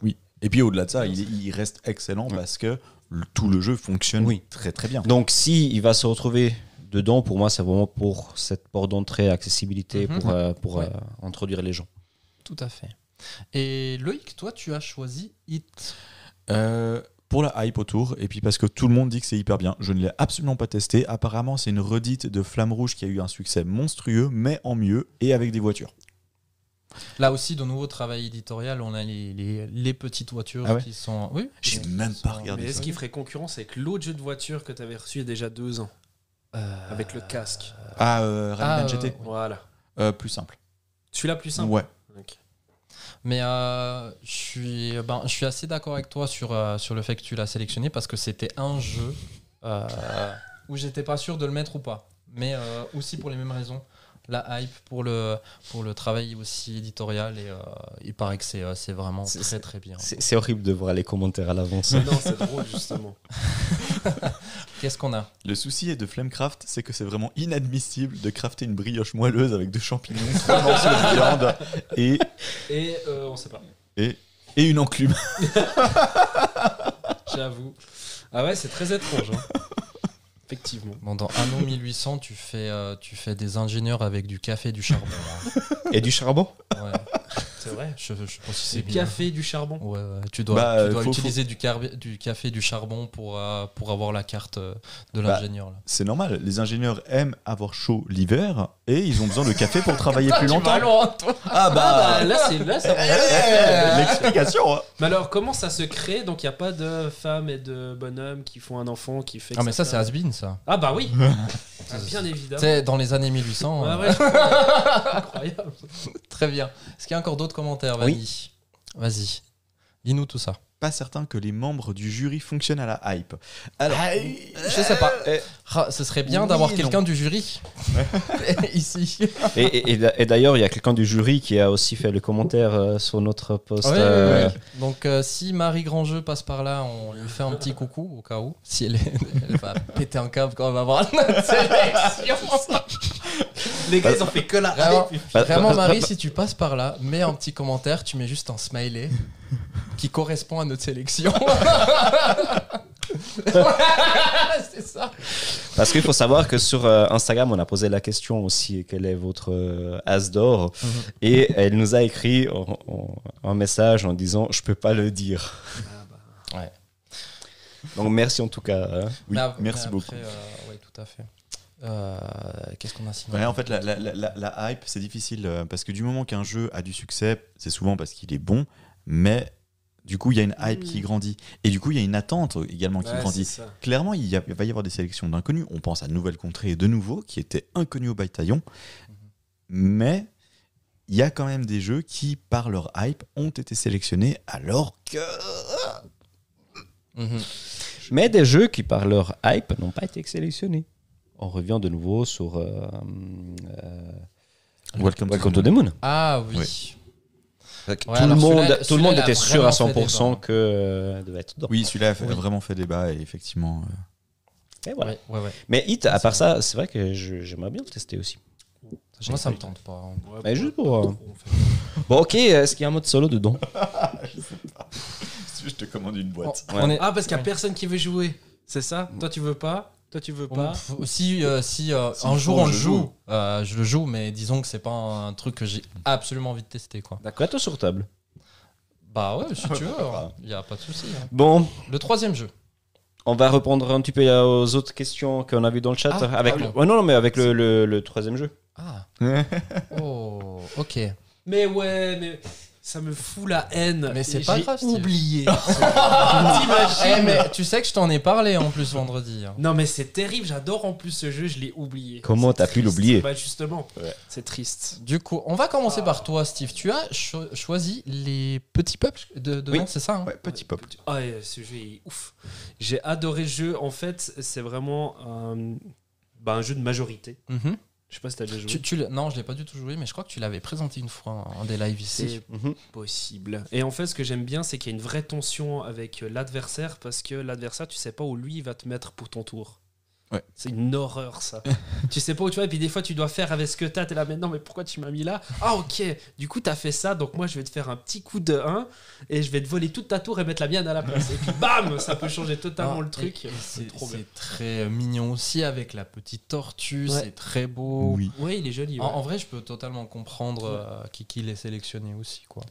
B: Oui. Et puis au-delà de ça, il, il reste excellent parce que le- tout le jeu fonctionne
C: Oui.
B: très très bien.
C: Donc, si il va se retrouver dedans, pour moi, c'est vraiment pour cette porte d'entrée, accessibilité,
A: Mhm.
C: pour, euh, pour
A: Ouais.
C: euh, introduire les gens.
A: Tout à fait. Et Loïc, toi, tu as choisi It.
B: Euh, pour la hype autour, et puis parce que tout le monde dit que c'est hyper bien, je ne l'ai absolument pas testé. Apparemment, c'est une redite de Flamme Rouge qui a eu un succès monstrueux, mais en mieux et avec des voitures.
A: Là aussi, de nouveau travail éditorial, on a les, les, les petites voitures
B: Ah ouais
A: qui sont. Oui.
B: J'ai
A: qui
B: même
A: sont-
B: pas regardé.
D: Mais
B: Regardez
D: est-ce
B: ça.
D: qu'il ferait concurrence avec l'autre jeu de voiture que t'avais reçu il y a déjà deux ans
A: Euh,
D: Avec le casque.
B: Ah, euh, Rayman
A: Ah,
B: GT.
A: oui.
D: Voilà.
B: Euh, plus simple.
D: Celui-là, plus simple.
B: Ouais.
D: Ok.
A: Mais euh, je suis, ben, je suis assez d'accord avec toi sur, euh, sur le fait que tu l'as sélectionné parce que c'était un jeu euh, où j'étais pas sûr de le mettre ou pas. Mais euh, aussi pour les mêmes raisons. La hype pour le, pour le travail aussi éditorial et euh, il paraît que c'est euh, c'est vraiment
C: C'est-
A: très très bien.
C: C'est c'est horrible de voir les commentaires à l'avance.
D: non, c'est drôle, justement.
A: Qu'est-ce qu'on a
B: Le souci est de Flamecraft, c'est que c'est vraiment inadmissible de crafter une brioche moelleuse avec deux champignons, trois morceaux de viande et,
D: Et euh, on sait pas.
B: et une enclume.
D: J'avoue. Ah ouais, c'est très étrange. hein. Effectivement.
A: Bon, dans Anno 1800, tu fais, euh, tu fais des ingénieurs avec du café et du charbon.
C: Et du charbon
A: hein. Ouais,
D: C'est vrai.
A: je, je pense que c'est
D: C'est
A: bien.
D: café du charbon.
A: Ouais, ouais, tu dois,
B: Bah,
A: tu dois
B: faut-
A: utiliser Du, carb- du café et du charbon pour, euh, pour avoir la carte euh, de
B: Bah,
A: l'ingénieur. là.
B: C'est normal, les ingénieurs aiment avoir chaud l'hiver et ils ont besoin de café pour travailler plus longtemps. Ah
D: Ah bah
B: bah,
D: là, c'est là, ça va.
B: eh, l'explication. hein.
D: Mais alors, comment ça se crée Donc, il n'y a pas de femmes et de bonhommes qui font un enfant qui fait. que
A: Ah, mais ça, c'est
D: se passe.
A: Asbin, ça.
D: Ah bah oui Ah, Bien évidemment.
A: Tu sais, dans les années 1800.
D: Ah
A: euh,
D: ouais, je crois. incroyable.
A: Très bien. Est-ce qu'il y a encore d'autres commentaires
C: Oui.
A: Vanny Vas-y. Dis-nous tout ça.
B: Pas certain que les membres du jury fonctionnent à la hype. Alors,
A: Je sais pas.
C: Eh.
A: Ra- Ah, ce serait bien
B: Oui,
A: d'avoir
B: non.
A: quelqu'un du jury ici.
C: Et, et- et d'a- et d'ailleurs, il y a quelqu'un du jury qui a aussi fait le commentaire euh, sur notre post.
A: Ouais,
C: euh,
A: ouais, ouais. Donc euh, si Marie Grandjeu passe par là, on lui fait un petit coucou au cas où. Si elle, est- elle va péter un câble quand elle va voir notre sélection.
D: Les gars, ils ont fait que la
A: Vraiment.
D: hype.
C: pas-
A: Vraiment
C: pas-
A: Marie, si tu passes par là, mets un petit commentaire, tu mets juste un smiley qui correspond à notre sélection. C'est ça.
C: Parce qu'il faut savoir que sur euh, Instagram, on a posé la question aussi quel est votre euh, as d'or
A: Mhm.
C: Et elle nous a écrit en- en- un message en disant je peux pas le dire.
A: Ah bah. Ouais.
C: Donc merci en tout cas. hein.
B: oui,
A: Mais av-
B: merci
A: mais
B: beaucoup.
A: après, euh, ouais, tout à fait. Euh, Qu'est-ce qu'on a sinon
B: Ouais, en fait, la, la- la- la- la hype, c'est difficile euh, parce que du moment qu'un jeu a du succès, c'est souvent parce qu'il est bon, mais du coup, il y a une hype qui grandit. Et du coup, il y a une attente également qui
D: Ouais,
B: grandit.
D: c'est ça.
B: Clairement, il, y a- il va y avoir des sélections d'inconnus. On pense à Nouvelle Contrée de nouveau, qui était inconnu au bataillon. Mais il y a quand même des jeux qui, par leur hype, ont été sélectionnés alors que.
A: Mhm.
C: Mais des jeux qui par leur hype n'ont pas été sélectionnés. On revient de nouveau sur euh, euh,
B: Welcome,
C: Welcome to the Moon.
A: Ah oui.
B: Oui.
A: Ouais,
C: tout, le
A: alors
C: monde,
A: celui-là-
C: tout le monde
A: celui-là, il
C: était
A: a
C: sûr à
A: vraiment fait
C: 100%
A: débat.
C: que euh, devait être dedans.
B: Oui, celui-là a fait-
A: Oui.
B: vraiment fait débat et effectivement. euh,
C: Et voilà.
A: Ouais, ouais, ouais.
C: Mais Hit, à part ça, c'est vrai que je- j'aimerais bien le tester aussi.
A: Moi, ça me tente pas. hein.
D: Ouais,
C: Mais
D: bon,
C: juste pour. euh,
D: on fait-
C: Bon, ok, est-ce qu'il y a un mode solo dedans
B: Je te commande une
A: On-
B: boîte.
A: on est-
D: Ah, parce qu'il n'y
A: Ouais.
D: a personne qui veut jouer. C'est ça Toi, tu veux pas Toi, tu veux
A: on-
D: pas
A: si euh, si euh,
B: Si
A: un
B: il
A: jour
B: faut,
A: on
B: je
A: le joue,
B: joue.
A: euh, je le joue, mais disons que c'est pas un truc que j'ai absolument envie de tester. quoi.
C: D'accord. Plateau sur table.
A: Bah ouais, si tu veux, il n'y a pas de souci. hein.
C: Bon,
A: Le troisième jeu.
C: on va répondre un petit peu euh, aux autres questions qu'on a vues dans le chat. euh,
A: Ah,
C: avec
A: ah
C: le-
A: oui.
C: Ouais, non, non, mais avec le, le- le troisième jeu.
A: Ah. oh, ok.
D: Mais ouais, mais ça me fout la haine.
A: Mais c'est
D: Et
A: pas
D: j'ai
A: grave, Steve.
D: oublié. T'imagines
A: Eh, mais tu sais que je t'en ai parlé en plus vendredi. hein.
D: Non, mais c'est terrible. J'adore en plus ce jeu. Je l'ai oublié.
C: Comment
D: C'est
C: t'as pu
D: triste.
C: l'oublier
D: Bah, justement,
B: Ouais.
D: c'est triste.
A: Du coup, on va commencer
D: Ah.
A: par toi, Steve. Tu as cho- choisi les petits peuples de, de
B: Oui.
A: nom, c'est ça hein
B: Ouais, petit pop.
D: Ah, et ce jeu est ouf. J'ai adoré le jeu. En fait, c'est vraiment un, bah, un jeu de majorité.
A: Mhm.
D: Je sais pas si t'as déjà joué.
A: Tu- tu l'as- non, je l'ai pas du tout joué, mais je crois que tu l'avais présenté une fois en des lives ici.
D: C'est
C: Mhm.
D: possible. Et en fait, ce que j'aime bien, c'est qu'il y a une vraie tension avec euh, l'adversaire parce que l'adversaire, tu sais pas où lui il va te mettre pour ton tour.
B: Ouais.
D: C'est une horreur ça. tu sais pas où tu vas et puis des fois tu dois faire avec ce que t'as. T'es là maintenant, mais pourquoi tu m'as mis là Ah ok. Du coup t'as fait ça, donc moi je vais te faire un petit coup de 1 et je vais te voler toute ta tour et mettre la mienne à la place. Et puis bam, ça peut changer totalement
A: Ah,
D: le truc.
A: et- et C'est
D: trop bien.
A: c'est très euh, mignon aussi avec la petite tortue,
D: Ouais.
A: c'est très beau.
B: Oui.
D: Ouais, il est joli.
A: En,
D: ouais.
A: en vrai, je peux totalement comprendre euh, qui, qui l'ait sélectionné aussi. Quoi.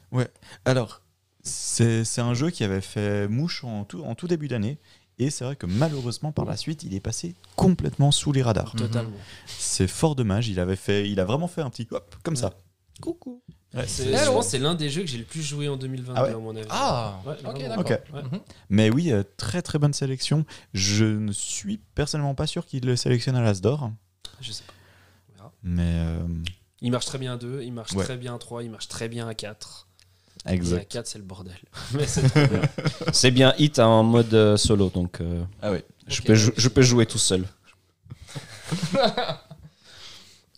B: Alors, c'est c'est un jeu qui avait fait mouche en tout, en tout début d'année. Et c'est vrai que malheureusement, par la suite, il est passé complètement sous les
A: Mhm.
B: radars.
D: Totalement.
A: Bah,
B: C'est fort dommage. Il, avait fait, il a vraiment fait un petit hop, comme ça.
D: Coucou.
B: Ouais,
D: C'est-
B: c'est-
D: Je pense que c'est l'un des jeux que j'ai le plus joué en 2022
B: Ah ouais
D: à mon avis.
A: Ah,
D: Ouais,
A: ok,
D: vraiment.
A: d'accord.
B: Ok.
D: Ouais.
A: Mhm.
B: Mais oui, euh, très très bonne sélection. Je ne suis personnellement pas sûr qu'il le sélectionne à l'Asdor.
D: Je sais pas.
B: Mais. euh,
D: Il marche très bien à 2, il marche
B: Ouais.
D: très bien à 3, il marche très bien à 4. Et à
B: exact.
D: 4, c'est le bordel. Mais c'est trop bien.
C: C'est bien Hit en mode euh, solo, donc euh,
B: Ah oui.
C: je,
A: Ok.
C: peux jou- je peux jouer tout seul.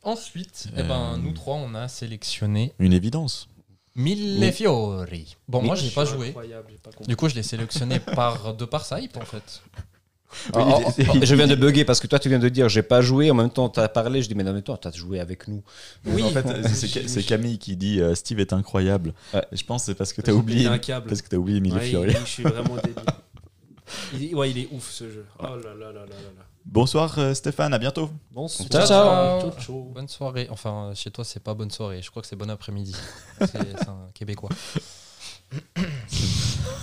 A: Ensuite, eh
B: Euh,
A: ben, nous trois, on a sélectionné
B: Une évidence.
A: Mille
C: Oui.
A: Fiori. Bon,
C: Oui.
A: moi, je l'ai pas joué.
D: Incroyable, j'ai pas compris.
A: Du coup, je l'ai sélectionné par, de par sa hype, en fait.
C: Ah, ah, ah, je viens de bugger parce que toi, tu viens de dire j'ai pas joué. En même temps, t'as parlé. Je dis mais non, mais toi, t'as joué avec nous.
D: Oui.
B: En fait, c'est- c'est c'est Camille qui dit euh, Steve est incroyable.
C: Ouais.
B: Je pense que c'est parce que
D: J'ai
B: t'as oublié.
D: pété un câble.
B: Parce que t'as oublié Emilio
D: Ouais,
B: Fiori.
D: Je suis vraiment débile. Il est, ouais, il est ouf ce jeu. Oh là là là là là là.
B: Bonsoir euh, Stéphane, à bientôt.
D: Bonsoir.
A: Ciao, ciao.
D: Ciao, ciao.
A: Bonne soirée. Enfin, euh, chez toi, c'est pas bonne soirée. Je crois que c'est bon après-midi. C'est c'est un Québécois.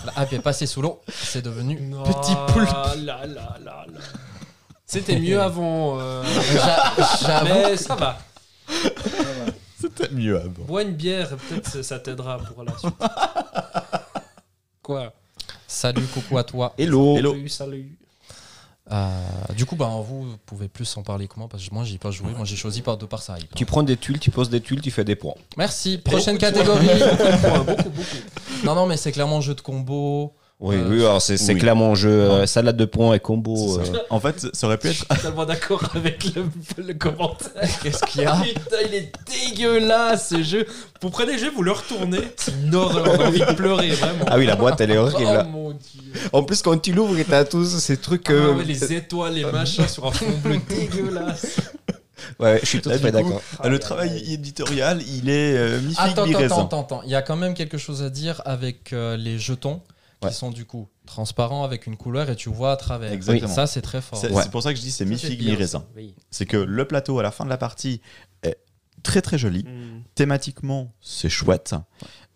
A: La app est passée sous l'eau. C'est devenu
D: Non,
A: petit poulpe.
D: Ah là là là là. C'était mieux avant. euh,
A: J'a- J'avoue.
D: mais ça va.
B: C'était mieux avant.
D: Bois une bière, peut-être ça- ça t'aidera pour la suite. Quoi
A: Salut, coucou à toi.
C: Hello.
B: Hello.
D: Salut, salut.
A: Euh, du coup, bah, vous pouvez plus en parler comment Parce que moi, j'ai pas joué. Moi, j'ai choisi par de par ça.
C: Tu prends des tuiles, tu poses des tuiles, tu fais des points.
A: Merci.
D: Beaucoup
A: Prochaine
D: de
A: catégorie.
D: Point, beaucoup, beaucoup.
A: non, non, mais c'est clairement jeu de combo.
C: Oui,
A: Euh,
C: oui, alors c'est c'est
B: oui.
C: clairement jeu euh, salade de points et combo.
B: C'est ça.
C: euh,
B: En fait, ça aurait pu
D: Je
B: être.
D: suis totalement d'accord avec le, le commentaire.
A: Qu'est-ce qu'il y a
D: Putain, il est dégueulasse ce jeu. Vous prenez le jeu, vous le retournez. C'est une horreur, on a envie de pleurer, vraiment.
C: Ah oui, la boîte, elle est horrible.
D: oh
C: là.
D: mon dieu.
C: En plus, quand tu l'ouvres, t'as tous ces trucs. euh,
D: Ah ouais, les étoiles, les machins sur un fond bleu dégueulasse.
C: ouais, je suis tout
B: Là,
C: à
B: du
C: fait
B: coup,
C: d'accord.
B: Ah, Le travail éditorial, il est euh, mi-figue,
A: Attends,
B: mi-raisin.
A: attends, attends, attends. Il y a quand même quelque chose à dire avec euh, les jetons qui
C: Ouais.
A: sont du coup transparents avec une couleur et tu vois à travers.
B: Exactement.
A: Ça, c'est très fort.
B: C'est
C: Ouais.
B: c'est pour ça que je dis c'est
A: Ça,
B: mi-figue,
A: c'est bien,
B: mi-raisin.
D: Oui.
B: C'est que le plateau à la fin de la partie est très très joli. Thématiquement, c'est chouette.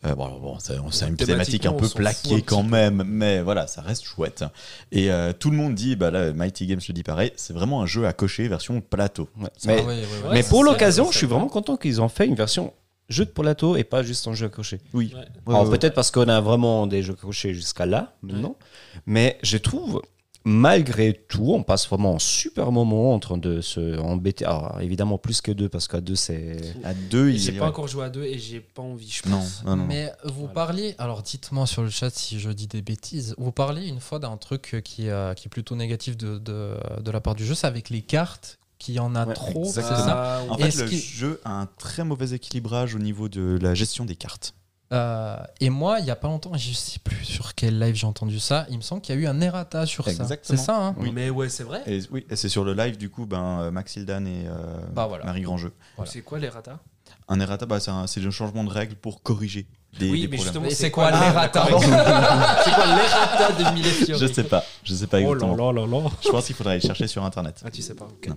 B: Euh, bon, alors, bon, c'est on- c'est une thématique un
D: Thématiquement,
B: peu
D: on s'en fout un
B: plaquée
D: petit
B: quand même, mais voilà, ça reste chouette. Et euh, tout le monde dit, bah là, Mighty Games le dit pareil, c'est vraiment un jeu à cocher version plateau.
C: Ouais.
A: Ah,
C: Mais,
A: ouais, ouais, ouais.
D: Ouais,
C: mais
D: c'est
C: pour
D: ça,
C: l'occasion,
D: c'est
C: je suis
D: ça.
C: vraiment content qu'ils ont fait une version jeu de plateau et pas juste un jeu à cocher.
B: Oui.
D: Ouais.
C: Alors peut-être parce qu'on a vraiment des jeux cochés jusqu'à là, maintenant. Mais je trouve, malgré tout, on passe vraiment un super moment en train de se embêter. Alors évidemment, plus que deux, parce qu'à deux, c'est.
B: À deux, ah il
D: J'ai
B: est-
D: pas encore joué à deux et j'ai pas envie, je
B: Non,
D: pense.
B: non, non.
A: Mais vous
D: Voilà.
A: parliez, alors dites-moi sur le chat si je dis des bêtises, vous parliez une fois d'un truc qui, euh, qui est plutôt négatif de, de, de la part du jeu, c'est avec les cartes, qu'il y en a
B: Ouais,
A: trop, c'est
B: exactement.
A: ça
D: Ah,
B: En
D: ouais.
B: fait,
A: Est-ce
B: le
A: qu'il-
B: jeu a un très mauvais équilibrage au niveau de la gestion des cartes.
A: Euh, Et moi, il y a pas longtemps, je sais plus sur quel live j'ai entendu ça, il me semble qu'il y a eu un errata sur ça.
B: Exactement.
A: C'est ça, hein
B: Oui.
D: Mais ouais, c'est vrai.
B: Et oui, et c'est sur le live du coup, ben, euh, Max Hildan et euh,
A: Bah voilà.
B: Marie Grandjeu.
A: Voilà.
D: C'est quoi les ratas
B: Un errata, bah, c'est un- c'est le changement de règle pour corriger des,
D: Oui,
B: des
D: mais
B: problèmes.
D: justement,
A: Mais
D: c'est
A: c'est quoi
D: quoi
A: l'errata
D: la- C'est quoi les ratas de Millefiori
B: Je sais pas, je sais pas
D: Oh
B: exactement.
D: là là là là.
B: Je pense qu'il faudrait aller le chercher sur internet.
D: Ah, tu sais pas. ok.
B: Non.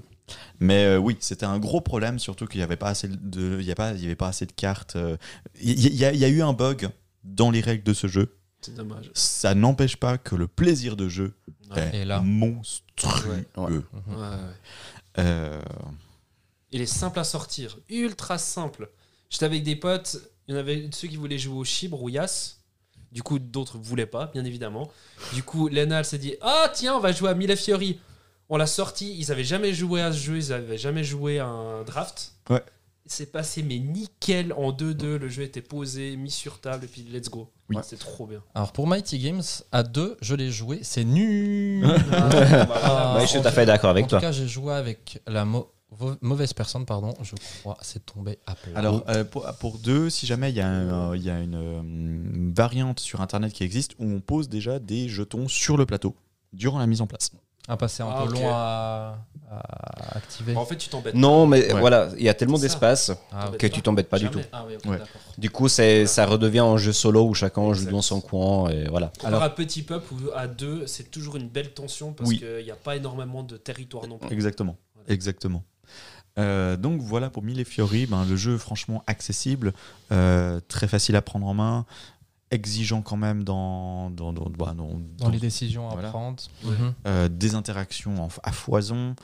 B: Mais euh, oui, c'était un gros problème, surtout qu'il n'y avait, pas assez de- il y a pas- il y avait pas assez de cartes. euh. Il y, il y a- il y a eu un bug dans les règles de ce jeu.
D: C'est dommage.
B: Ça n'empêche pas que le plaisir de jeu
D: Ouais.
B: est
A: Et là.
B: monstrueux.
C: Ouais,
D: Ouais, ouais.
B: Euh,
D: Il est simple à sortir, ultra simple. J'étais avec des potes, il y en avait ceux qui voulaient jouer au chibre ou Yass. Du coup, d'autres voulaient pas, bien évidemment. Du coup, Lena, elle s'est dit Ah, tiens, on va jouer à Millefiori. On l'a sorti, ils avaient jamais joué à ce jeu, ils avaient jamais joué à un draft.
B: Ouais.
D: C'est passé, mais nickel en 2-2. Le jeu était posé, mis sur table, et puis let's go.
B: Oui.
D: C'est trop bien.
A: Alors pour Mighty Games, à deux, je l'ai joué, c'est nul
D: Ah,
C: Ouais, je suis tout à fait d'accord avec
A: en
C: toi.
A: tout cas, j'ai joué avec la mau- vo- mauvaise personne, pardon, je crois, c'est tombé à plat.
B: alors, euh, pour, pour deux, si jamais il y a, un- euh, il y a une, euh, une variante sur internet qui existe où on pose déjà des jetons sur le plateau durant la mise en place.
A: un passé un
D: Ah,
A: peu
D: ok.
A: long à, à activer.
D: En fait, tu t'embêtes.
C: Non, mais
B: Ouais.
C: voilà, il y a tellement
D: C'est ça.
C: d'espace
A: Ah,
D: t'embêtes
A: ok.
C: que tu t'embêtes pas du
D: Jamais.
C: tout.
D: Ah, oui, ok,
B: Ouais.
D: d'accord.
C: Du coup, c'est, ça redevient un jeu solo où chacun joue
D: Exact.
C: dans son coin et voilà.
D: Alors, à Petit Peuple ou à deux, c'est toujours une belle tension parce
B: Oui.
D: qu'il n'y a pas énormément de territoire non plus.
B: Exactement.
D: Voilà.
B: Exactement. Euh, donc voilà pour Mille et Fiori, ben, le jeu franchement accessible, euh, très facile à prendre en main, exigeant quand même dans, dans, dans- bah, dans-
A: Dans
B: dans-
A: les décisions à
B: Voilà.
A: prendre.
D: Ouais.
A: Mhm.
B: euh, des interactions en- à foison.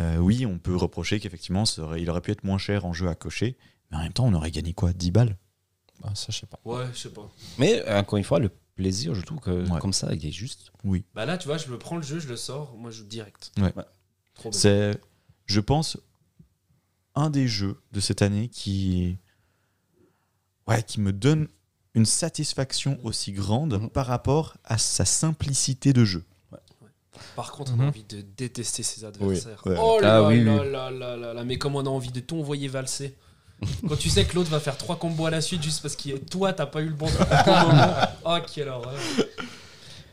B: Euh, oui, on peut reprocher qu'effectivement ça aurait- il aurait pu être moins cher en jeu à cocher, mais en même temps on aurait gagné quoi 10 balles
A: Ah, ça, je sais pas.
D: Ouais, je sais pas.
C: Mais encore une fois, le plaisir, je trouve que
B: Ouais.
C: comme ça, il est juste.
D: Bah là, tu vois, je me prends le jeu, je le sors, moi je joue direct.
B: Ouais.
D: Trop bien.
B: C'est, je pense, un des jeux de cette année qui, ouais, qui me donne une satisfaction aussi grande
C: Mhm.
B: par rapport à sa simplicité de jeu.
D: Par contre, on a
A: Mhm.
D: envie de détester ses adversaires.
B: ouais.
D: Oh là
C: Ah oui,
D: là,
C: oui.
D: là là là là, mais comme on a envie de t'envoyer valser. Quand tu sais que l'autre va faire trois combos à la suite juste parce que toi t'as pas eu le bon bon moment. Oh quelle horreur.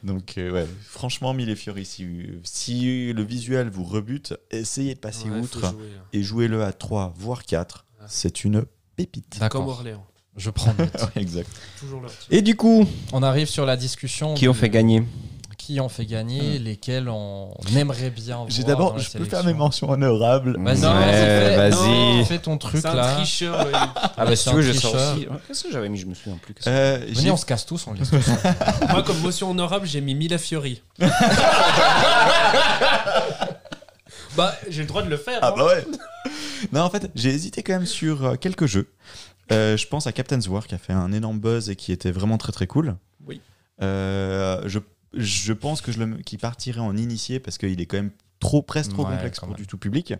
B: Donc, euh, ouais, franchement, Mille et Fiori, si, si le visuel vous rebute, essayez de passer
D: Ouais, faut
B: Ah, outre hein.
D: jouer, hein. là.
B: et jouez-le à 3, voire 4.
D: Ah.
B: C'est une pépite.
D: Comme
A: D'accord.
D: Orléans,
A: Je prends note.
B: exact.
D: toujours leur petit.
C: Et du coup,
A: On arrive sur la discussion
C: qui ont fait gagner
A: du- qui, qui ont fait gagner, lesquels on aimerait bien voir.
E: J'ai
A: dans
E: d'abord,
A: la
E: je peux faire mes
A: sélection.
E: mentions honorables.
A: Vas-y,
C: Ouais,
A: vas-y, fais-
C: vas-y.
A: Fais ton truc
D: C'est un
A: là.
D: tricheur. Loïc.
C: Ah bah si
A: C'est
C: tu
A: un
C: veux, je sors
A: tricheur.
C: aussi. Qu'est-ce que j'avais mis Je me souviens plus. qu'est-ce que-
B: Euh, j'ai-
A: Venez, on se casse tous, on les laisse tous.
D: Moi, comme motion honorable, j'ai mis Mila Fiori. bah, j'ai le droit de le faire.
E: Ah
D: hein.
E: bah ouais.
B: Non, en fait, j'ai hésité quand même sur euh, quelques jeux. Euh, je pense à Captain's War qui a fait un énorme buzz et qui était vraiment très très cool.
D: Oui.
B: Euh, je, je pense que je le, qu'il partirait en initié parce qu'il est quand même trop presque trop
A: Ouais,
B: complexe
A: quand
B: pour
A: même.
B: du tout public.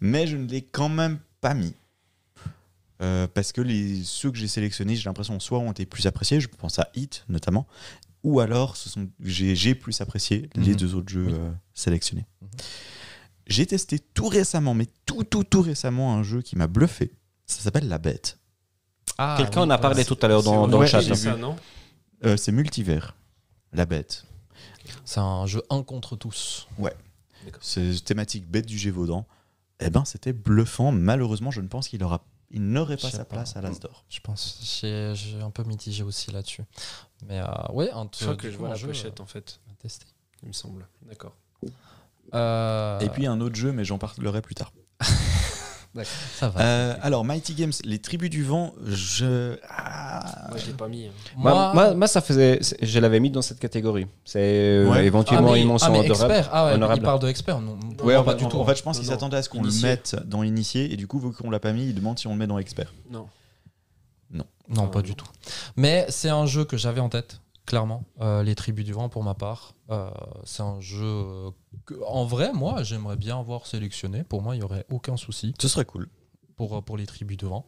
B: Mais je ne l'ai quand même pas mis. Euh, parce que les, ceux que j'ai sélectionnés, j'ai l'impression, soit ont été plus appréciés, je pense à Hit notamment, ou alors ce sont, j'ai, j'ai plus apprécié les
A: Mhm.
B: deux autres jeux
A: Oui. Mhm.
B: euh, sélectionnés. J'ai testé tout récemment, mais tout, tout, tout récemment, un jeu qui m'a bluffé. Ça s'appelle La Bête.
A: Ah,
C: Quelqu'un
A: oui,
C: en a
A: voilà,
C: parlé
A: c'est-
C: tout à l'heure
D: C'est
C: dans,
D: au
C: dans le
B: ouais,
C: chat.
D: j'ai
B: hein.
D: ça, non
B: Euh, c'est multivers. La Bête.
A: C'est un jeu un contre tous.
B: C'est thématique bête du Gévaudan. Eh ben, c'était bluffant. Malheureusement, je ne pense qu'il aura, il n'aurait
A: Je
B: pas
A: sais
B: sa
A: pas.
B: place à l'Asdor.
A: Je pense, j'ai j'ai un peu mitigé aussi là-dessus. Mais euh, ouais, un
D: Je crois que
A: du
D: je
A: coup,
D: vois
A: un
D: la
A: jeu,
D: pochette en fait,
A: euh, à tester.
D: il me semble. D'accord.
A: Euh,
B: Et puis un autre jeu, mais j'en parlerai plus tard.
A: ça va.
B: Euh, alors, Mighty Games, Les Tribus du Vent, je. Ah.
D: Moi, je l'ai pas mis. hein.
C: Moi, moi- moi, ça faisait. c'est- Je l'avais mis dans cette catégorie. C'est euh,
B: Ouais.
A: Ah, mais-
C: éventuellement une
A: ah,
C: mention
A: mais
C: honorable.
A: expert. Ah ouais,
C: honorable.
A: il parle de expert. Non, pour
C: Ouais,
A: moi,
C: on
A: pas
C: va-
A: du
B: en,
A: tout.
B: en fait, je pense
D: Non,
B: qu'ils
D: non.
B: s'attendaient à ce qu'on le
D: Initié.
B: mette dans Initié, et du coup, vu qu'on l'a pas mis, ils demandent si on le met dans Expert.
D: Non.
A: Non,
D: Ah,
A: pas du
D: non.
A: tout. Mais c'est un jeu que j'avais en tête, clairement. Euh, les Tribus du Vent, pour ma part. Euh, c'est un jeu euh, que, en vrai, moi, j'aimerais bien avoir sélectionné. Pour moi, il n'y aurait aucun souci
B: Ce serait cool.
A: pour, pour les Tribus du Vent.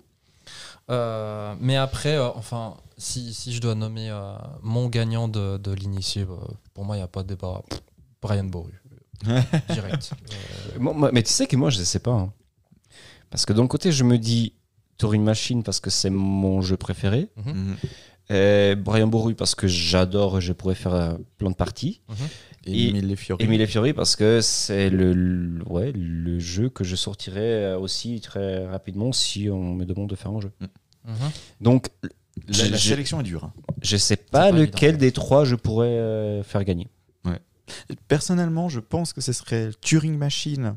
A: Euh, mais après, euh, enfin, si, si je dois nommer euh, mon gagnant de, de l'initié, euh, pour moi, il n'y a pas de débat. Pff, Brian Boru. Direct. Euh,
C: Moi- moi- mais tu sais que moi, je ne sais pas. hein. Parce que d'un côté, je me dis Turing Machine parce que c'est mon jeu préféré. Et Euh, Brian Boru parce que j'adore et je pourrais faire euh, plein de parties.
B: Et,
C: Et-
B: les Fiori.
C: Et Mille et Fiori parce que c'est le, le- ouais, le jeu que je sortirais euh, aussi très rapidement si on me demande de faire un jeu.
A: mhm.
C: Donc,
B: La, la
C: J'ai-
B: sélection est dure. hein.
C: je sais
A: pas
C: pas, lequel
A: évident.
C: des trois je pourrais euh, faire gagner.
B: Personnellement, je pense que ce serait Turing Machine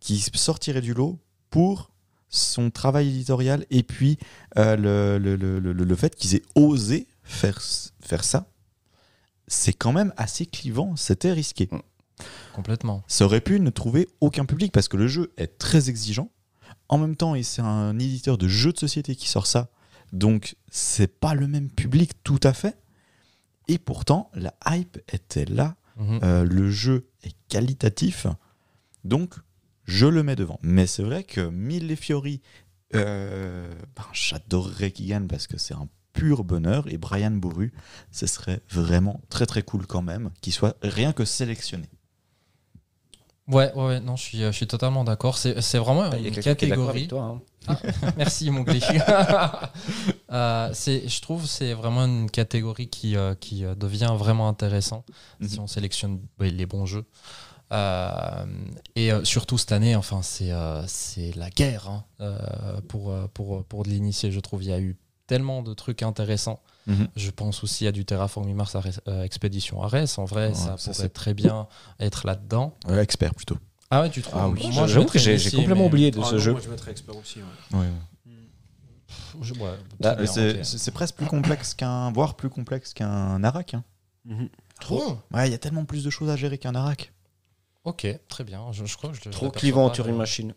B: qui sortirait du lot pour son travail éditorial et puis euh, le, le- le- le- le fait qu'ils aient osé faire, s- faire ça. C'est quand même assez clivant, c'était risqué.
A: Complètement.
B: Ça aurait pu ne trouver aucun public parce que le jeu est très exigeant. En même temps, et c'est un éditeur de jeux de société qui sort ça, donc c'est pas le même public tout à fait. Et pourtant, la hype était là
A: Mhm.
B: euh, le jeu est qualitatif, donc je le mets devant. Mais c'est vrai que Mille et Fiori, euh, ben, j'adorerais qu'il gagne parce que c'est un pur bonheur. Et Brian Boru, ce serait vraiment très très cool quand même qu'il soit rien que sélectionné.
A: Ouais, ouais, ouais, non, je suis, euh, je suis totalement d'accord. C'est c'est vraiment
C: Il y a
A: Ah, une
C: quelqu'un qui est d'accord avec
A: catégorie.
C: toi. hein.
A: Merci, mon Glee. Euh, c'est- je trouve que c'est vraiment une catégorie qui, euh, qui euh, devient vraiment intéressant si
B: Mhm.
A: on sélectionne ben, les bons jeux. Euh, et euh, surtout cette année, enfin, c'est euh, c'est la guerre hein, euh, pour, euh, pour, pour de l'initié, je trouve. Il y a eu tellement de trucs intéressants.
B: Mhm.
A: Je pense aussi à du Terraforming Mars Ares- euh, Expedition Ares. En vrai,
B: Ouais,
A: ça, pourrait
B: ça, c'est-
A: très bien être là-dedans.
B: Euh, expert plutôt.
A: Ah ouais, tu trouves
C: Ah
A: Moi,
C: oui, j'avoue
A: je
C: j'avoue
A: mettrais
C: que j'ai
A: Messi,
C: j'ai complètement
A: mais-
C: oublié de
D: Ah
C: ce
D: non,
C: jeu.
D: Moi, je mettrais expert aussi. ouais. Hmm.
A: Pff, je- ouais,
C: Là,
A: bien,
B: C'est
A: Ah, ok.
B: c'est- c'est presque plus complexe qu'un, voire plus complexe qu'un Arak. hein.
A: Mhm. Trop.
B: Ouais, il y a tellement plus de choses à gérer qu'un Arak.
A: Ok, très bien. Je, je crois que je le- je
C: Trop
A: l'aperçois
C: clivant,
A: pas,
C: Turing
A: mais-
C: Machine.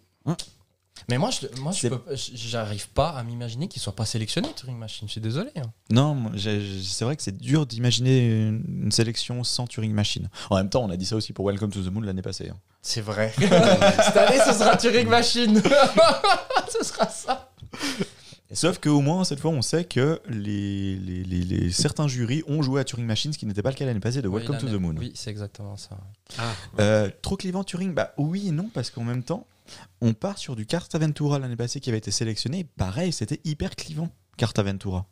A: Mais moi, je, moi, je
B: C'est-
A: peux- je- j'arrive pas à m'imaginer qu'il soit pas sélectionné Turing Machine. Je suis désolé. hein.
B: Non, moi, j'ai- j'ai- c'est vrai que c'est dur d'imaginer une, une sélection sans Turing Machine. En même temps, on a dit ça aussi pour Welcome to the Moon l'année passée. hein.
A: C'est vrai. Cette année, ce sera
D: Mm.
A: Turing Machine. ce sera ça.
B: Sauf qu'au moins, cette fois, on sait que les, les- les- les- certains jurys ont joué à Turing Machine, ce qui n'était pas le cas l'année passée de Welcome
A: Oui,
B: to the
A: l'année-
B: Moon.
A: Oui, c'est exactement ça.
D: Ah,
B: Euh, trop clivant Turing Bah oui et non, parce qu'en même temps, on part sur du Cartaventura l'année passée qui avait été sélectionné. Pareil, c'était hyper clivant, Cartaventura.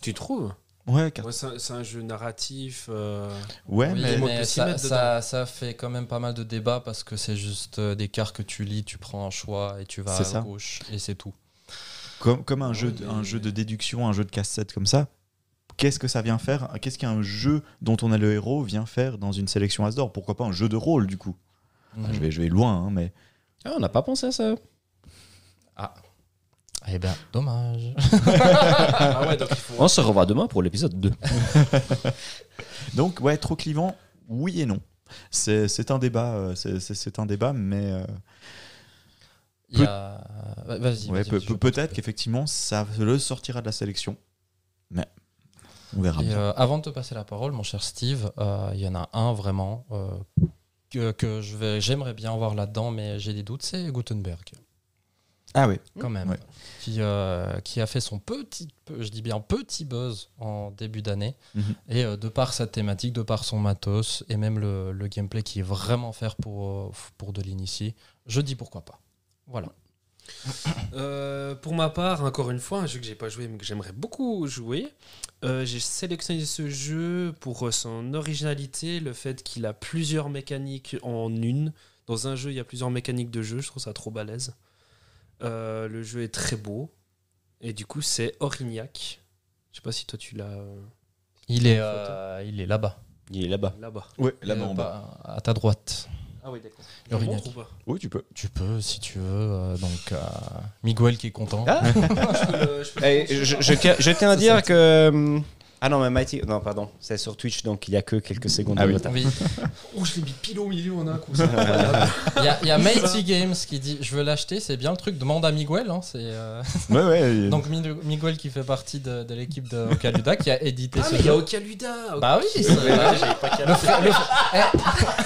D: tu trouves
B: Ouais, Cart-
D: Ouais, C'est un- c'est un jeu narratif. euh,
B: ouais
A: Oui,
B: mais
D: on peut
A: mais
D: s'y
A: ça,
D: mettre dedans.
A: ça, ça fait quand même pas mal de débats parce que c'est juste euh, des cartes que tu lis, tu prends un choix et tu vas
B: C'est
A: à
B: ça.
A: gauche et c'est tout.
B: comme, comme un, jeu de,
D: Ouais,
B: un
D: mais-
B: jeu de déduction, un jeu de cassette comme ça, qu'est-ce que ça vient faire Qu'est-ce qu'un jeu dont on est le héros vient faire dans une sélection Asdor Pourquoi pas un jeu de rôle du coup Ah,
A: Mm.
B: je, vais, je vais loin, hein, mais
C: Ah, on n'a pas pensé à ça.
A: Eh bien, dommage.
D: Ah ouais, donc il faut.
C: On se revoit demain pour l'épisode 2.
B: donc ouais, trop clivant, oui et non. C'est c'est un débat, euh, c'est- c'est c'est un débat, mais euh,
A: Il y a... Vas-y, Vas-y.
B: ouais, peut-
A: je-
B: peut-être qu'effectivement ça le sortira de la sélection, mais on verra.
A: Et,
B: bien.
A: euh, avant de te passer la parole, mon cher Steve, euh, il y en a un vraiment euh, que, que je vais, j'aimerais bien voir là-dedans, mais j'ai des doutes, c'est Gutenberg,
B: Ah oui.
A: quand même,
B: Ouais.
A: qui, euh, qui a fait son petit, peu- je dis bien petit buzz en début d'année.
B: Mhm.
A: Et euh, de par sa thématique, de par son matos, et même le, le gameplay qui est vraiment faire pour, euh, pour de l'initié, je dis pourquoi pas. Voilà.
D: Euh, pour ma part, encore une fois, un jeu que j'ai pas joué mais que j'aimerais beaucoup jouer. euh, j'ai sélectionné ce jeu pour euh, son originalité, le fait qu'il a plusieurs mécaniques en une. Dans un jeu, il y a plusieurs mécaniques de jeu, je trouve ça trop balèze. Euh, le jeu est très beau. Et du coup, c'est Orignac. Je sais pas si toi tu l'as euh,
A: Il est, euh, il est là-bas.
C: Il est là-bas.
D: là-bas.
B: Ouais, là-bas
A: Euh,
B: en bas.
A: pas- À ta droite.
D: Ah oui, d'accord.
A: Orignac.
D: ou pas
B: Oui, tu peux.
A: Tu peux, si tu veux. euh, donc, euh, Miguel qui est content.
C: Ah.
D: Je peux le- je peux le
C: Eh,
D: prendre,
C: je,
D: ça.
C: je tiens, je tiens à dire que. hum, Ah non, mais Mighty. Non, pardon, c'est sur Twitch, donc il y a que quelques secondes
B: Ah
C: de
B: oui.
C: retard.
A: Oui.
D: Oh, je l'ai mis pile au milieu en un coup. c'est incroyable.
A: Il y a, il y a Mighty Games qui dit Je veux l'acheter, c'est bien le truc. Demande à Miguel. hein, c'est, euh,
B: Ouais, ouais.
A: Donc, Mi- Miguel qui fait partie de, de l'équipe de Okaluda qui a édité
D: ah,
A: ce
D: mais il y a Ah,
A: jeu.
D: Okaluda.
A: Bah oui, c'est- le frère. le frère-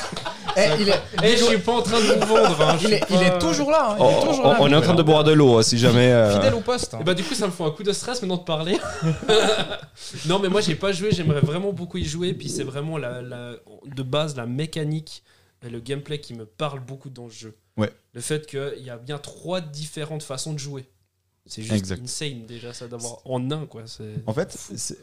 A: eh, eh, il est,
D: Eh, je suis pas en train de vous vendre. hein, je
A: il est-
D: suis
A: il est
D: pas-
A: toujours là. hein, il
C: Oh,
A: est toujours là,
C: on est en
A: Miguel,
C: train de
A: hein.
C: boire de l'eau, hein, si jamais. euh,
A: Fidèle au poste. hein.
D: Et bah du coup ça me fait un coup de stress maintenant de parler. non mais moi j'ai pas joué, j'aimerais vraiment beaucoup y jouer, puis c'est vraiment la, la- de base la mécanique et le gameplay qui me parle beaucoup dans ce jeu.
B: Ouais.
D: Le fait qu'il y a bien trois différentes façons de jouer. C'est juste
B: Exact.
D: insane déjà ça d'avoir en un quoi. C'est...
B: En fait, c'est-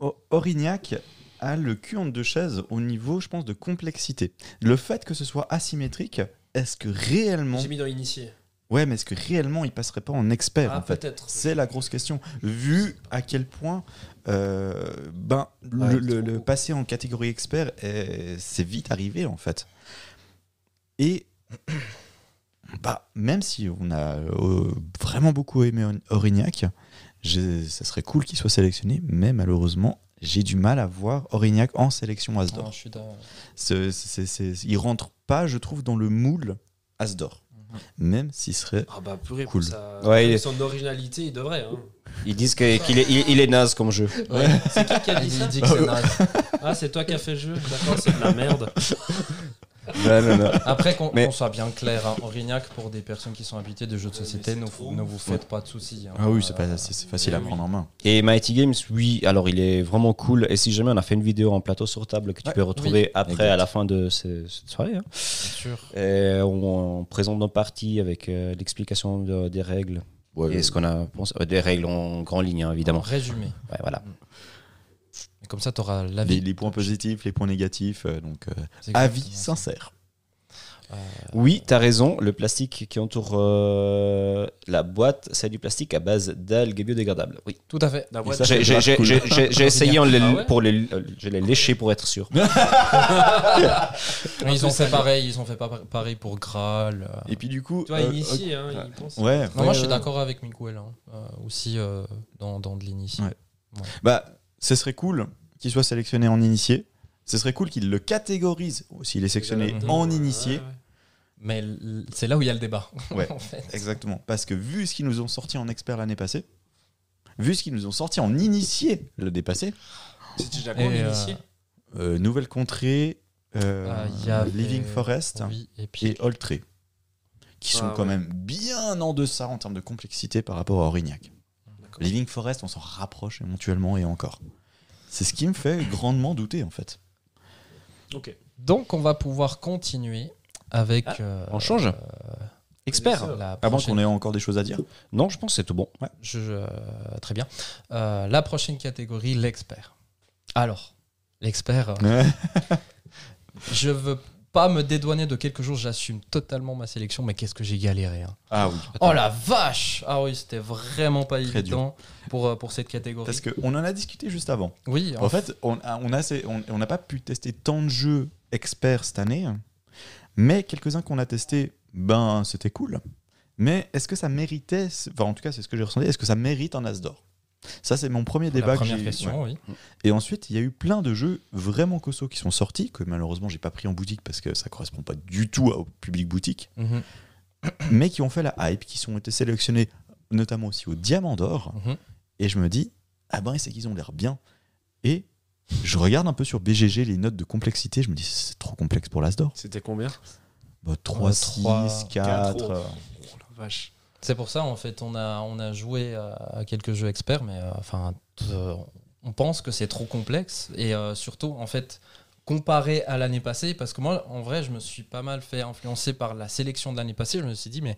B: O- Orignac a le cul entre deux chaises au niveau, je pense, de complexité. Le fait que ce soit asymétrique, est-ce que réellement,
D: J'ai mis dans initié.
B: ouais, mais est-ce que réellement il passerait pas en expert
D: Ah
B: en fait
D: peut-être.
B: C'est la grosse question. Vu à quel point, euh, ben, le,
D: Ouais,
B: le-
D: trop
B: le
D: beau.
B: passer en catégorie expert, est- c'est vite arrivé en fait. Et bah, même si on a euh, vraiment beaucoup aimé Or- Orignac, j'ai- ça serait cool qu'il soit sélectionné, mais malheureusement, j'ai du mal à voir Orignac en sélection Asdor.
A: Non, je suis d'accord.
B: Ah. C'est- c'est- c'est- il rentre pas, je trouve, dans le moule Asdor, même s'il serait
D: Ah bah purée,
B: Cool.
D: pour sa-
C: Ouais, il est-
D: son originalité il devrait. Hein.
C: Ils disent que- qu'il est, il, il est naze comme jeu.
A: Ouais.
D: C'est qui qui a dit
A: Il
D: ça
A: dit que c'est nice.
D: Ah c'est toi qui as fait le jeu D'accord c'est de la merde.
C: Non, non, non.
A: Après, qu'on
C: Mais-
A: qu'on soit bien clair, hein, Orignac, pour des personnes qui sont habitées de jeux de
D: Ouais, mais
A: société,
D: c'est
A: ne,
D: trop.
A: vous- ne vous faites pas de soucis. hein.
B: Ah oui, c'est
A: Euh,
B: pas- c'est- c'est facile à
A: oui.
B: prendre en main.
C: Et Mighty Games, oui, alors il est vraiment cool. Et si jamais on a fait une vidéo en plateau sur table que tu
A: Ouais,
C: peux retrouver après
B: Exact.
C: à la fin de ce- cette soirée, hein.
A: bien sûr.
C: et on, on présente nos parties avec euh, l'explication de- des règles et ce qu'on a pensé. euh, Des règles en grand ligne, hein,
A: En
C: évidemment.
A: résumé.
C: Ouais, voilà.
A: Et comme ça, tu auras
B: les,
A: l'avis.
B: les points positifs, les points négatifs, euh, donc euh,
A: C'est
B: avis
A: exactement ça.
B: sincère.
A: Euh,
C: Oui, t'as raison. Le plastique qui entoure euh, la boîte, c'est du plastique à base d'algues biodégradables. Oui.
A: tout à fait.
D: La
B: Et
D: boîte
B: ça,
C: J'ai
B: c'est
C: j'ai-
B: grave
C: j'ai-
B: cool.
C: j'ai- j'ai- j'ai essayé en les,
D: Ah ouais
C: pour les, euh, je l'ai léché pour être sûr.
A: Mais ils ont fait pareil. Ils ont fait pas- pareil pour Graal. euh.
B: Et puis du coup,
D: Toi,
B: euh,
D: initié, hein, il pense.
B: euh, ouais,
A: Non, moi,
B: ouais,
A: je suis
B: ouais.
A: d'accord avec Miguel. hein, euh, aussi euh, dans, dans de l'initié.
B: Ouais. Bah, ce serait cool qu'il soit sélectionné en initié. Ce serait cool qu'il le catégorise s'il est sélectionné
A: Mhm.
B: en initié.
D: Ouais, ouais.
A: Mais l- c'est là où il y a le débat.
B: Ouais.
A: en fait.
B: Exactement. Parce que vu ce qu'ils nous ont sorti en expert l'année passée, vu ce qu'ils nous ont sorti en initié le dépassé,
D: C'est déjà
A: Et,
D: quoi,
A: euh,
D: l'initié
B: euh, Nouvelle Contrée, euh,
A: Ah, il y avait-
B: Living Forest
A: Oui, et puis.
B: et Oltré, qui sont
D: Ah,
B: quand
D: ouais.
B: même bien en deçà en termes de complexité par rapport à Orignac.
D: D'accord.
B: Living Forest, on s'en rapproche éventuellement et encore. C'est ce qui me fait grandement douter en fait.
D: Ok.
A: Donc, on va pouvoir continuer avec.
C: Ah,
A: euh,
C: on change
A: euh,
C: Expert.
A: la
B: Avant
A: prochaine-
B: qu'on ait encore des choses à dire.
C: Non, je pense que c'est tout bon.
A: Je, euh, très bien. Euh, la prochaine catégorie, l'expert. Alors, l'expert, euh, je veux pas me dédouaner de quelque chose, j'assume totalement ma sélection, mais qu'est-ce que j'ai galéré. hein.
B: Ah oui.
A: Oh la vache Ah oui, c'était vraiment pas
B: Très dur.
A: évident pour, euh, pour cette catégorie.
B: Parce qu'on en a discuté juste avant.
A: Oui,
B: En fait, on n'a on a ces- on, on n'a pas pu tester tant de jeux experts cette année, mais quelques-uns qu'on a testés, ben c'était cool. Mais est-ce que ça méritait, enfin en tout cas c'est ce que j'ai ressenti, est-ce que ça mérite un As d'or Ça c'est mon premier
A: la
B: débat. que
A: première
B: j'ai- ouais.
A: question, oui.
B: Et ensuite, il y a eu plein de jeux vraiment costauds qui sont sortis, que malheureusement j'ai pas pris en boutique parce que ça correspond pas du tout au public boutique
A: Mhm,
B: mais qui ont fait la hype, qui sont été sélectionnés notamment aussi au Diamant d'Or.
A: Mhm.
B: Et je me dis, ah ben c'est qu'ils ont l'air bien. Et je regarde un peu sur BGG les notes de complexité, je me dis, c'est trop complexe pour l'As d'Or.
D: C'était combien
B: Bah, 3,
A: Ouais,
B: 6,
A: trois,
B: 4.
D: quatre,
B: euh,
D: Oh la vache.
A: C'est pour ça, en fait, on a, on a joué à à quelques jeux experts, mais euh, enfin, t- euh, on pense que c'est trop complexe. Et euh, surtout, en fait, comparé à l'année passée, parce que moi, en vrai, je me suis pas mal fait influencer par la sélection de l'année passée. Je me suis dit, mais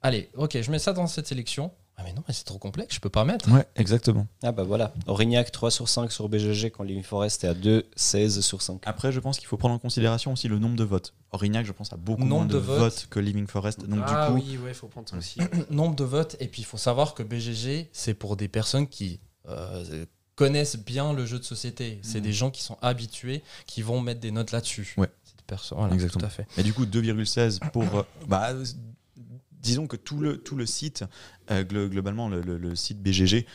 A: allez, ok, je mets ça dans cette sélection. Ah, mais non, mais c'est trop complexe, je peux pas mettre.
B: Ouais, exactement.
C: Ah bah voilà, Aurignac 3 sur 5 sur BGG quand Living Forest est à 2, 16 sur 5.
B: Après, je pense qu'il faut prendre en considération aussi le nombre de votes. Orignac, je pense, a beaucoup
A: Nombre
B: moins de,
A: de votes.
B: votes. que Living Forest. Donc,
D: ah
B: du coup,
D: oui, ouais, faut prendre ça aussi.
A: nombre de votes. Et puis, il faut savoir que BGG, c'est pour des personnes qui euh, connaissent bien le jeu de société. C'est
B: Mhm.
A: des gens qui sont habitués, qui vont mettre des notes là-dessus.
B: Ouais.
A: C'est des personnes. Voilà,
B: Exactement.
A: Tout à fait.
B: Et du coup, 2,16 pour. euh, bah, euh, disons que tout le, tout le site, euh, glo- globalement, le, le- le site BGG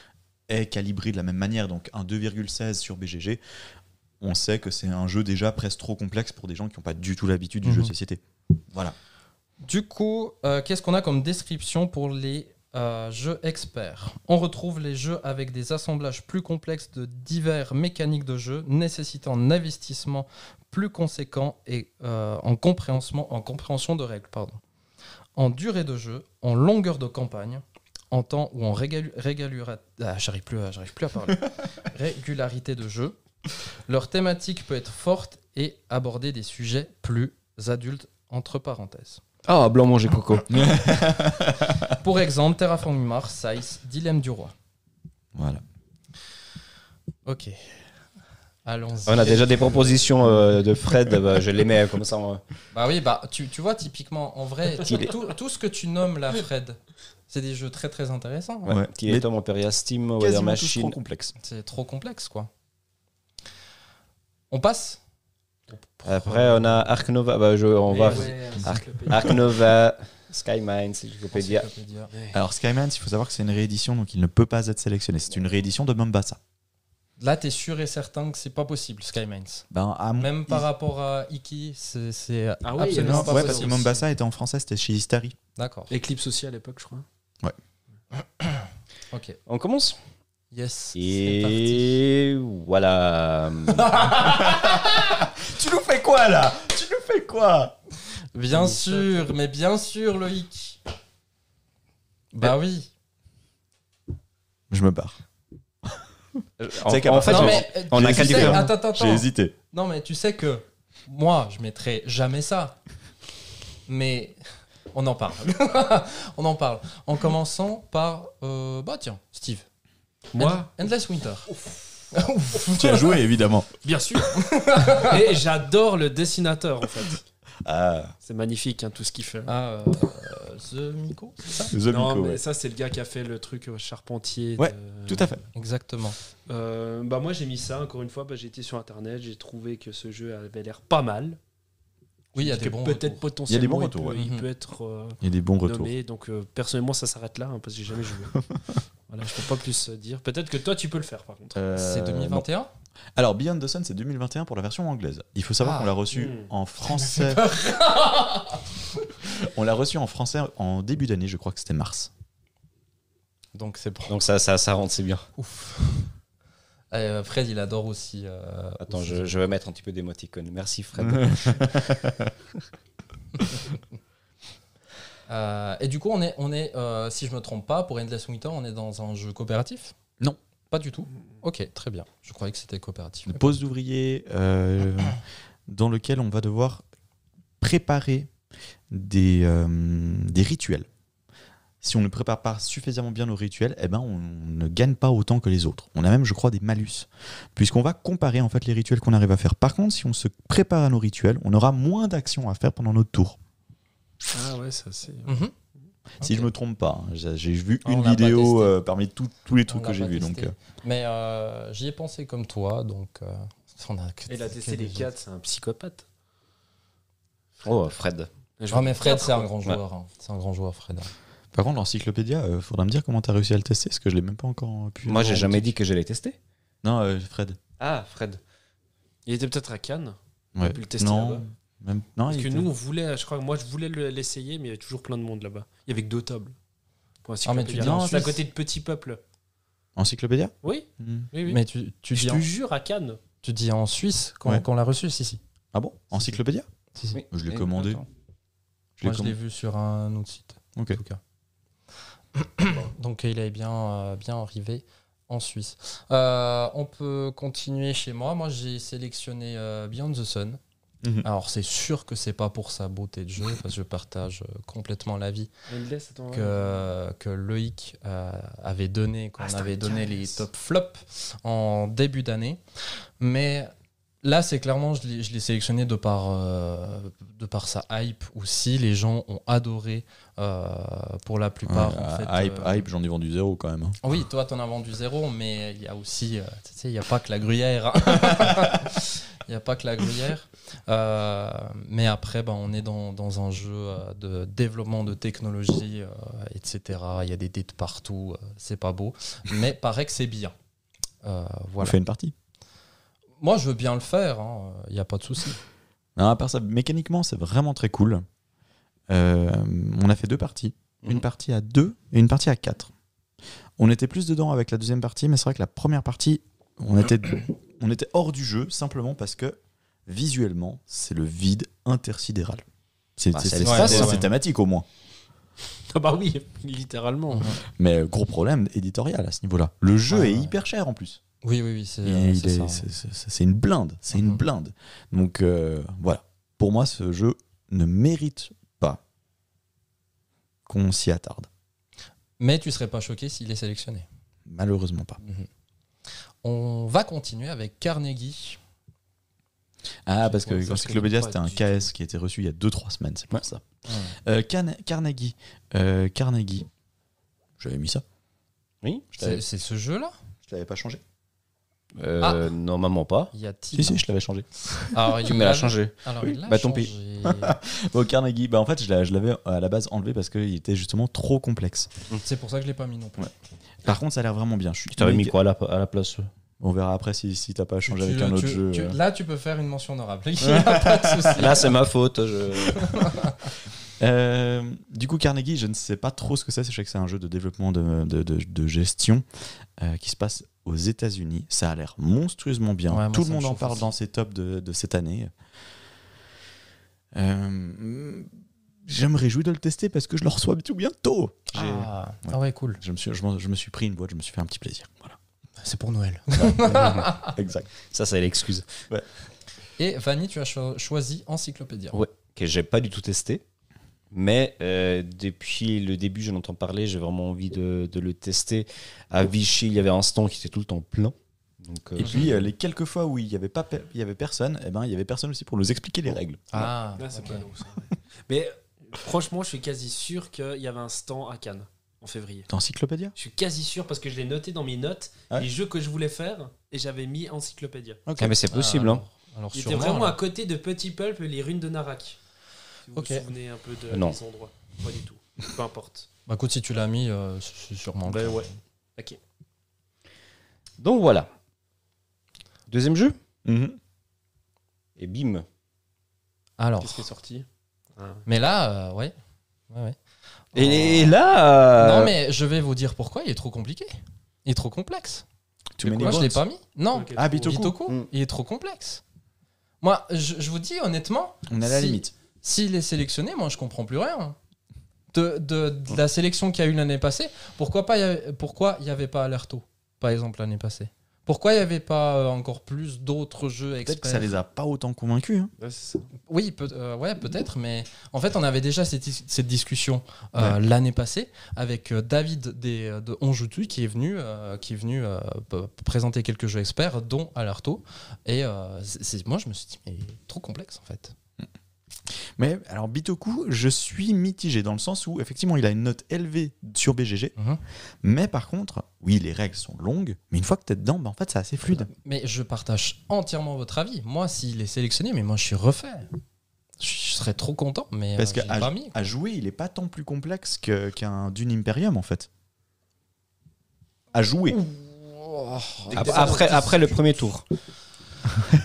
B: est calibré de la même manière. Donc, un 2,16 sur BGG, on sait que c'est un jeu déjà presque trop complexe pour des gens qui n'ont pas du tout l'habitude du jeu de
A: Mhm.
B: société. Voilà.
A: Du coup, euh, qu'est-ce qu'on a comme description pour les euh, jeux experts On retrouve les jeux avec des assemblages plus complexes de divers mécaniques de jeu, nécessitant un investissement plus conséquent et euh, en, compréhension, en compréhension de règles. Pardon. En durée de jeu, en longueur de campagne, en temps ou en régalu- régalura- Ah, j'arrive plus, à- j'arrive plus à parler. régularité de jeu. Leur thématique peut être forte et aborder des sujets plus adultes, entre parenthèses.
C: Ah, blanc manger coco.
A: Pour exemple, Terraforming Mars, Size, Dilemme du Roi.
B: Voilà.
A: Ok. Allons-y.
C: Ah, On a déjà des propositions euh, de Fred, bah, je les mets comme ça. on-
A: Bah oui, bah, tu, tu vois, typiquement, en vrai, tout, tout ce que tu nommes là, Fred, c'est des jeux très très intéressants.
C: Ouais.
B: Ouais.
C: Qui est
B: Mais
C: Tom Imperia Steam, Weather
B: Quasiment tous trop
C: Machine.
B: complexe.
A: C'est trop complexe, quoi. On passe
C: Après, on a Ark Nova. Bah, je, on
D: Eh
C: va. Ark Nova, Sky Mines, Encyclopédia.
A: Encyclopédia.
B: Alors, Skyman, il faut savoir que c'est une réédition, donc il ne peut pas être sélectionné. C'est une réédition de Mombasa.
A: Là, t'es sûr et certain que c'est pas possible, Skymines.
B: Ben, à
C: Mm.
B: mon-
A: Même par
B: ils-
A: rapport à Iki, c'est c'est
D: Ah oui,
A: absolument
D: non,
A: pas
B: Ouais, parce que
A: possible.
B: Mombasa était en français, c'était chez Istari.
A: D'accord.
D: Éclipse aussi à l'époque, je crois.
A: Ok.
C: On commence
A: Yes. c'est parti.
C: Et voilà.
B: Tu nous fais quoi là Tu nous fais quoi
A: Bien sûr, mais bien sûr, Loïc. Bah oui.
B: Je me barre.
C: en,
B: C'est qu'à
C: en fait,
B: partir
A: non,
B: du-
C: on-
A: mais, euh,
C: on
A: tu
C: a
A: sais-
C: calculé.
A: Attends, attends,
B: J'ai
A: attends.
B: hésité.
A: Non, mais tu sais que moi, je mettrai jamais ça. Mais on en parle. on en parle. En commençant par. euh, bah tiens, Steve.
D: Moi
A: End- Endless Winter.
B: Tu as joué évidemment.
D: Bien sûr Et j'adore le dessinateur, en fait.
B: Ah,
D: C'est magnifique, hein, tout ce qu'il fait.
A: Ah, euh, The Miko, c'est ça
B: The
D: non,
B: Miko,
D: mais
B: ouais.
D: ça, c'est le gars qui a fait le truc euh, charpentier.
B: Ouais, Tout à fait.
A: Exactement.
D: Euh, bah moi j'ai mis ça encore une fois bah, j'ai été sur internet j'ai trouvé que ce jeu avait l'air pas mal
A: Oui, il y a
D: Que
A: des bons.
D: peut-être
A: retours.
D: potentiellement
B: Il y a des bons
D: il
B: retours,
D: peut-
A: ouais.
D: il
A: Mhm.
D: peut être euh,
B: Il y a des bons retours.
D: nommé donc euh, personnellement ça s'arrête là hein, parce que j'ai jamais joué voilà je peux pas plus euh, dire peut-être que toi tu peux le faire par contre
B: Euh,
A: C'est
B: non.
A: 2021
B: Alors, Beyond the Sun, c'est 2021 pour la version anglaise. Il faut savoir
A: Ah.
B: qu'on l'a reçu
D: Hmm.
B: en français. On l'a reçu en français en début d'année, je crois que c'était mars.
A: Donc c'est bon.
C: Donc ça, ça, ça rentre, c'est bien.
A: Ouf. Euh, Fred, il adore aussi. euh,
C: Attends,
A: aussi.
C: je, je vais mettre un petit peu d'émoticône. Merci Fred.
A: Euh, et du coup, on est, on est euh, si je me trompe pas, pour Endless Winter, on est dans un jeu coopératif
B: Non.
A: Pas du tout. Ok, très bien. Je croyais que c'était coopératif.
B: Une pause d'ouvrier euh, dans lequel on va devoir préparer des, euh, des rituels. si on ne prépare pas suffisamment bien nos rituels, eh ben on ne gagne pas autant que les autres. On a même, je crois, des malus, puisqu'on va comparer en fait les rituels qu'on arrive à faire. Par contre, si on se prépare à nos rituels, on aura moins d'actions à faire pendant notre tour.
E: Ah ouais, ça c'est.
A: Mhm.
B: Si
A: Ok.
B: je me trompe pas, hein, j'ai j'ai vu
A: On
B: une
A: l'a pas
B: vidéo
A: testé.
B: euh, parmi tous- tous les trucs
A: On
B: que
A: l'a
B: j'ai
A: pas
B: vus. Donc, euh.
A: testé. Mais euh, j'y ai pensé comme toi, donc euh, on a que
D: Il a
A: que
D: testé les
A: des-
D: 4, c'est un psychopathe.
C: Oh, Fred.
A: Ah, mais Fred, c'est un grand joueur. hein. C'est un grand joueur, Fred.
B: euh, Par contre, l'encyclopédia, euh, faudra me dire comment t'as réussi à le tester, parce que je l'ai même pas encore euh, pu.
C: Moi, j'ai
B: voir.
C: jamais dit que j'allais tester.
B: Non, euh, Fred.
D: Ah, Fred. Il était peut-être à Cannes.
B: Ouais.
D: pu le tester là-bas.
B: non, même... non,
D: Parce
B: il
D: que
B: était-
D: nous, on voulait, je crois que moi, je voulais le- l'essayer, mais il y avait toujours plein de monde là-bas. Il y avait que deux tables. Pour un
A: Ah, mais tu
D: cyclopédie.
A: dis en
D: c'est à
A: Suisse.
D: côté de petits peuples.
B: Encyclopédia
D: Oui,
B: Hmm.
D: oui, oui.
A: Mais tu, tu,
D: je
A: dis,
D: te
A: en,
D: jure, à Cannes.
A: tu dis en Suisse quand,
B: Ouais.
A: quand on l'a reçu, si, si.
B: Ah bon Encyclopédia
A: Si, si.
B: Je l'ai commandé. Je l'ai
A: Moi, je l'ai
B: commandé.
A: vu sur un autre site,
B: Ok.
A: en tout cas. Donc, il est bien, euh, bien arrivé en Suisse. Euh, on peut continuer chez moi. Moi, j'ai sélectionné euh, Beyond the Sun.
B: Mhm.
A: Alors, c'est sûr que c'est pas pour sa beauté de jeu, parce que je partage euh, complètement l'avis
D: Endless, attends.
A: que, que Loïc euh, avait donné, qu'on
D: Ah, c'est
A: avait
D: un
A: donné les
D: yes.
A: top flops en début d'année. Mais là, c'est clairement, je l'ai je l'ai sélectionné de par, euh, de par sa hype aussi. Les gens ont adoré euh, pour la plupart. en
B: Ouais, Ah,
A: fait,
B: hype,
A: euh,
B: hype, j'en ai vendu zéro quand même. hein.
A: oui, toi, t'en as vendu zéro, mais il y a aussi, euh, tu sais, il n'y a pas que la gruyère. hein. Il n'y a pas que la gruyère. Euh, mais après, ben, on est dans, dans un jeu euh, de développement de technologie, euh, etc. Il y a des dés de partout, euh, c'est pas beau. Mais paraît que c'est bien. Euh,
B: On
A: voilà.
B: fait une partie.
A: Moi, je veux bien le faire, hein. il n'y a pas de souci.
B: Non, à part ça, mécaniquement, c'est vraiment très cool. Euh, on a fait deux parties. Une
C: Mhm.
B: partie à deux et une partie à quatre. On était plus dedans avec la deuxième partie, mais c'est vrai que la première partie, on était, on était hors du jeu simplement parce que visuellement, c'est le vide intersidéral. C'est
C: Bah,
B: c'est-
C: c'est
B: c'est-
A: l'espace,
B: c'est-
A: ouais.
B: c'est thématique au moins.
D: Ah bah oui, littéralement.
B: Mais euh, gros problème éditorial à ce niveau-là. Le jeu
A: Ouais,
B: est
A: ouais.
B: hyper cher en plus.
A: Oui, oui, oui, c'est
B: Et
A: euh,
B: il
A: c'est
B: est-
A: ça.
B: c'est- hein. c'est- c'est- c'est une blinde, c'est une
A: Mhm.
B: blinde. Donc euh, voilà, pour moi, ce jeu ne mérite pas qu'on s'y attarde.
A: Mais tu serais pas choqué s'il est sélectionné.
B: Malheureusement pas.
A: On va continuer avec Carnegie.
B: Ah, parce que
D: Ouais, ça, je
B: l'encyclopédia, c'était
D: connais pas
B: un
D: du tout.
B: KS qui a été reçu il y a 2-3 semaines, c'est pour
C: Ouais.
B: ça.
A: Ouais.
B: Euh, Carne- Carnegie. Euh, Carnegie. J'avais mis ça.
C: Oui je
A: C'est
C: t'avais-
A: c'est ce jeu-là
B: Je l'avais pas changé.
C: Euh,
A: Ah.
C: Normalement pas.
A: Y a-t-il
B: Si, si, je l'avais changé.
A: Alors,
C: Tu
A: il
C: me l'as
A: l'a-
C: changé.
A: Alors,
B: Oui.
A: il l'a
B: Bah, tant pis.
A: changé.
B: Bon, Carnegie, bah, en fait, je l'a- je l'avais à la base enlevé parce qu'il était justement trop complexe.
A: C'est pour ça que je l'ai pas mis non plus.
B: Ouais. Par contre, ça a l'air vraiment bien. Je suis
C: Tu t'avais mis
B: méga-
C: quoi à la, à la place
B: On verra après si, si t'as pas
A: Tu-
B: changé
A: tu-
B: avec un autre
A: tu-
B: jeu.
A: tu-
B: euh.
A: Là, tu peux faire une mention honorable. Il n'y a pas de souci.
C: Là, c'est ma faute. Je...
B: Euh, du coup, Carnegie, je ne sais pas trop ce que c'est. Je sais que c'est un jeu de développement de, de- de- de gestion euh, qui se passe aux États-Unis. Ça a l'air monstrueusement bien.
A: Ouais, moi,
B: Tout
A: ça me
B: le monde en
A: chauffe
B: parle
A: aussi.
B: dans ses tops de, de cette année. Euh, je me réjouis de le tester parce que je le reçois tout bientôt. J'ai-
A: ah.
B: Ouais.
A: ah ouais, cool.
B: Je, me suis, je, m'en- je me suis pris une boîte, je me suis fait un petit plaisir. Voilà.
A: C'est pour Noël. Ah,
B: Exact.
C: Ça, c'est l'excuse
A: Et Vanny, tu as cho- choisi Encyclopédia.
C: Ouais. que j'ai pas du tout testé. Mais euh, depuis le début, je l'entends parler. J'ai vraiment envie de, de le tester. À Vichy, il y avait un stand qui était tout le temps plein. Donc, euh,
B: Et puis, euh, les quelques fois où il n'y avait, pas pe- il y avait personne, eh ben, il y avait personne aussi pour nous expliquer les règles.
A: Ah,
D: Là, c'est
A: ok.
D: pas nous, ça. ouais. Mais franchement, je suis quasi sûr qu'il y avait un stand à Cannes en février.
B: Encyclopédia
D: Je suis quasi sûr parce que je l'ai noté dans mes notes,
B: Ouais.
D: les jeux que je voulais faire, et j'avais mis encyclopédia.
C: Ah, mais c'est possible.
A: Ah,
C: hein.
A: alors- Alors,
D: Il était
A: sûrement,
D: vraiment à
A: alors.
D: côté de Petit Pulp et les runes de Narak. Si vous
A: Ok.
D: vous souvenez un peu de
C: Non.
D: des endroits. Pas du tout. Peu importe.
A: Bah, écoute, si tu l'as mis, euh, c'est sûrement.
D: Ben
A: le cas.
D: ouais. Ok.
C: Donc voilà. Deuxième jeu
B: Mhm.
C: Et bim.
A: Alors,
D: Qu'est-ce qui est sorti Ah.
A: mais là, euh, ouais. Ouais, ouais.
C: Et, et là. euh,
A: Non, mais je vais vous dire pourquoi. Il est trop compliqué. Il est trop complexe.
B: Too many
A: Moi, je l'ai
B: bots.
A: pas mis. Non.
D: Ok,
B: Ah,
D: trop-
B: Bitoku.
A: Itoko,
C: Mm.
A: il est trop complexe. Moi, je, je vous dis honnêtement,
B: On est à la
A: Si.
B: limite.
A: s'il est sélectionné, moi je comprends plus rien. De, de- de la sélection qu'il y a eu l'année passée, pourquoi pas y avait- pourquoi il n'y avait pas Alerto, par exemple, l'année passée Pourquoi il n'y avait pas euh, encore plus d'autres jeux
B: Peut-être
A: experts
B: que ça les a pas autant convaincus. hein.
E: Ouais, c'est ça.
A: Oui, peut- euh, ouais, peut-être, mais en fait, on avait déjà cette, dis- cette discussion euh, l'année passée avec euh, David des, de Onjoutu qui est venu, euh, qui est venu euh, p- présenter quelques jeux experts, dont Alarto. Et euh, c'est- c'est- moi, je me suis dit, mais trop complexe en fait.
B: Mais alors, Bitoku, je suis mitigé dans le sens où, effectivement, il a une note élevée sur BGG.
A: Mhm.
B: Mais par contre, oui, les règles sont longues, mais une fois que t'es dedans, bah, en fait, c'est assez fluide.
A: Mais je partage entièrement votre avis. Moi, s'il est sélectionné, mais moi, je suis refait. Je je serais trop content, mais
B: Parce
A: euh,
B: que
A: je l'ai pas mis.
B: À jouer, il est pas tant plus complexe que- qu'un Dune Imperium, en fait. À jouer.
C: Ap- Après,
A: ça,
C: après le premier tour.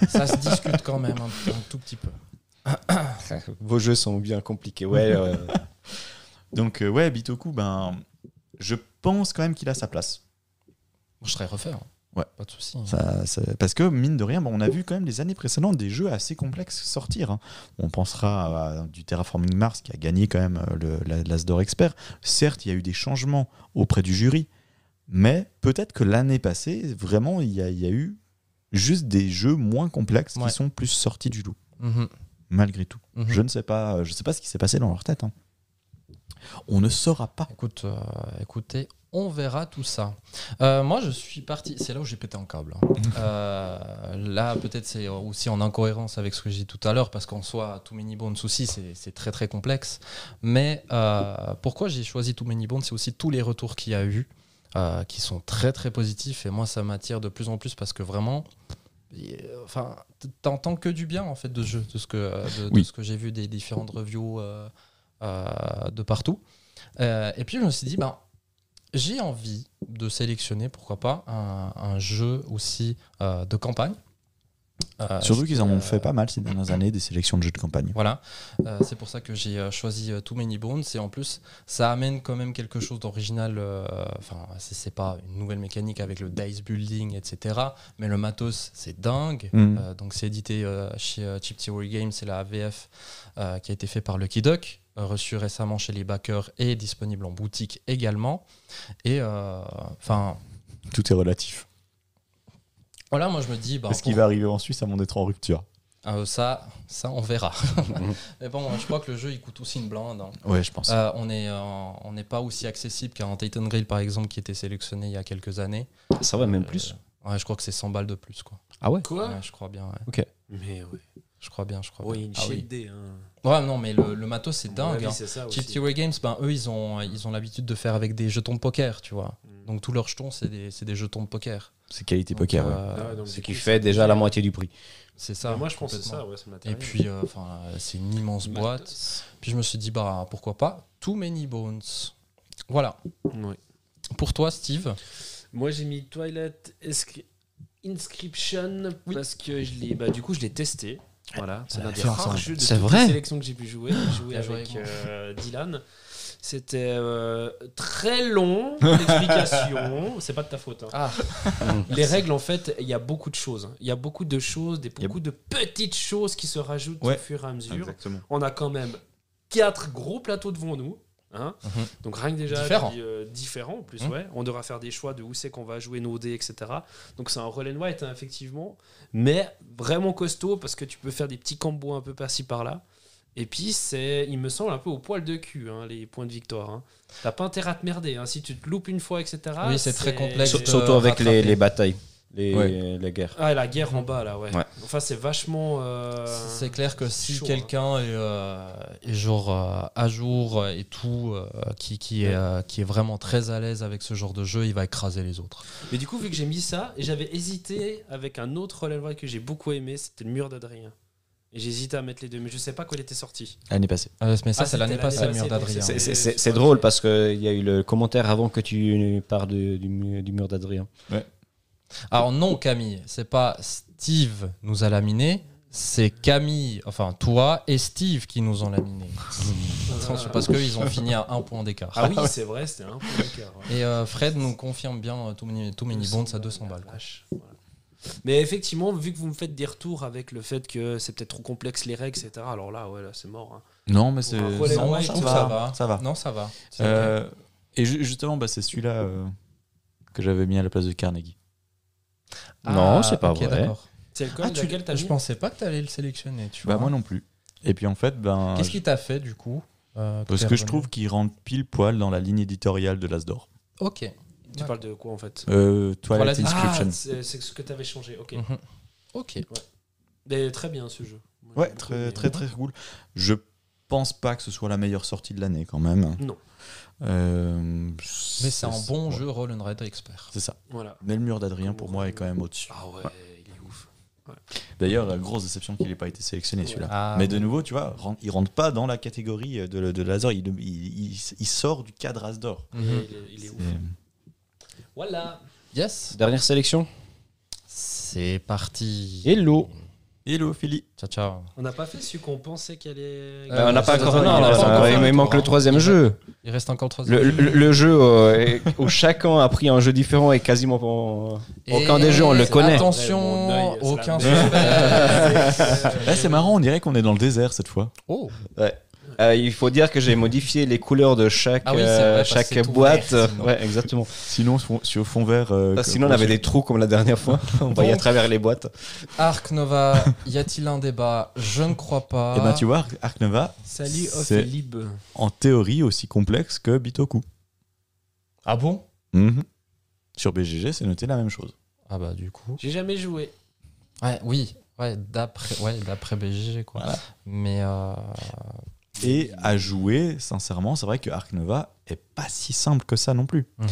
A: ça se discute quand même un- un tout petit peu.
C: Vos jeux sont bien compliqués. Ouais, euh,
B: Donc, euh, ouais, Bitoku, ben, je pense quand même qu'il a sa place.
A: Je serais refait. hein.
B: Ouais.
A: Pas de souci.
B: Bah, Ça- ça- parce que, mine de rien, bon, on a vu quand même les années précédentes des jeux assez complexes sortir. hein. On pensera à du Terraforming Mars qui a gagné quand même euh, le- la- l'As d'Or Expert. Certes, il y a eu des changements auprès du jury, mais peut-être que l'année passée, vraiment, il y a, il y a eu juste des jeux moins complexes
A: Ouais.
B: qui sont plus sortis du lot,
A: Mhm,
B: malgré tout.
A: mhm.
B: Je ne sais pas, je sais pas ce qui s'est passé dans leur tête. hein. On ne saura pas.
A: Écoute, euh, écoutez, on verra tout ça. Euh, moi, je suis parti. C'est là où j'ai pété un câble. hein. Euh, là, peut-être c'est aussi en incohérence avec ce que j'ai dit tout à l'heure, parce qu'en soi, Too Many Bones aussi, c'est c'est très très complexe. Mais euh, pourquoi j'ai choisi Too Many Bones C'est aussi tous les retours qu'il y a eu, euh, qui sont très très positifs. Et moi, ça m'attire de plus en plus parce que vraiment. et, euh, Enfin, t- t'entends que du bien en fait de ce jeu, de ce que, euh, de, de
B: Oui.
A: ce que j'ai vu des différentes reviews euh, euh, de partout. Euh, et puis je me suis dit, ben, j'ai envie de sélectionner, pourquoi pas, un, un jeu aussi euh, de campagne. Euh,
B: Surtout qu'ils en ont
A: euh,
B: fait pas mal ces dernières années des sélections de jeux de campagne.
A: Voilà, Euh, c'est pour ça que j'ai euh, choisi euh, Too Many Bones et en plus ça amène quand même quelque chose d'original. euh, Enfin, c'est c'est pas une nouvelle mécanique avec le dice building, etc. Mais le matos, c'est dingue.
B: Mhm.
A: Euh, donc c'est édité euh, chez euh, Chip Theory Games, c'est la AVF euh, qui a été fait par Lucky Duck, euh, reçu récemment chez les backers et disponible en boutique également. Et euh, enfin
B: Tout est relatif.
A: voilà, moi je me dis, bah,
B: Est-ce qu'il
A: pour-
B: va arriver en Suisse avant d'être en rupture
A: euh, ça, ça on verra. Mais bon, je crois que le jeu il coûte aussi une blinde. hein.
B: Ouais, je pense.
A: Euh, on n'est on n'est pas aussi accessible qu'un Titan Grill par exemple qui était sélectionné il y a quelques années.
C: ça va même plus.
A: Euh, ouais, je crois que c'est 100 balles de plus quoi.
D: Quoi
A: Ouais, je crois bien. ouais.
D: Mais ouais.
A: Je crois bien, je crois.
D: Oui,
A: bien.
D: une
A: Ah oui.
D: shit D. hein.
A: Ouais, non, mais le, le matos c'est
D: À mon
A: dingue.
D: avis,
A: hein.
D: c'est ça
A: Chip
D: aussi.
A: Theory Games, ben, eux, ils ont, ils ont l'habitude de faire avec des jetons de poker, tu vois.
D: Mm.
A: Donc tous leurs jetons, c'est des, c'est des jetons de poker.
B: C'est qualité
A: Donc,
B: poker. ouais.
A: euh,
D: Ah, donc,
C: Ce
D: du
C: qui
D: coup,
C: fait
D: c'est-
C: déjà la moitié du prix.
A: C'est
D: Mais
A: ça.
D: Moi, je pense que c'est
A: complètement.
D: ça, ouais, c'est le
A: Et
D: matériel.
A: puis, euh, enfin, euh, c'est une immense boîte. Puis je me suis dit, bah pourquoi pas Too Many Bones. Voilà.
D: Ouais.
A: Pour toi, Steve,
D: Moi, j'ai mis Twilight Escri- Inscription parce que je l'ai, bah, du coup, je l'ai testé. Voilà, c'est l'un des
A: fait
D: rares
A: ensemble.
D: jeux de
A: C'est
D: toute
A: vrai
D: la sélection que j'ai pu jouer. J'ai joué
A: Bien joué
D: avec
A: avec moi.
D: euh, Dylan. C'était euh, très long l'explication. c'est pas de ta faute. hein.
A: Ah.
D: Les règles, en fait, il y a beaucoup de choses. hein. Il y a beaucoup de choses, des, beaucoup de petites choses qui se rajoutent
B: Ouais.
D: au fur et à mesure.
B: Exactement.
D: On a quand même quatre gros plateaux devant nous. Hein
A: Mhm.
D: Donc rien que déjà
A: Différents.
D: puis, euh, différents en plus,
A: Mhm.
D: ouais. On devra faire des choix de où c'est qu'on va jouer nos dés, etc. Donc c'est un roll and white hein, effectivement, mais vraiment costaud parce que tu peux faire des petits combos un peu par-ci par-là. Et puis c'est, il me semble un peu au poil de cul hein, les points de victoire. hein. T'as pas intérêt à te merder. hein. Si tu te loupes une fois, etc.
A: Oui, c'est très complexe.
D: Sur-
A: Euh,
C: Surtout avec les,
A: rattraper.
C: les batailles, les,
B: Ouais.
C: les guerres.
D: Ah, et la guerre en bas là, ouais.
C: Ouais.
D: Enfin c'est vachement. euh,
A: c'est clair que si
D: chaud, hein.
A: quelqu'un est, euh, est genre euh, à jour et tout, euh, qui, qui, est, euh, qui est vraiment très à l'aise avec ce genre de jeu, il va écraser les autres.
D: Mais du coup, vu que j'ai mis ça, et j'avais hésité avec un autre roll and Ride que j'ai beaucoup aimé, c'était le mur d'Adrien. Et j'hésitais à mettre les deux, mais je sais pas quand il était sorti.
B: L'année passée.
A: Euh, mais ça,
D: Ah,
A: c'est l'année
D: c'était
A: passée,
D: l'année
A: le mur
D: passée,
A: d'Adrien.
D: donc
C: C'est- C'est c'est-
D: Et-
C: c'est drôle parce qu'il y a eu le commentaire avant que tu parles de- du, mu- du mur d'Adrien.
A: Alors non Camille, c'est pas Steve nous a laminé, c'est Camille, enfin toi et Steve qui nous ont laminé.
B: Ah.
A: Attention parce qu'ils ont fini à un point d'écart.
D: Euh, Ah oui, c'est vrai, c'était un point d'écart, ouais.
A: Et euh, Fred nous confirme bien euh, tout mini, tout mini bonds à 200 balles. quoi.
D: Vache, voilà. Mais effectivement, vu que vous me faites des retours avec le fait que c'est peut-être trop complexe les règles, etc., alors là, ouais, là, c'est mort. hein.
B: Non, mais
D: c'est- Pour un
A: Non,
D: Ouais,
A: je
D: ça
A: trouve
D: va,
A: ça va.
B: ça va.
A: Non, ça va. C'est
B: Euh,
A: ok.
B: et ju- justement, bah, c'est celui-là euh, que j'avais mis à la place de Carnegie.
C: Non, c'est pas
A: Ah, ok,
C: vrai.
A: d'accord.
D: C'est lequel
A: Ah, tu-
D: laquelle t'as
A: je
D: mis
A: pensais pas que tu allais le sélectionner. Tu
B: Bah,
A: vois.
B: moi non plus. Et puis en fait, ben,
A: Qu'est-ce qui t'a fait du coup euh,
B: parce
A: t'es
B: que je
A: revenu
B: trouve qu'il rentre pile poil dans la ligne éditoriale de l'Asdor.
A: Ok.
D: Tu parles de quoi en fait
B: Euh, Twilight
A: Voilà,
B: Inscription.
D: Ah, c'est c'est ce que t'avais changé, ok.
A: Mhm. Ok.
D: Mais très bien ce jeu. Moi,
B: Ouais,
D: j'aime
B: très,
D: beaucoup, mais-
B: très très cool. Je pense pas que ce soit la meilleure sortie de l'année quand même.
D: Non.
B: Euh,
A: Mais c'est un bon
B: ouais,
A: jeu Roll and Ride Expert.
B: C'est ça.
D: Voilà.
B: Mais le mur d'Adrien pour moi est quand même au-dessus.
D: Ah ouais, il est ouf.
B: D'ailleurs, euh, grosse déception qu'il n'ait pas été sélectionné celui-là.
A: Ah,
B: Mais de nouveau, tu vois, ren- il rentre pas dans la catégorie euh, de, de l'Azor. Il, il- il- il sort du cadre Asdor.
D: Il
A: mhm.
D: est- il est- il est ouf.
B: Mm.
D: Voilà.
A: Yes.
C: Dernière sélection.
A: C'est parti.
C: Hello.
B: Hello Philly.
A: Ciao, ciao.
D: On n'a pas fait celui qu'on pensait qu'il allait.
A: Euh,
C: on n'a pas
A: attends,
C: encore.
A: attends,
C: non,
A: il
C: non,
A: reste
C: non,
A: encore
C: il
A: un
C: manque
A: tour,
C: le
A: hein.
C: troisième
A: Il
C: jeu.
A: Il reste encore trois
C: Le, le- le jeu euh, est- où chacun a pris un jeu différent et quasiment. en- aucun des jeux, on le connaît.
A: Attention,
D: Ouais, mon œil, c'est
A: aucun
D: la merde. Euh,
A: suspense.
B: Là, Eh, c'est marrant, on dirait qu'on est dans le désert cette fois.
A: Oh,
C: Euh, il faut dire que j'ai modifié les couleurs de chaque,
A: Ah oui, c'est vrai,
C: euh,
A: parce que
C: chaque
A: c'est tout
C: boîte.
A: vert, sinon.
C: ouais, exactement.
B: Sinon, sur sur fond vert. euh,
C: Parce
B: que-
C: que Ah, sinon, on avait des trous comme la dernière fois. On voyait à
A: Donc-
C: travers les boîtes.
A: Arc Nova, y a-t-il un débat Je ne crois pas.
B: Eh ben, tu vois, Arc- Arc Nova,
D: Salut, off
B: C'est-
D: et lib.
B: en théorie aussi complexe que Bitoku.
A: Ah bon
B: Mhm. Sur BGG, c'est noté la même chose.
A: Ah bah du coup.
D: J'ai jamais joué.
A: Ouais, oui. Ouais, d'après ouais, d'après BGG quoi.
B: Voilà.
A: Mais euh,
B: Et à jouer, sincèrement, c'est vrai que Arc Nova est pas si simple que ça non plus.
A: mhm.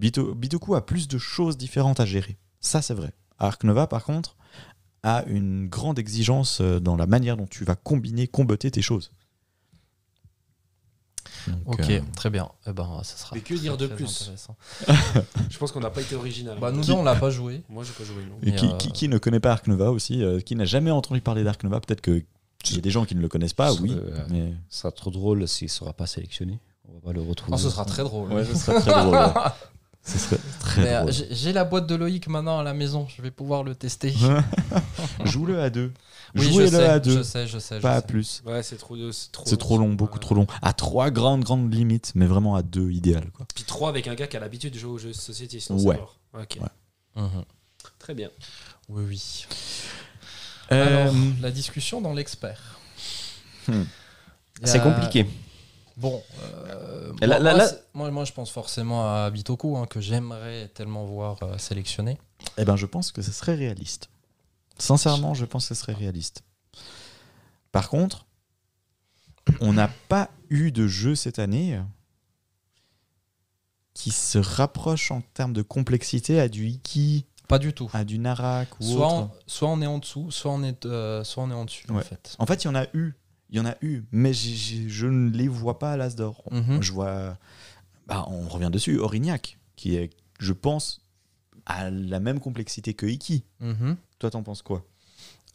B: Bito- Bitoku a plus de choses différentes à gérer. Ça, c'est vrai. Arc Nova, par contre, a une grande exigence euh, dans la manière dont tu vas combiner, comboter tes choses. Donc,
A: OK,
B: euh,
A: très bien. Eh ben ça sera
D: Mais que
A: très,
D: dire de
A: très
D: plus
A: intéressant.
D: Je pense qu'on n'a pas été original.
A: Bah nous
B: Qui-
A: deux, on l'a pas joué.
D: Moi, j'ai pas joué, non.
B: et
A: Mais,
B: qui,
A: euh,
B: qui- qui ne connaît pas Arc Nova aussi, euh, qui n'a jamais entendu parler d'Arc Nova, peut-être que il y a des gens qui ne le connaissent pas, oui.
C: Euh,
B: Mais...
C: Ce sera trop drôle s'il ne sera pas sélectionné. On va pas le retrouver.
A: Oh, ce sera très drôle.
B: ce serait très drôle. ouais. Ce serait très
A: Mais, euh,
B: drôle.
A: j'ai- j'ai la boîte de Loïc maintenant à la maison, je vais pouvoir le tester.
B: Joue-le à deux.
A: Oui, je
B: Jouez-le
A: sais,
B: à
A: je
B: deux,
A: sais, je sais, je
B: pas à
A: sais.
B: plus.
D: Ouais, c'est trop, de- c'est trop,
B: C'est trop long, beaucoup trop long. À trois grandes, grandes limites, mais vraiment à deux, idéal. Quoi.
D: Puis 3 avec un gars qui a l'habitude de jouer aux jeux de société, sinon
B: Ouais.
D: c'est mort. Ok,
B: Ouais.
A: Mhm.
D: très bien.
A: Oui oui.
B: Euh,
A: Alors, la discussion dans l'expert.
B: Hmm.
A: Il y
C: C'est
A: a-
C: compliqué.
A: Bon, euh, moi,
C: Et là- là-
A: moi,
C: là-
A: c'est- moi- moi, je pense forcément à Bitoku, hein, que j'aimerais tellement voir euh, sélectionner.
B: Eh ben, je pense que ce serait réaliste. Sincèrement, je pense que ce serait réaliste. Par contre, on n'a pas eu de jeu cette année qui se rapproche en termes de complexité à du Iki,
A: Pas du tout.
B: à du Narak ou
A: Soit
B: autre.
A: on, soit on est en dessous, soit on est, euh, soit on est en dessus, en
B: Ouais.
A: fait.
B: En fait, il y en a eu. Il y en a eu, mais j'ai- j'ai- je ne les vois pas à l'Asdor.
A: Mhm.
B: Je vois. bah, on revient dessus. Orignac, qui est, je pense, à la même complexité que Iki.
A: Mhm.
B: Toi, t'en penses quoi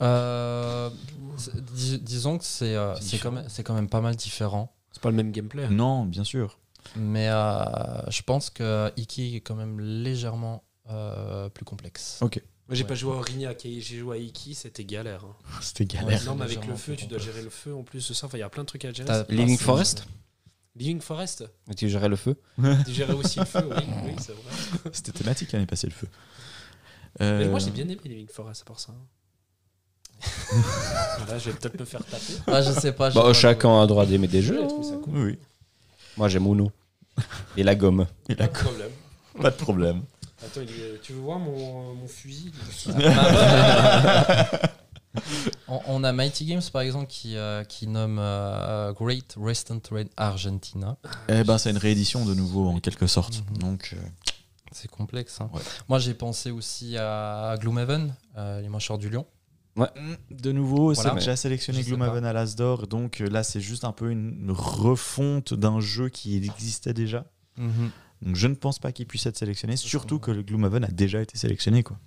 A: Euh, c'est- dis- disons que c'est euh,
B: C'est
A: c'est quand,
B: différent.
A: même- c'est quand même pas mal différent.
D: C'est pas le même
A: Euh,
D: gameplay.
B: Non, bien sûr.
A: Mais euh, je pense que Iki est quand même légèrement euh, plus complexe.
D: Moi, j'ai
A: Ouais.
D: pas joué à Orignac et j'ai joué à Iki, c'était galère. hein.
B: C'était
A: Ouais,
B: galère.
D: non, mais avec
A: légèrement
D: le feu,
A: plus
D: tu dois
A: complexe.
D: gérer le feu en plus de ça. Enfin, il y a plein de trucs à gérer.
A: T'as-
D: c'est-
C: Living
A: Ah, c'est-
C: Forest
D: Living Forest,
C: Tu gérais le feu
D: tu gérais aussi le feu, oui, oui c'est vrai.
B: C'était thématique l'année passée, le feu.
D: Mais
B: Euh,
D: moi, j'ai bien aimé Living Forest à part ça. hein. Là, je vais peut-être me faire taper.
A: Ah, je sais pas. j'ai
C: Bah,
A: pas joué.
C: Chacun a le droit d'aimer des
D: Je
C: jeux.
D: trouve ça cool.
B: Oui, oui.
C: Moi, j'aime Uno. Et la gomme.
B: Il
D: Pas
B: a
D: de problème.
B: pas de problème.
D: Attends, il est- tu veux voir mon, mon fusil
A: On, on a Mighty Games, par exemple, qui, euh, qui nomme euh, Great Western Train Argentina.
B: Eh ben, c'est une réédition de nouveau, en quelque sorte.
A: Mhm.
B: Donc, euh,
A: C'est complexe. hein.
B: Ouais.
A: Moi, j'ai pensé aussi à Gloomhaven, euh, les mancheurs du lion.
B: Mm, de nouveau,
A: Voilà.
B: c'est déjà sélectionné
A: Je sais
B: Gloomhaven à l'Asdor. Donc euh, là, c'est juste un peu une refonte d'un jeu qui existait déjà. Donc je ne pense pas qu'il puisse être sélectionné,
A: Mm.
B: surtout que le Gloomhaven a déjà été sélectionné. Quoi.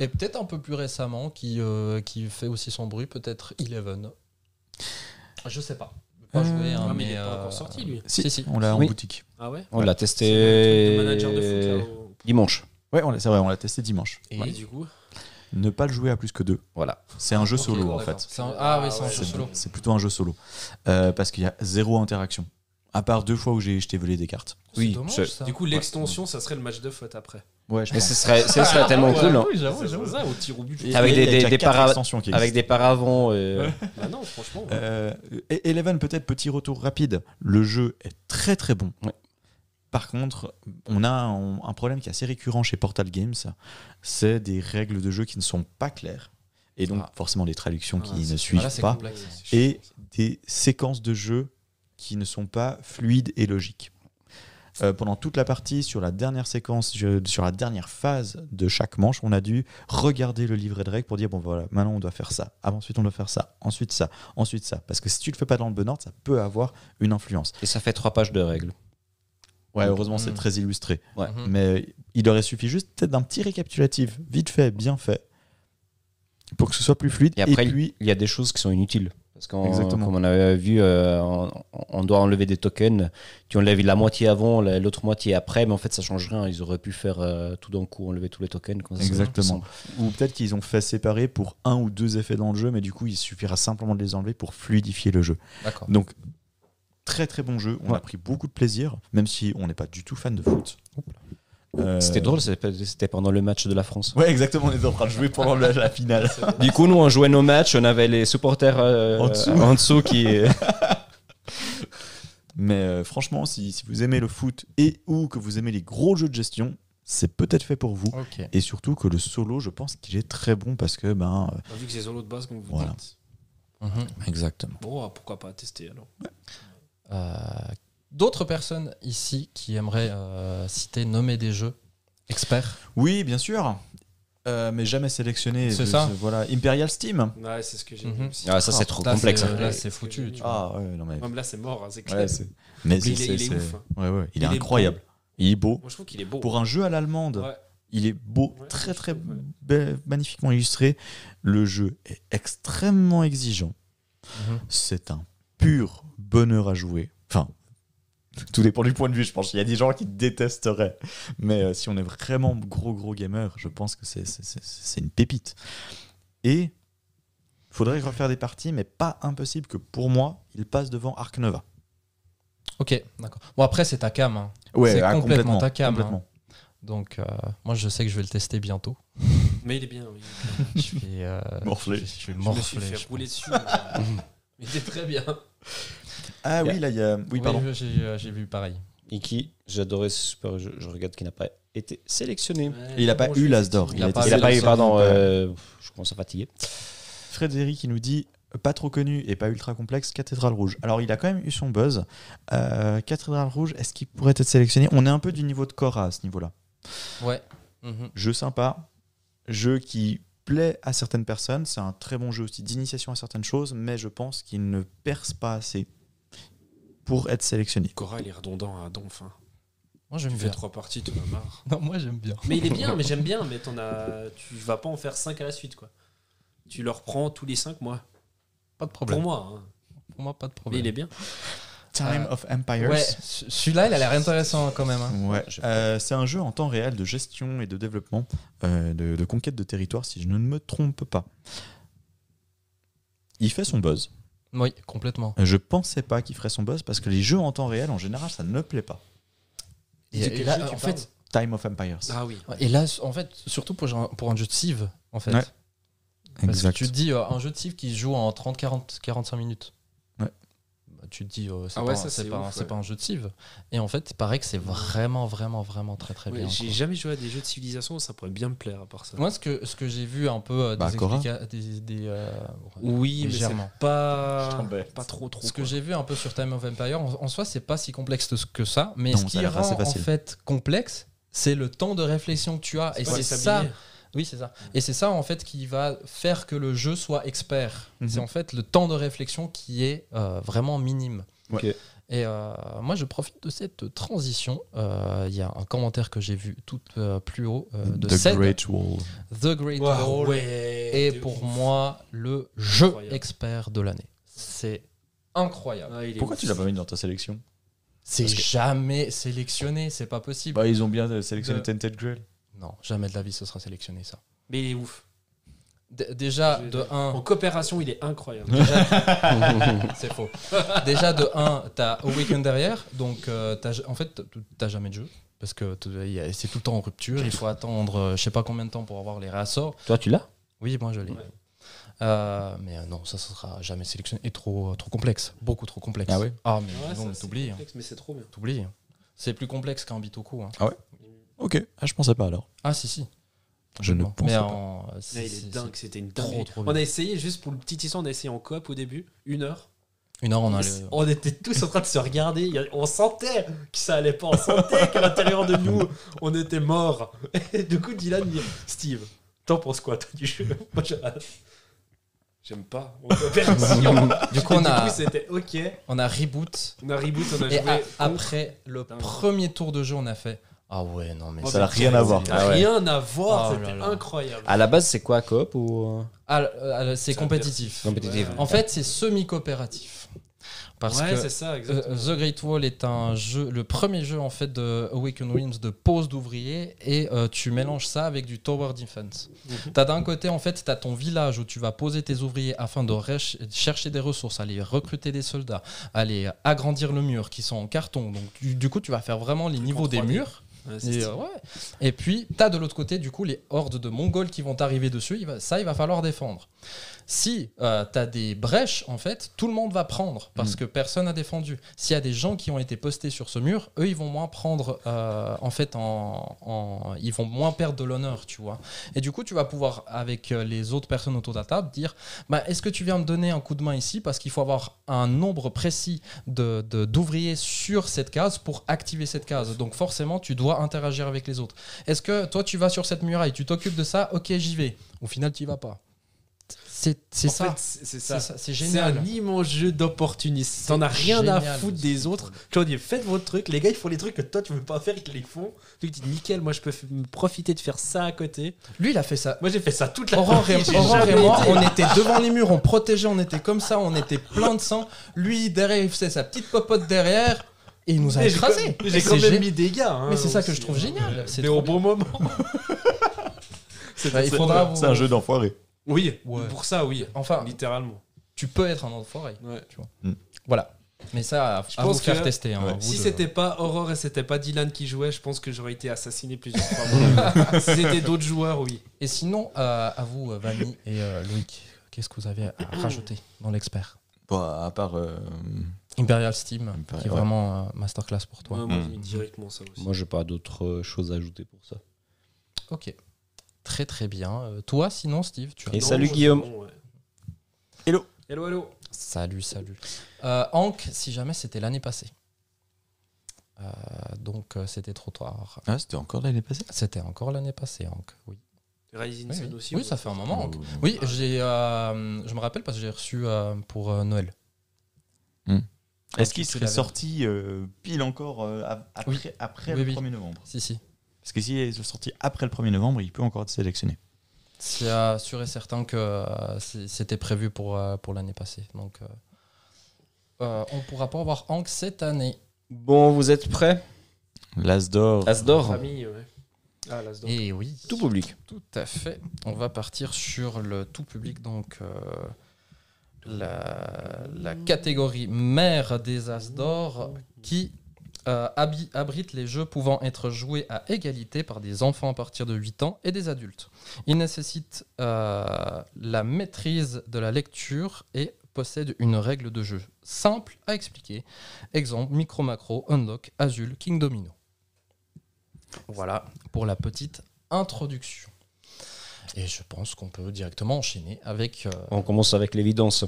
A: Et peut-être un peu plus récemment, qui, euh, qui fait aussi son bruit, peut-être Eleven. Je sais pas. Je peux Pas
B: Euh,
A: jouer, hein,
D: Ah, mais
A: mais,
D: il est pas
A: euh,
D: encore sorti, lui.
A: Si, si.
B: On l'a en
C: Oui.
B: boutique.
D: Ah ouais
C: On l'a
D: C'est le
C: testé
D: truc de manager de foot, là, au-
C: dimanche.
B: Ouais, on l'a- c'est vrai, on l'a testé dimanche.
A: Et-
D: Et du coup
B: Ne pas le jouer à plus que deux.
C: Voilà.
B: C'est un jeu
A: Ok,
B: solo en
A: d'accord.
B: fait.
A: C'est un- Ah, oui,
D: Ah
A: c'est un
D: ouais,
A: jeu
B: C'est-
A: solo.
B: C'est plutôt un jeu solo. Euh, parce qu'il y a zéro interaction. À part deux fois où j'ai jeté volé des cartes.
A: C'est
C: Oui,
A: dommage,
C: c'est-
A: ça.
D: Du coup, l'extension, ça serait le match de foot après.
B: Ouais, je
C: Mais ce serait, ce serait tellement cool, hein.
A: Oui, j'avoue,
D: C'est
A: j'avoue.
D: ça, au tir au but.
B: Et-
C: Avec
B: et
C: des-
B: il y a
C: des-
B: déjà
C: des
B: quatre
C: para-
B: extensions qui
C: Avec
B: existent.
C: des paravents. euh,
D: Bah non, franchement. ouais.
B: Euh, et- Eleven, peut-être petit retour rapide. Le jeu est très très bon.
C: Ouais.
B: Par contre, on a un, un problème qui est assez récurrent chez Portal Games, c'est des règles de jeu qui ne sont pas claires, et donc
A: Ah.
B: forcément des traductions qui
D: Ah,
B: ne
D: c'est-
B: suivent
A: Là, c'est
B: pas,
A: complexe.
B: et des séquences de jeu qui ne sont pas fluides et logiques. Euh, pendant toute la partie, sur la dernière séquence, je- sur la dernière phase de chaque manche, on a dû regarder le livret de règles pour dire bon voilà, maintenant on doit faire ça, Ah, ensuite on doit faire ça, ensuite ça, ensuite ça. Parce que si tu le fais pas dans le bon ordre, ça peut avoir une influence. hmm.
C: Et ça fait trois pages de règles.
B: Ouais, heureusement c'est
A: Mm.
B: très illustré.
C: Ouais.
A: Mhm.
B: Mais il aurait suffi juste peut-être d'un petit récapitulatif, vite fait, bien fait, pour que ce soit plus fluide.
C: Et après,
B: et puis,
C: il y a des choses qui sont inutiles. Parce qu'en
B: Exactement.
C: comme on avait vu, euh, on, on doit enlever des tokens. Tu enlèves la moitié avant, la- l'autre moitié après, mais en fait, ça change rien. Ils auraient pu faire euh, tout d'un coup, enlever tous les tokens. comme ça, ça serait plus
B: Exactement.
C: simple.
B: Ou peut-être qu'ils ont fait séparer pour un ou deux effets dans le jeu, mais du coup, il suffira simplement de les enlever pour fluidifier le jeu.
A: D'accord.
B: Donc, très très bon jeu. On a
C: Ouais.
B: pris beaucoup de plaisir, même si on n'est pas du tout fan de foot. Euh,
C: C'était drôle, c'était c'était pendant le match de la France.
B: Ouais, exactement. On était en train de jouer pendant la, la finale.
C: Du coup, nous, on jouait nos matchs, on avait les supporters euh,
B: En dessous.
C: dessous qui.
B: Mais euh, franchement, si, si vous aimez le foot et ou que vous aimez les gros jeux de gestion, c'est peut-être fait pour vous.
A: Ok.
B: Et surtout que le solo, je pense qu'il est très bon parce que ben euh,
D: Bah, Vu que c'est solo de base, comme vous
B: Voilà.
D: dites.
A: Mhm.
B: exactement.
D: Bon, ah, pourquoi pas tester alors
A: Euh, D'autres personnes ici qui aimeraient euh, citer, nommer des jeux experts.
B: Oui, bien sûr. Euh, mais jamais sélectionné.
A: C'est
B: Je-
A: ça.
B: je- Voilà, Imperial Steam.
D: Ouais, c'est ce que j'ai
A: Mhm.
D: dit aussi.
C: Ah, ça, c'est trop
A: Là,
C: complexe.
A: c'est- Là,
D: Ouais,
A: c'est
D: c'est ce que
A: foutu.
D: j'ai
A: tu
D: dit.
A: vois.
B: Ah ouais, non mais.
D: Même là, c'est mort, hein, c'est clair.
B: Ouais, c'est- mais
D: il
B: c'est-
D: est- il est
B: c'est-
D: ouf, hein.
B: Ouais, ouais, il, est
D: Il est
B: incroyable. Il est beau.
D: Moi, je trouve qu'il est beau.
B: Pour un jeu à l'allemande,
D: Ouais.
B: il est beau,
D: Ouais,
B: très
D: je
B: très
D: trouve, ouais.
B: be- magnifiquement illustré. Le jeu est extrêmement exigeant.
A: Mhm.
B: C'est un pur bonheur à jouer. Enfin, tout dépend du point de vue, je pense. Il y a des gens qui détesteraient. Mais euh, si on est vraiment gros gros gamer, je pense que c'est- c'est- c'est c'est une pépite. Et faudrait refaire des parties, mais pas impossible que pour moi, il passe devant Ark Nova.
A: Ok, d'accord. Bon, après, c'est ta cam. hein. C'est
B: ah,
A: complètement ta cam, hein.
B: complètement.
A: Donc, euh, moi, je sais que je vais le tester bientôt.
D: Mais il est bien. oui.
A: Je vais, euh,
B: Morfler.
A: je- je vais
D: Je me suis
A: morfler.
D: fait
A: je
D: rouler dessus. mais- Mais il est très bien.
B: Ah oui,
C: Yeah.
B: là, il y a. Oui,
A: pense.
B: pardon.
A: Ouais, j'ai- euh, j'ai- J'ai vu pareil.
C: Et qui, j'adorais ce super jeu. Je regarde qui n'a pas été sélectionné.
B: Il a pas eu l'as d'or.
A: Il a pas
B: été
C: Il n'a pas eu,
B: sélectionné.
C: pardon, euh, je commence à fatiguer.
B: Frédéric qui nous dit euh, pas trop connu et pas ultra complexe, Cathédrale Rouge. Alors il a quand même eu son buzz. Euh, Cathédrale Rouge, est-ce qu'il pourrait être sélectionné On est un peu du niveau de Cora à ce niveau-là.
A: Ouais. Mhm.
B: Jeu sympa, jeu qui plaît à certaines personnes, c'est un très bon jeu aussi d'initiation à certaines choses, mais je pense qu'il ne perce pas assez pour être sélectionné.
D: Cora, il est redondant à donf. hein.
A: Moi, j'aime
D: Tu fais
A: bien.
D: trois parties, tu en as marre.
A: Non, moi, j'aime bien.
D: Mais il est bien, mais j'aime bien. Mais t'en as... tu vas pas en faire 5 à la suite. quoi. Tu le reprends tous les 5 mois.
A: Pas de
D: Pour
A: problème.
D: moi. hein.
A: Pour moi, pas de
D: Mais
A: problème.
D: il est bien.
B: Time
A: Euh,
B: of Empires.
A: Ouais, ce- celui-là, il a l'air intéressant quand même. hein.
B: Ouais.
C: Je-
B: Euh, c'est un jeu en temps réel de gestion et de développement, euh, de, de conquête de territoire, si je ne me trompe pas. Il fait son buzz.
A: Oui, complètement.
B: Je pensais pas qu'il ferait son buzz parce que les jeux en temps réel, en général, ça ne plaît pas.
A: Et,
D: De quel
A: et là,
D: jeu tu
A: en
D: parles
A: fait,
B: Time of Empires.
D: Ah oui.
A: et là, en fait, surtout pour, genre- pour un jeu de Civ, en fait.
B: Ouais,
A: Parce que tu te dis, euh, un jeu de Civ qui se joue en 30, 40, 45 minutes.
B: Ouais.
A: Bah, tu te dis, euh, c'est
D: Ah
A: pas,
D: ouais,
A: un-
D: ça,
A: c'est
D: c'est
A: pas,
D: ouf,
A: un- c'est
D: ouais.
A: pas un jeu de Civ. Et en fait, il paraît que c'est vraiment, vraiment, vraiment très, très
D: Ouais,
A: bien.
D: J'ai
A: quoi.
D: jamais joué à des jeux de civilisation, ça pourrait bien me plaire à part ça.
A: Moi, ce que, ce que j'ai vu un peu euh, des
B: Bah, Cora.
A: explica- des, des, euh, ouais,
D: Oui, mais c'est
A: légèrement.
D: pas,
B: t'embête.
D: pas trop trop.
A: Ce que
D: quoi.
A: j'ai vu un peu sur Time of Empire, en, en soi, c'est pas si complexe que ça. Mais
B: Non,
A: ce
B: ça a
A: qui
B: l'air assez
A: rend en
B: facile.
A: fait complexe, c'est le temps de réflexion que tu as. Et
D: Ouais,
A: c'est ça
D: sablier.
A: Oui, c'est ça. Et c'est ça, en fait, qui va faire que le jeu soit expert.
B: Mhm.
A: C'est en fait le temps de réflexion qui est euh, vraiment minime.
B: Ouais.
C: Ok.
A: Et euh, moi, je profite de cette transition. Euh, Il y a un commentaire que j'ai vu tout euh, plus haut euh, de
B: The
A: Sed,
B: Great Wall.
A: The Great
D: Waouh,
A: Wall
D: ouais,
A: est
D: de
A: pour
D: ouf.
A: moi le jeu
D: Incroyable.
A: expert de l'année. C'est incroyable.
D: Ah, il est
B: Pourquoi
D: ouf.
B: tu l'as pas mis dans ta sélection
A: C'est
B: Parce que-
A: jamais sélectionné, c'est pas possible.
B: Bah, ils ont bien euh, sélectionné
A: De-
B: Tented Grail.
A: Non, jamais de la vie ce sera sélectionné ça.
D: Mais il est ouf.
A: D- déjà,
D: J'ai-
A: de 1,
D: En coopération, il est incroyable.
A: C'est faux. Déjà, de 1, t'as au week-end derrière, donc euh, t'as j- en fait, t- t'as jamais de jeu. Parce que t- y a- c'est tout le temps en rupture, il faut attendre euh, je sais pas combien de temps pour avoir les réassorts.
C: Toi, tu l'as
A: Oui, moi je l'ai.
D: Ouais.
A: Euh, mais euh, non, ça ne sera jamais sélectionné. Et trop, euh, trop complexe, beaucoup trop complexe.
B: Ah ouais
A: Ah, mais
D: Ouais,
A: non,
D: ça, c'est
A: t'oublies. hein.
D: complexe, Mais c'est trop bien.
A: T'oublies. hein. C'est plus complexe qu'un Bitoku. Hein.
B: Ok, ah, je pensais pas alors.
A: Ah, si, si.
B: Je ne pensais
A: mais
B: pas.
A: en- euh, c'est-
D: Là, il
A: c'est-
D: est dingue, c'était une
A: trop,
D: dingue.
A: trop bien.
D: On a essayé, juste pour le petit histoire, on a essayé en coop au début, une heure.
A: c'est- Une heure, on a le.
D: On était tous en train de se regarder, il y a- on sentait que ça allait pas, on sentait qu'à l'intérieur de nous, on était morts. Et du coup, Dylan dit Steve, t'en penses quoi, toi, du jeu Moi, je- J'aime pas. On est perdition.
A: Du coup, on
D: Et
A: a,
D: du coup, c'était OK.
A: on a reboot.
D: On a reboot, on a
A: Et
D: joué.
A: a-
D: contre-
A: après le
D: Dingue.
A: premier tour de jeu, on a fait Ah ouais, non, mais
D: Oh,
A: ça.
B: n'a rien à voir.
D: T'as
C: Ah ouais.
D: rien à voir,
A: Oh là
D: c'était
A: là.
D: incroyable.
C: À la base, c'est quoi, coop ou...
A: Ah, euh, c'est
D: Ça
A: compétitif.
C: veut dire- compétitive.
A: En fait, c'est semi-coopératif. Parce
D: ouais,
A: que
D: c'est ça,
A: Euh,
D: exactement.
A: The Great Wall est un jeu, le premier jeu en fait de Awaken Winds de pose d'ouvriers et euh, tu mélanges ça avec du Tower Defense.
D: Mhm.
A: T'as d'un côté en fait t'as ton village où tu vas poser tes ouvriers afin de rech- chercher des ressources, aller recruter des soldats, aller agrandir le mur qui sont en carton. Donc tu- du coup tu vas faire vraiment les niveaux des
D: 3D.
A: murs.
D: Ouais, c'est
A: Et,
D: stylé.
A: euh, ouais. Et puis, tu as de l'autre côté, du coup, les hordes de Mongols qui vont t'arriver dessus. Il va- ça, il va falloir défendre. Si tu as des brèches, en fait, tout le monde va prendre
D: Mm.
A: parce que personne n'a défendu. S'il y a des gens qui ont été postés sur ce mur, eux, ils vont moins prendre, euh, en fait, en, en- ils vont moins perdre de l'honneur, tu vois. Et du coup, tu vas pouvoir, avec euh, les autres personnes autour de la table, dire bah, est-ce que tu viens me donner un coup de main ici Parce qu'il faut avoir un nombre précis de- de- d'ouvriers sur cette case pour activer cette case. Donc forcément, tu dois interagir avec les autres. Est-ce que toi, tu vas sur cette muraille, tu t'occupes de ça Ok, j'y vais. Au final, tu y vas pas. C'est c'est
D: En
A: ça.
D: fait, c'est c'est
A: C'est
D: ça.
A: ça, c'est
D: C'est
A: génial.
D: un immense jeu d'opportunistes. T'en
A: C'est
D: as rien à
A: génial.
D: foutre des autres. Tu leur dis faites votre truc. Les gars, ils font les trucs que toi tu veux pas faire, ils te les font. Tu te dis nickel, moi je peux f- me profiter de faire ça à côté.
A: Lui, il a fait ça.
D: Moi j'ai fait ça toute la
A: Aurore
D: journée,
A: et,
D: j'ai
A: Aurore et
D: jamais
A: moi,
D: été.
A: on était devant les murs, on protégeait, on était comme ça, on était plein de sang. Lui, derrière, il faisait sa petite popote derrière et il nous a
D: Mais j'ai
A: écrasés.
D: quand- J'ai
A: Et
D: quand
A: c'est gé-
D: même mis des gars. hein,
A: Mais c'est ça que
D: aussi,
A: je trouve
D: hein.
A: génial. C'est
D: Mais
A: trop
D: au bon moment.
A: bien. Bah, il faudra vous-
B: C'est un jeu d'enfoiré.
D: Oui,
A: Ouais.
D: pour ça, oui.
A: Enfin,
D: Littéralement.
A: tu peux être un enfoiré.
D: Ouais.
A: Voilà. Mais ça, à,
D: Je
A: à
D: pense
A: vous faire
D: que-
A: tester. hein,
B: Ouais.
A: vous
D: Si
A: deux.
D: c'était pas Aurore et c'était pas Dylan qui jouait, je pense que j'aurais été assassiné plusieurs fois. si c'était d'autres joueurs, oui.
A: Et sinon, euh, à vous, euh, Vanny et euh, Loïc, qu'est-ce que vous avez à rajouter dans l'expert
B: Bon, à part. euh,
A: Imperial Steam,
B: Imperial,
A: qui est
B: ouais.
A: vraiment euh, masterclass pour toi.
D: Ouais, moi,
B: Mm.
D: j'ai mis directement ça aussi.
C: Moi, j'ai pas d'autres euh, choses à ajouter pour ça.
A: Ok. Très très bien. Euh, toi, sinon, Steve, tu as.
C: Et
D: Non,
C: salut,
D: c'est
C: Guillaume.
D: bon, ouais.
B: Hello.
D: Hello, hello.
A: Salut, salut. Euh, Hank, si jamais c'était l'année passée. Euh, donc euh, c'était trop tard.
B: Ah, c'était encore l'année passée
A: C'était encore l'année passée, Hank. Oui,
D: Rising
A: oui,
D: Sun
A: oui.
D: aussi.
A: Oui,
D: on
A: ça
D: va
A: fait un
D: faire
A: moment. Hank.
B: Ou-
A: Oui, j'ai, euh, je me rappelle parce que j'ai reçu euh, pour euh, Noël.
B: Est-ce qu'il
A: Tu
B: serait
A: l'avais.
B: sorti euh, pile encore euh, ap- après,
A: Oui.
B: après
A: Oui,
B: le
A: oui.
B: 1er novembre
A: Si, si.
B: Parce que s'il est sorti après le 1er novembre, il peut encore être sélectionné.
A: C'est euh, sûr et certain que euh, c'est- c'était prévu pour, euh, pour l'année passée. Donc, euh, euh, on pourra pas avoir Hank cette année.
C: Bon, vous êtes prêts
B: L'Asdor.
C: Asdor
D: Famille, ouais. Ah, là, c'est donc-
A: Et oui,
C: Tout public.
A: tout à fait. On va partir sur le tout public, donc euh, la, la catégorie mère des As d'or qui euh, habi- abrite les jeux pouvant être joués à égalité par des enfants à partir de 8 ans et des adultes. Il nécessite euh, la maîtrise de la lecture et possède une règle de jeu simple à expliquer. Exemple, micro macro, unlock, azul, king domino. Voilà pour la petite introduction. Et je pense qu'on peut directement enchaîner avec euh,
C: On commence avec l'évidence.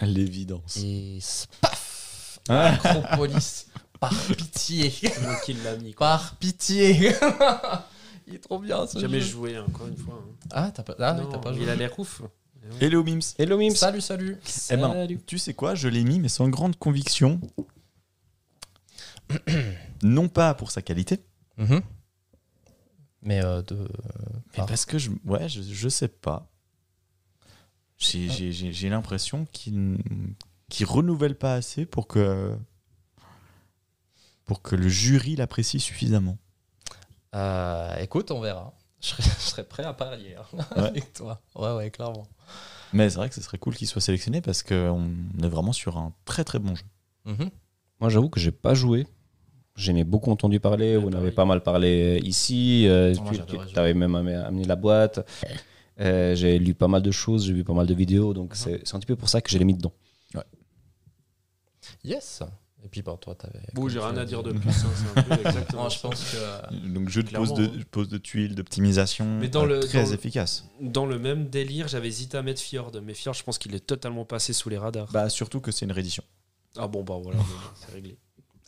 B: L'évidence.
A: et s- paf
B: Ah,
A: Acropolis Par pitié
D: C'est moi qui l'a mis. quoi.
A: Par pitié Il est trop bien ce
D: Jamais
A: jeu.
D: joué, hein, encore une fois. hein.
A: Ah, t'as pas, ah, oui,
D: Non,
A: t'as pas
D: mais
A: joué.
D: Il a l'air ouf. Eh
B: Hello Mims.
C: Hello Mims
A: Salut, salut
B: Eh ben,
D: Euh,
B: tu sais quoi, je l'ai mis, mais sans grande conviction. non pas pour sa qualité,
A: Mhm. Mais euh, de...
B: mais
A: Ah.
B: parce que je, ouais, je, je sais pas. J'ai,
D: Ah.
B: j'ai- j'ai- j'ai l'impression qu'il n- qu'il renouvelle pas assez pour que pour que le jury l'apprécie suffisamment.
A: Euh, écoute, on verra. je serais, je serais prêt à parier hein,
B: Ouais.
A: avec toi. Ouais, ouais, clairement.
B: Mais c'est vrai que ce serait cool qu'il soit sélectionné parce qu'on est vraiment sur un très très bon jeu.
A: Mhm.
C: Moi, j'avoue que j'ai pas joué. J'en ai beaucoup entendu parler. on avait
A: pareil.
C: pas mal parlé euh, ici. euh,
A: Moi,
C: tu
A: j'adorais
C: avais même amené amené la boîte. Euh, j'ai lu pas mal de choses, j'ai vu pas mal de vidéos, donc
A: Mhm.
C: c'est- c'est un petit peu pour ça que je l'ai mis dedans.
A: Yes. Et puis, bah, toi, t'avais.
D: Bon,
A: comme
D: j'ai
A: tu
D: rien
A: l'as
D: à
A: dit.
D: dire de plus. hein, c'est un peu exactement
A: Non, je
D: ça.
A: pense que. euh,
B: Donc jeu de pose
D: Clairement,
B: de,
D: hein.
B: pose de tuiles, d'optimisation,
D: Mais dans
B: euh,
D: le-
B: très
D: dans le-
B: efficace.
D: Dans le même délire, j'avais hésité à mettre Fjord, mais Fjord, je pense qu'il est totalement passé sous les radars.
B: Bah surtout que c'est une réédition.
D: Ah bon, bah voilà, mais c'est réglé.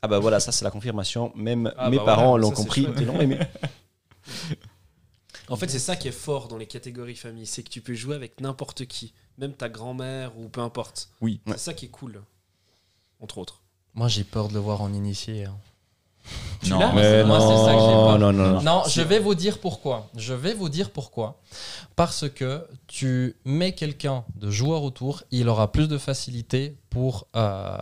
C: Ah bah voilà, ça c'est la confirmation. Même
D: Ah
C: mes
D: bah voilà,
C: parents l'ont
D: ça, c'est
C: compris,
D: chouette.
C: ils l'ont aimé.
D: En fait, c'est ça qui est fort dans les catégories famille, c'est que tu peux jouer avec n'importe qui, même ta grand-mère ou peu importe.
B: Oui.
D: C'est ça qui est cool, entre autres.
A: Moi, j'ai peur de le voir en initié. hein.
B: non,
C: Ah,
D: l'as
B: mais-
A: moi, c'est ça que j'ai
C: non,
A: peur.
C: non, non, non.
A: Non, je vais vous dire pourquoi. Je vais vous dire pourquoi. Parce que tu mets quelqu'un de joueur autour, il aura plus de facilité pour. euh,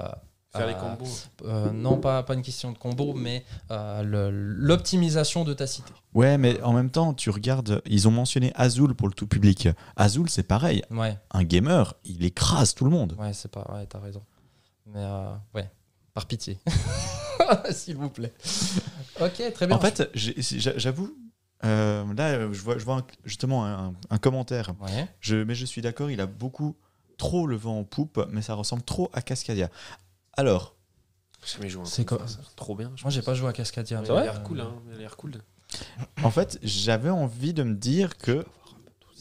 D: Faire les
A: euh,
D: combos.
A: euh, non, pas, pas une question de combo, mais euh, le- l'optimisation de ta cité.
B: Ouais, mais en même temps, tu regardes, ils ont mentionné Azul pour le tout public. Azul, c'est pareil.
A: Ouais,
B: Un gamer, il écrase tout le monde.
A: ouais, c'est pas. Ouais, t'as raison. Mais euh, ouais, par pitié. S'il vous plaît. Ok, très Ah, bien.
B: En fait, j'ai- si- j'a- j'avoue, euh, là, euh, je vois, je vois un- justement un, un commentaire.
A: Ouais.
B: Je, mais je suis d'accord, il a beaucoup trop le vent en poupe, mais ça ressemble trop à Cascadia. Alors,
D: J'ai jamais joué un
A: C'est
D: truc
A: quoi-
D: ça. Trop bien.
A: Moi, j'ai pas joué à Cascadia. mais,
D: Il a
A: euh,
D: l'air cool, hein. Il a l'air cool.
B: en fait, j'avais envie de me dire que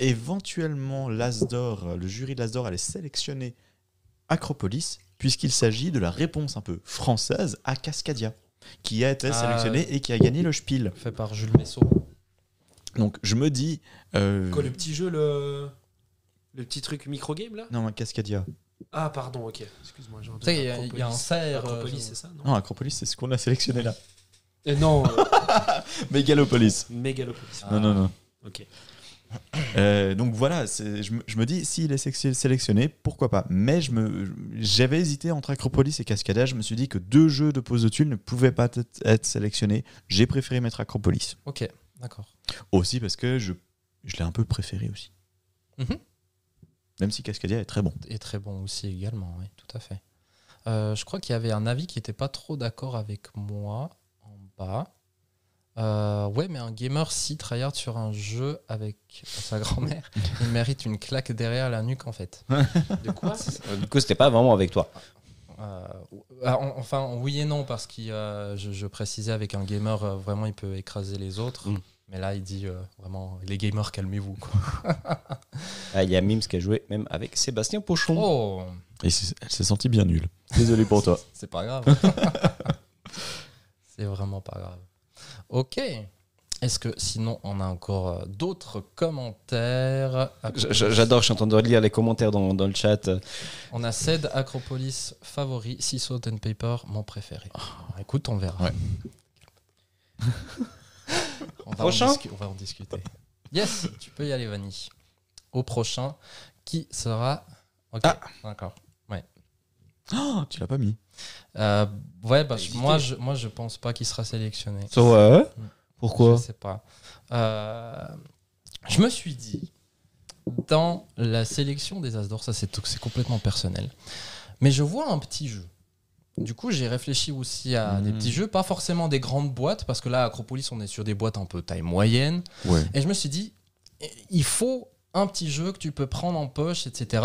B: éventuellement l'Asdor, le jury de l'Asdor allait sélectionner Acropolis, puisqu'il s'agit de la réponse un peu française à Cascadia, qui a été
A: Ah.
B: sélectionné et qui a gagné le Spiel.
A: Fait par Jules Messot.
B: Donc je me dis... euh,
D: Quoi, le petit jeu, le. Le petit truc micro-game là
B: non, Cascadia.
D: Ah, pardon, ok. Excuse-moi, j'ai un
A: Tu sais, il y a- il y, a un cerf. euh,
D: Acropolis, c'est ça Non,
B: Non, Acropolis, c'est ce qu'on a sélectionné là.
D: Euh, non euh,
B: Mégalopolis.
D: Megalopolis.
A: Ah.
B: Non, non, non.
D: Ok.
B: Euh, donc voilà, c'est- je me, je me dis, s'il est sé- sélectionné, pourquoi pas. Mais je me- j'avais hésité entre Acropolis et Cascada. Je me suis dit que deux jeux de pose de tuiles ne pouvaient pas être, être sélectionnés. J'ai préféré mettre Acropolis.
A: Ok, d'accord.
B: Aussi parce que je, je l'ai un peu préféré aussi.
A: Mhm.
B: Même si Cascadia est très bon.
A: est très bon aussi également, oui, tout à fait. Euh, je crois qu'il y avait un avis qui n'était pas trop d'accord avec moi en bas. Euh, ouais, mais un gamer si tryhard sur un jeu avec sa grand-mère, il mérite une claque derrière la nuque en fait.
D: De quoi
C: Euh, Du coup, c'était pas vraiment avec toi.
A: Euh, ah, en- enfin, oui et non, parce que je, je précisais avec un gamer, euh, vraiment il peut écraser les autres.
C: Mm.
A: Mais là, il dit euh, vraiment, les gamers, calmez-vous. quoi.
C: Ah, Il y a Mims qui a joué même avec Sébastien Pochon.
A: Oh,
B: Et c'est- elle s'est sentie bien nulle. Désolé pour toi.
A: c'est pas grave. c'est vraiment pas grave. Ok. Est-ce que sinon on a encore euh, d'autres commentaires
C: J- j- J'adore, je suis en train de lire les commentaires dans, dans le chat.
A: On a Ced, Acropolis, Favori, Seasalt and Paper, mon préféré. Alors, Ah, écoute, on verra.
B: Ouais.
A: on, va en
C: Prochain
A: discu- on va en discuter. Yes, tu peux y aller, Vanny. Au prochain, qui sera. Ok,
C: Ah.
A: d'accord.
B: Oh, tu l'as pas mis.
A: Euh, ouais, bah, je- moi, je, moi je pense pas qu'il sera sélectionné.
C: euh, Pourquoi
A: Je sais pas. Euh, je me suis dit, dans la sélection des As d'Or, ça c'est tout- c'est complètement personnel, mais je vois un petit jeu. Du coup, j'ai réfléchi aussi à
B: Mhm.
A: des petits jeux, pas forcément des grandes boîtes, parce que là, à Acropolis, on est sur des boîtes un peu taille moyenne.
B: Ouais.
A: Et je me suis dit, il faut un petit jeu que tu peux prendre en poche, etc.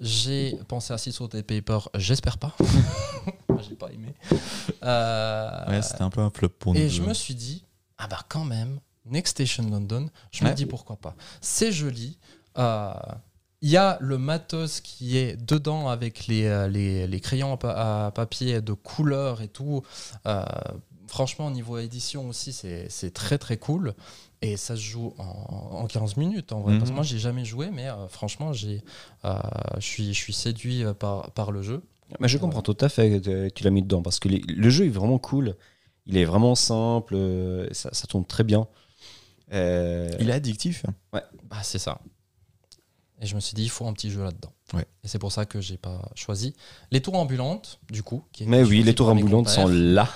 A: J'ai pensé à Six Salt et Paper, j'espère pas. j'ai pas aimé. Euh,
B: Ouais, c'était un peu un flop pour nous.
A: et je
B: deux.
A: me suis dit, ah bah quand même, Next Station London, je
B: Ouais.
A: me dis pourquoi pas. C'est joli. euh, Il y a le matos qui est dedans avec les, euh, les, les crayons à, pa- à papier de couleur et tout. Euh, franchement, au niveau édition aussi, c'est c'est très très cool. Et ça se joue en, en 15 minutes en vrai. Parce que
B: Mhm.
A: moi, j'ai jamais joué, mais euh, franchement, j'ai, euh, je suis je suis séduit euh, par, par le jeu.
C: Mais je comprends tout à fait que tu l'as mis dedans parce que les- le jeu est vraiment cool. Il est vraiment simple, euh, ça, ça tombe très bien. Euh,
B: Il est addictif. hein.
A: Bah, c'est ça. Et je me suis dit, il faut un petit jeu là-dedans.
B: Ouais.
A: Et c'est pour ça que j'ai pas choisi. Les tours ambulantes, du coup. qui est
C: Mais
A: quelque
C: oui,
A: chose
C: les
A: qui
C: tours
A: prend mes
C: ambulantes
A: compères.
C: sont là.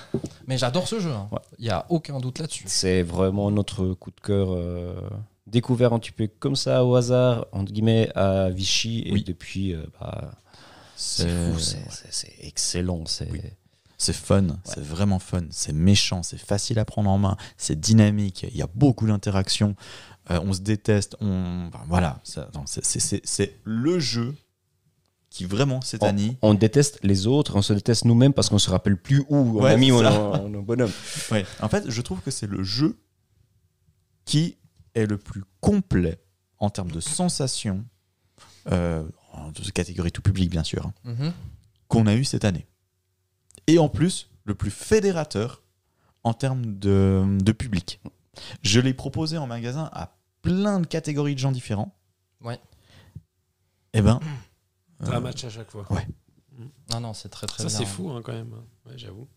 A: Mais j'adore ce jeu. hein. Il
C: Ouais.
A: n'y a aucun doute là-dessus.
C: C'est vraiment notre coup de cœur euh, découvert un petit peu comme ça au hasard, entre guillemets, à Vichy. Et
B: Oui.
C: depuis, euh, bah, c'est
B: C'est-
C: fou, c'est- c'est c'est excellent. c'est
B: Oui. C'est fun, c'est vraiment fun, c'est méchant, c'est facile à prendre en main, c'est dynamique, il y a beaucoup d'interactions, euh, on se déteste, on. enfin, voilà, ça- non, c'est- c'est- c'est c'est le jeu qui vraiment cette année.
C: On déteste les autres, on se déteste nous-mêmes parce qu'on se rappelle plus où on
B: Ouais,
C: a mis
B: c'est
C: mon,
B: ça.
C: mon- mon bonhomme.
B: Ouais. En fait, je trouve que c'est le jeu qui est le plus complet en termes de sensations, euh, en toute catégorie tout public bien sûr, hein,
A: Mhm.
B: qu'on a eu cette année. Et en plus, le plus fédérateur en termes de, de public. Je l'ai proposé en magasin à plein de catégories de gens différents.
A: Ouais.
B: Eh ben,
D: Un
B: euh,
D: match à chaque fois.
A: Non, non, c'est très très
D: Ça,
A: bien.
D: c'est fou hein, quand même. Ouais, j'avoue.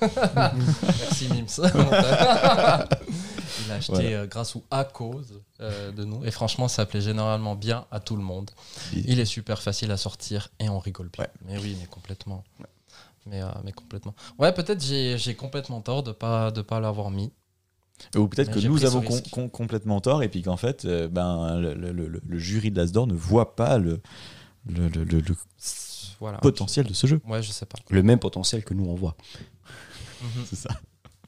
A: Merci Mims. Il a acheté
C: Voilà.
A: euh, grâce ou à cause euh, de nous. Et franchement, ça plaît généralement bien à tout le monde.
B: Il-
A: Il est super facile à sortir et on rigole bien.
B: Ouais.
A: Mais oui, mais complètement. Mais, euh, mais complètement. Ouais, peut-être j'ai j'ai complètement tort de pas, de pas l'avoir mis.
B: ou peut-être
A: Mais
B: que
A: j'ai
B: nous
A: pris ce
B: avons com-
A: risque.
B: com- complètement tort et puis qu'en fait, euh, ben, le, le- le- le jury de l'Asdor ne voit pas le, le- le- le- le
A: Ah Voilà.
B: potentiel de ce jeu.
A: Ouais, je sais pas.
C: Le même potentiel que nous on voit.
A: Mhm.
B: C'est ça.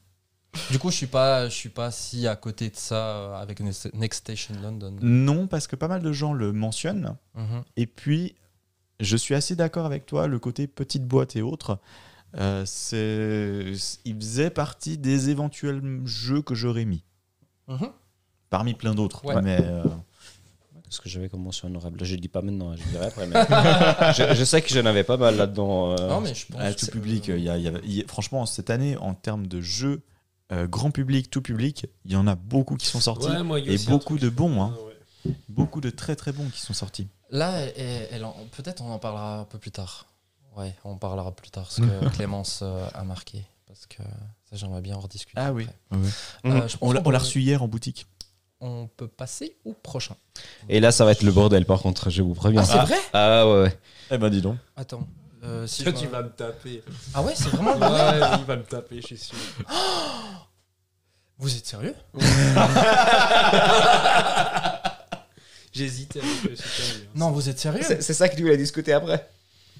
A: Du coup, je suis pas, je suis pas si à côté de ça euh, avec Next Next Station London.
B: Non, parce que pas mal de gens le mentionnent.
A: Mhm.
B: Et puis, je suis assez d'accord avec toi, le côté petite boîte et autres, euh, c'est- il faisait partie des éventuels jeux que j'aurais mis,
A: Mhm.
B: parmi plein d'autres.
A: Ouais.
B: Mais euh,
C: Parce que j'avais comme mention honorable. Je le dis pas maintenant, je le dirai après. mais je, je sais que je n'avais pas mal là-dedans. euh,
A: Non, mais je pense
B: à
A: que-
B: Ah, tout public, il y a- il y a- il y a- franchement, cette année, en termes de jeux euh, grand public, tout public, il y en a beaucoup qui sont sortis.
D: Ouais, moi, il y a
B: et
D: aussi un
B: beaucoup
D: truc.
B: de bons, hein.
D: Ah, ouais.
B: Beaucoup de très très bons qui sont sortis.
A: Là, elle- elle en- peut-être on en parlera un peu plus tard. Ouais, on parlera plus tard ce que Clémence euh, a marqué. Parce que ça, j'aimerais bien en rediscuter.
B: Ah oui.
A: après.
B: Ouais.
A: Euh, je pense
B: On l'a
A: qu'on
B: on l'a
A: peut-
B: reçu hier en boutique.
A: On peut passer au prochain.
C: Et là, ça va être le bordel, par contre, je vous préviens. Ah,
A: vrai
C: ah ouais, ouais.
B: Eh ben dis donc.
A: Attends. euh, si
D: Toi,
A: je
D: tu
A: me-
D: vas me taper.
A: Ah ouais, c'est vraiment le bordel.
D: Ouais, il va me taper, je suis sûr.
A: Vous êtes sérieux
D: J'hésitais avec le super lui, hein.
A: Non, vous êtes sérieux
C: ça que tu voulais discuter après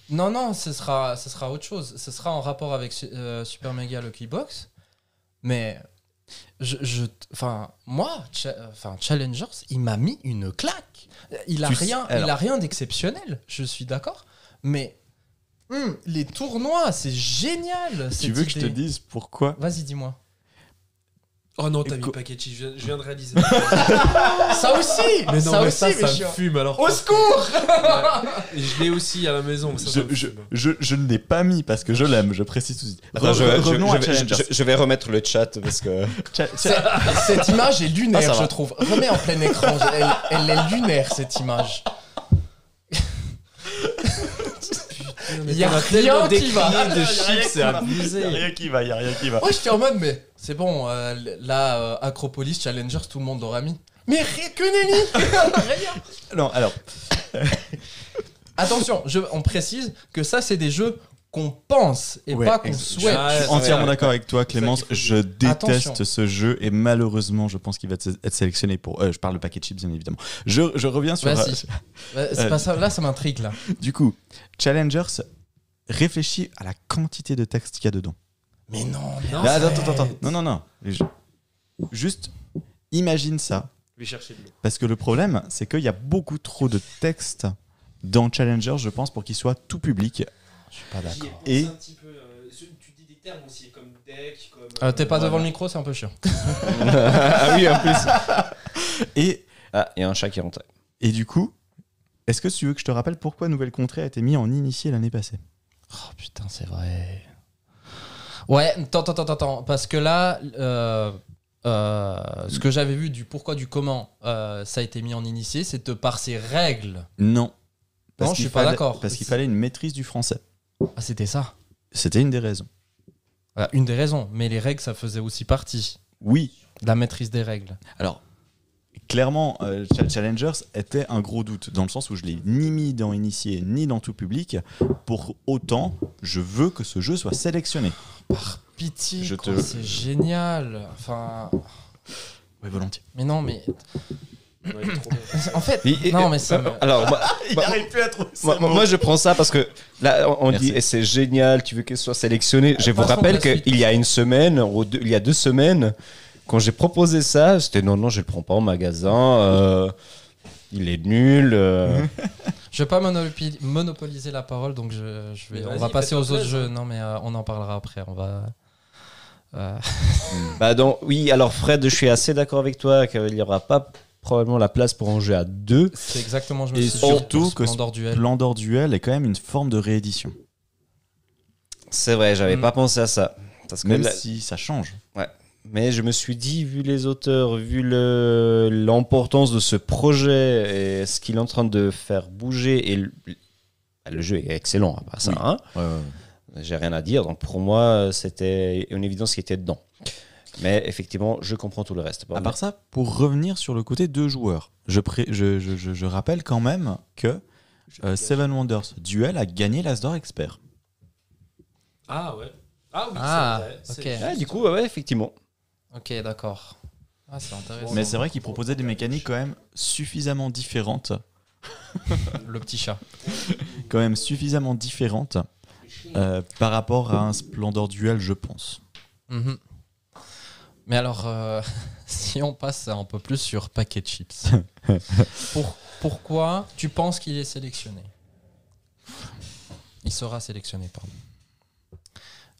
A: Non, non, ce sera, ce sera autre chose. Ce sera en rapport avec Su- euh, Super Mega Lucky Box. Mais je, je- enfin, moi, Cha- enfin, Challengers, il m'a mis une claque. Il a
B: Tu sais-
A: rien, il
B: alors.
A: a rien d'exceptionnel. Je suis d'accord. Mais hum, les tournois, c'est génial.
B: Tu
A: cette
B: veux que je te
A: idée.
B: dise pourquoi
A: Vas-y, dis-moi.
D: Oh non, t'as mis
B: Co-
D: Pakechi, je viens, je viens de réaliser.
A: Ça aussi.
D: mais non,
A: ça
D: mais
A: aussi,
D: ça,
A: mais
D: ça,
A: je suis-
D: me fume alors.
A: Au secours
D: Et je l'ai aussi à la maison. mais ça, ça
B: je,
D: me
B: je-
D: fume.
B: je- je ne l'ai pas mis parce que je l'aime, je précise tout de suite. Re-
C: je,
B: re-
C: je-
B: revenons
C: je-
B: à
C: je-
B: Challengers.
C: je- je vais remettre le chat parce que.
B: Cha- cha-
A: C'est- Cette image est
C: Ah, ça
A: lunaire,
C: va.
A: je trouve. Remets en plein écran. Elle, elle est lunaire, cette image.
D: Non, mais
A: y a
D: t'en as
A: rien
D: tellement
A: qui
D: décrit
A: va.
D: de
A: Y a
D: chiffres, c'est
B: Y a
D: abusé.
B: rien qui va, y a rien qui va.
A: Moi, j'étais en mode, mais c'est bon, euh, là, euh, Acropolis, Challengers, tout le monde l'aura mis. Mais rien que nenni Rien.
B: Oh, Non, alors,
A: Attention, je, on précise que ça, c'est des jeux qu'on pense et
B: Ouais,
A: pas qu'on
B: ex-
A: souhaite.
D: Ah,
B: je
D: ouais,
B: suis entièrement
D: ouais,
B: d'accord avec toi, Clémence.
D: qu'il faut
B: Je
A: dire.
B: déteste
A: Attention.
B: ce jeu et malheureusement, je pense qu'il va être être sélectionné pour. euh, je parle de paquet de chips, bien évidemment. Je, je reviens sur.
A: Vas-y. Ouais, c'est
B: Euh,
A: pas ça, là, ça m'intrigue, là.
B: Du coup, Challengers réfléchit à la quantité de texte qu'il y a dedans.
A: Mais non, mais
D: Non,
B: Là,
D: ça-
B: attends, attends, attends. Non, non, non. Je- Juste, imagine ça.
D: Je vais chercher de l'eau.
B: Parce que le problème, c'est qu'il y a beaucoup trop de textes dans Challenger, je pense, pour qu'il soit tout public.
A: je suis pas
D: J'y ai
A: d'accord.
D: pensé
B: Ah, Et-
D: un petit peu, euh, ce- tu dis des termes aussi, comme deck, comme,
A: Euh, T'es pas
D: euh,
A: devant le micro, c'est un peu chiant.
C: ah oui, en plus.
B: Et,
C: Ah, il y a un chat qui rentre.
B: et du coup, est-ce que tu veux que je te rappelle pourquoi Nouvelle Contrée a été mis en initié l'année passée
A: Oh putain, c'est vrai. Ouais, attends, attends, attends, attends, parce que là, euh, euh, ce que j'avais vu du pourquoi, du comment euh, ça a été mis en initié, c'est de par ses règles.
B: Non.
A: Non, je
B: qu'il
A: suis pas
B: fallait-
A: d'accord.
B: Parce qu'il fallait une maîtrise du français.
A: Ah, c'était ça.
B: C'était une des raisons.
A: Voilà, une des raisons, mais les règles, ça faisait aussi partie
B: Oui.
A: de la maîtrise des règles.
B: Alors, clairement, euh, Ch- Challengers était un gros doute, dans le sens où je l'ai ni mis dans Initié, ni dans tout public. Pour autant, je veux que ce jeu soit sélectionné.
A: Par pitié,
B: Je
A: quoi,
B: te-
A: c'est génial. Enfin,
B: Oui, volontiers.
A: mais non, mais
D: Ouais, il est trop bien.
A: en fait,
C: Et- et-
A: non, mais ça.
C: euh,
A: me-
C: Alors, moi,
B: Il
C: Bah,
B: n'arrive plus à trouver ça.
C: moi, moi, je prends ça parce que là, on on
B: Merci.
C: dit eh, c'est génial, tu veux qu'elle soit sélectionnée. Je vous
A: Passons
C: rappelle
A: à la suite.
C: qu'il y a une semaine, ou deux- il y a deux semaines, quand j'ai proposé ça, c'était non, non, je le prends pas en magasin, euh, il est nul. euh.
A: Mm-hmm. Je vais pas monopi- monopoliser la parole, donc je, je vais,
D: Mais
A: on
D: vas-y,
A: va passer aux
D: fais-toi
A: autres
D: plaisir.
A: jeux. Non, mais euh, on en parlera après. On va. euh,
C: Bah donc, oui, alors Fred, je suis assez d'accord avec toi qu'il n'y aura pas probablement la place pour un jeu à deux.
A: c'est exactement. Je me
B: Et
A: suis dit pour
B: surtout que
A: Splendor Duel.
B: Splendor Duel est quand même une forme de réédition,
C: C'est vrai, j'avais
A: Mm.
C: pas pensé à ça. Parce que
B: même
C: là-
B: si ça change.
C: Mais je me suis dit, vu les auteurs, vu le- l'importance de ce projet et ce qu'il est en train de faire bouger, et le, bah, le jeu est excellent, à part ça,
B: Oui.
C: hein. j'ai rien à dire. Donc pour moi, c'était une évidence qui était dedans. Mais effectivement, je comprends tout le reste.
B: À part ça, pour revenir sur le côté deux joueurs, je, pré- je, je- je- je rappelle quand même que euh, Seven Wonders Duel a gagné l'Asdor Expert.
D: Ah ouais. Ah oui,
A: Ah,
D: c'est
A: ok.
D: vrai. c'est-
C: Ah, du coup, ouais, effectivement.
A: Ok, d'accord. Ah, c'est intéressant.
B: Mais c'est vrai qu'il proposait des mécaniques quand même suffisamment différentes,
A: Le petit chat.
B: quand même suffisamment différentes euh, par rapport à un Splendor Duel, je pense.
A: Mhm. Mais alors, euh, si on passe un peu plus sur Packet Chips, Pour- pourquoi tu penses qu'il est sélectionné Il sera sélectionné, pardon.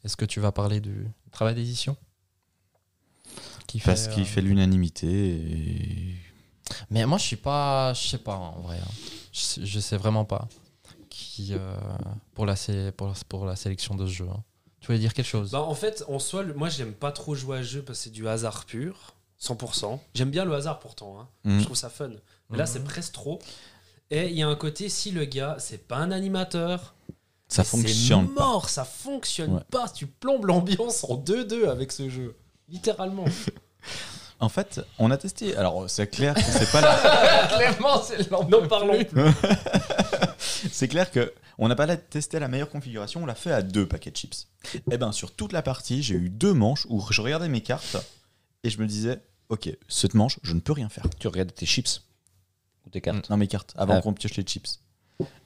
A: Est-ce que tu vas parler du travail d'édition Qui
B: Parce qu'il
A: euh,
B: fait l'unanimité. et-
A: Mais moi, je suis pas, je sais pas en vrai. hein. Je, sais- je sais vraiment pas qui euh, pour la sé- pour, pour la sélection de ce jeu. hein. Tu voulais dire quelque chose
D: Bah, en fait, en soi, le- moi j'aime pas trop jouer à ce jeu parce que c'est du hasard pur, 100%. J'aime bien le hasard pourtant, hein.
B: Mm.
D: je trouve ça fun. Mais là,
A: Mhm.
D: c'est presque trop. Et il y a un côté, si le gars, c'est pas un animateur,
B: Ça
D: c'est
B: fonctionne. pas.
D: mort, ça fonctionne
B: Ouais.
D: pas. Tu plombes l'ambiance en 2-2 avec ce jeu. Littéralement.
B: En fait, on a testé. Alors, c'est clair que c'est pas la-
A: Clairement, c'est
D: N'en parlons plus.
B: c'est clair que on n'a pas la- testé la meilleure configuration. On l'a fait à deux paquets de chips. Et ben, sur toute la partie, j'ai eu deux manches où je regardais mes cartes et je me disais, ok, cette manche, je ne peux rien faire.
C: Tu regardes tes chips ou tes cartes.
B: Non, mes cartes, avant
C: Ah.
B: qu'on pioche les chips.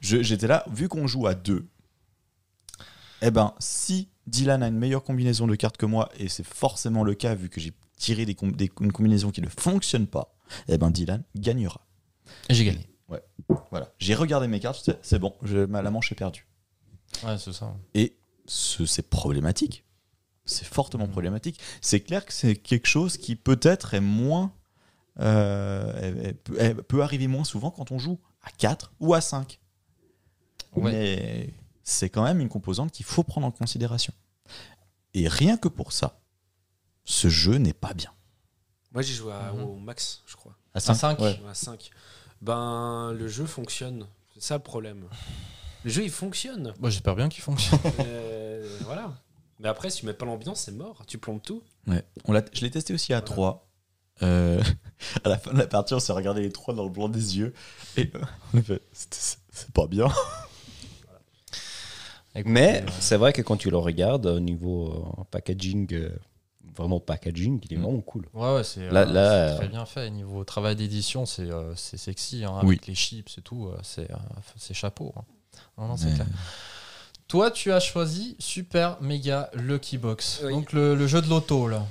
B: Je- J'étais là, vu qu'on joue à deux, eh ben, si Dylan a une meilleure combinaison de cartes que moi, et c'est forcément le cas vu que j'ai tiré des com- des- une combinaison qui ne fonctionne pas, eh ben, Dylan gagnera.
A: J'ai gagné.
B: Voilà. J'ai regardé mes cartes, c'est- c'est bon, je, ma- la manche est perdue.
A: Ouais, c'est ça.
B: Et ce- c'est problématique. C'est fortement problématique. C'est clair que c'est quelque chose qui peut-être est moins. euh, est- est- peut- est- peut arriver moins souvent quand on joue à 4 ou à 5.
A: Ouais.
B: Mais c'est quand même une composante qu'il faut prendre en considération. Et rien que pour ça, ce jeu n'est pas bien.
D: Moi, j'ai joué à-
A: Mhm.
D: au max, je crois.
B: À
A: cinq cinq
D: J'ai joué à 5. Ben, le jeu fonctionne. C'est ça le problème. Le jeu, il fonctionne.
A: Bon, J'espère bien qu'il fonctionne.
D: Euh, voilà. Mais après, si tu mets pas l'ambiance, c'est mort. Tu plombes tout.
B: Ouais. On l'a- je l'ai testé aussi à
D: Voilà.
B: 3. Euh, à la fin de la partie, on s'est regardé les trois dans le blanc des yeux. Et euh, on a fait, c'est- c'est c'est pas bien. Mm.
C: Mais c'est vrai que quand tu le regardes au niveau euh, packaging, euh, vraiment packaging, il est
B: Mm.
C: vraiment cool.
A: Ouais, ouais, c'est
C: Là-
A: euh,
C: là,
A: c'est
C: euh,
A: très bien fait. Niveau travail d'édition, c'est euh, c'est sexy. hein,
B: Oui.
A: Avec les chips et tout, euh, c'est euh, c'est chapeau. hein. Non, non, c'est
B: Mais-
A: clair. Toi, tu as choisi Super Mega Lucky Box.
D: Oui.
A: Donc, le, le jeu de l'auto, là.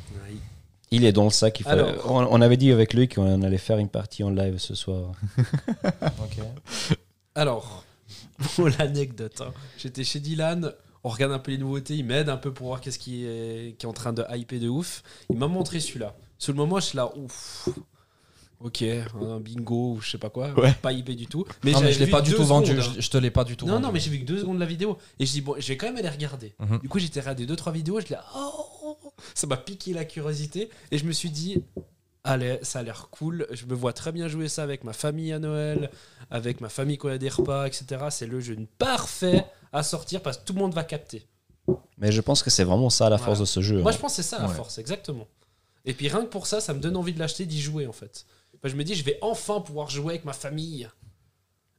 C: Il est dans le sac. Il fallait-
D: Alors.
C: on, on avait dit avec lui qu'on allait faire une partie en live ce soir.
A: Ok.
D: Alors, pour l'anecdote, hein, j'étais chez Dylan. On regarde un peu les nouveautés. Il m'aide un peu pour voir qu'est-ce qui est, qui est en train de hyper de ouf. Il m'a montré celui-là. Sur le moment, je suis là, ouf. Ok, un bingo ou je sais pas quoi.
B: Ouais.
D: Pas hyper du tout. Mais,
A: non, mais
D: j'avais
A: je l'ai
D: vu
A: pas du
D: deux
A: tout vendu.
D: secondes, hein.
A: Je, je te l'ai pas du tout
D: Non,
A: vendu.
D: non, mais j'ai vu que deux secondes de la vidéo. Et je dis, bon, je vais quand même aller regarder.
A: Mhm.
D: Du coup, j'étais regardé deux, trois vidéos. Je dis, oh, ça m'a piqué la curiosité. Et je me suis dit, allez, ça a l'air cool. Je me vois très bien jouer ça avec ma famille à Noël, avec ma famille quand il y a des repas, etc. C'est le jeu parfait à sortir parce que tout le monde va capter.
C: Mais je pense que c'est vraiment ça la force
D: Voilà.
C: de ce jeu.
D: Moi,
C: hein.
D: je pense que c'est ça la
B: Ouais.
D: force, exactement. Et puis rien que pour ça, ça me donne envie de l'acheter, d'y jouer en fait. Enfin, je me dis, je vais enfin pouvoir jouer avec ma famille.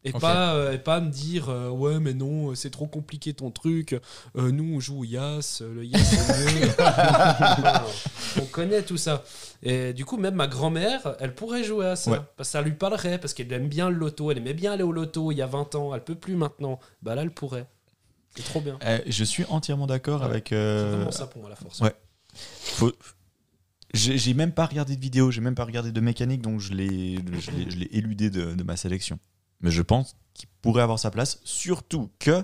D: Et,
A: Ok.
D: pas, euh, et pas me dire, euh, ouais, mais non, euh, c'est trop compliqué ton truc. Euh, nous, on joue au Yas, euh, le Yas, c'est mieux. Voilà. on connaît tout ça. Et du coup, même ma grand-mère, elle pourrait jouer à ça.
B: Ouais.
D: Parce que ça lui parlerait, parce qu'elle aime bien le loto. Elle aimait bien aller au loto il y a 20 ans. Elle peut plus maintenant. Bah là, elle pourrait. C'est trop bien.
B: Euh, je suis entièrement d'accord
D: Ouais.
B: avec.
D: C'est
B: euh,
D: vraiment ça pour moi, la force.
B: ouais. faut- J'ai j'ai même pas regardé de vidéo, j'ai même pas regardé de mécanique, donc je l'ai je l'ai- je l'ai éludé de, de ma sélection. Mais je pense qu'il pourrait avoir sa place, surtout que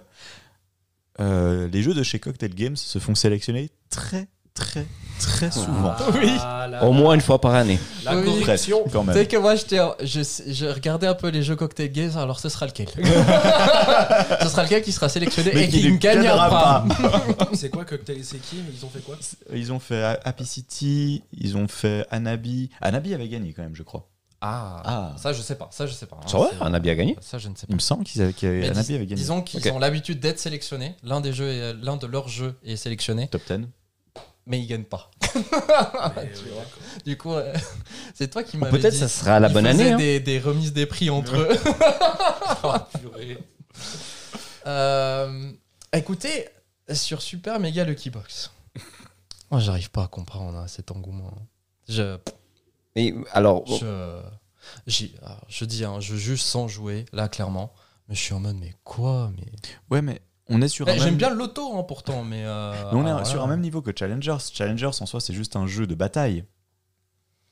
B: euh, les jeux de chez Cocktail Games se font sélectionner très, très, très souvent.
A: Oui.
D: Ah, la-
C: Au moins une fois par année.
D: La
A: Oui.
B: Presque,
D: corruption.
B: quand
A: Tu
B: même.
A: sais que moi, j'étais en- je, je regardais un peu les jeux cocktail games, alors ce sera lequel Ce sera lequel qui sera sélectionné
B: Mais
A: et
B: qui
A: qui
B: ne
A: ne gagnera pas.
B: gagnera
D: C'est quoi Cocktail C'est qui Ils ont fait quoi
B: Ils ont fait Happy City, ils ont fait Anabi. Anabi avait gagné quand même, je crois.
A: Ah,
B: Ah.
A: ça je sais pas, ça je sais pas. hein,
B: Ça va
A: c'est-
C: On a bien gagné.
A: Ça je ne sais pas.
B: Il me semble qu'ils avaient, qu'il y avait-
A: Mais
B: Anabi
A: dis-
B: avait gagné.
A: Disons qu'ils
B: Ok.
A: ont l'habitude d'être sélectionnés. L'un des jeux, est- l'un de leurs jeux est sélectionné,
B: Top 10.
A: mais ils gagnent pas.
D: Mais,
A: Tu
D: euh,
A: vois.
D: d'accord.
A: Du coup, euh, c'est toi qui
C: Ou
A: m'avais
C: Peut-être
A: dit.
C: ça sera la
A: ils
C: bonne
A: faisaient
C: année. hein.
A: Des, des remises des prix entre eux.
D: Purée.
A: Euh, écoutez, sur Super Mega Lucky Box. Moi, j'arrive pas à comprendre hein, cet engouement. Je,
C: Mais alors, bon,
A: je, j'y- alors, je dis, hein, je juge sans jouer, là, clairement. Mais je suis en mode, mais quoi mais...
B: Ouais, mais on est sur un
A: Eh, J'aime
B: même-
A: bien le loto, hein, pourtant, mais. euh,
B: Mais on est
A: alors
B: sur
A: là-
B: un même niveau que Challengers. Challengers en soi, c'est juste un jeu de bataille.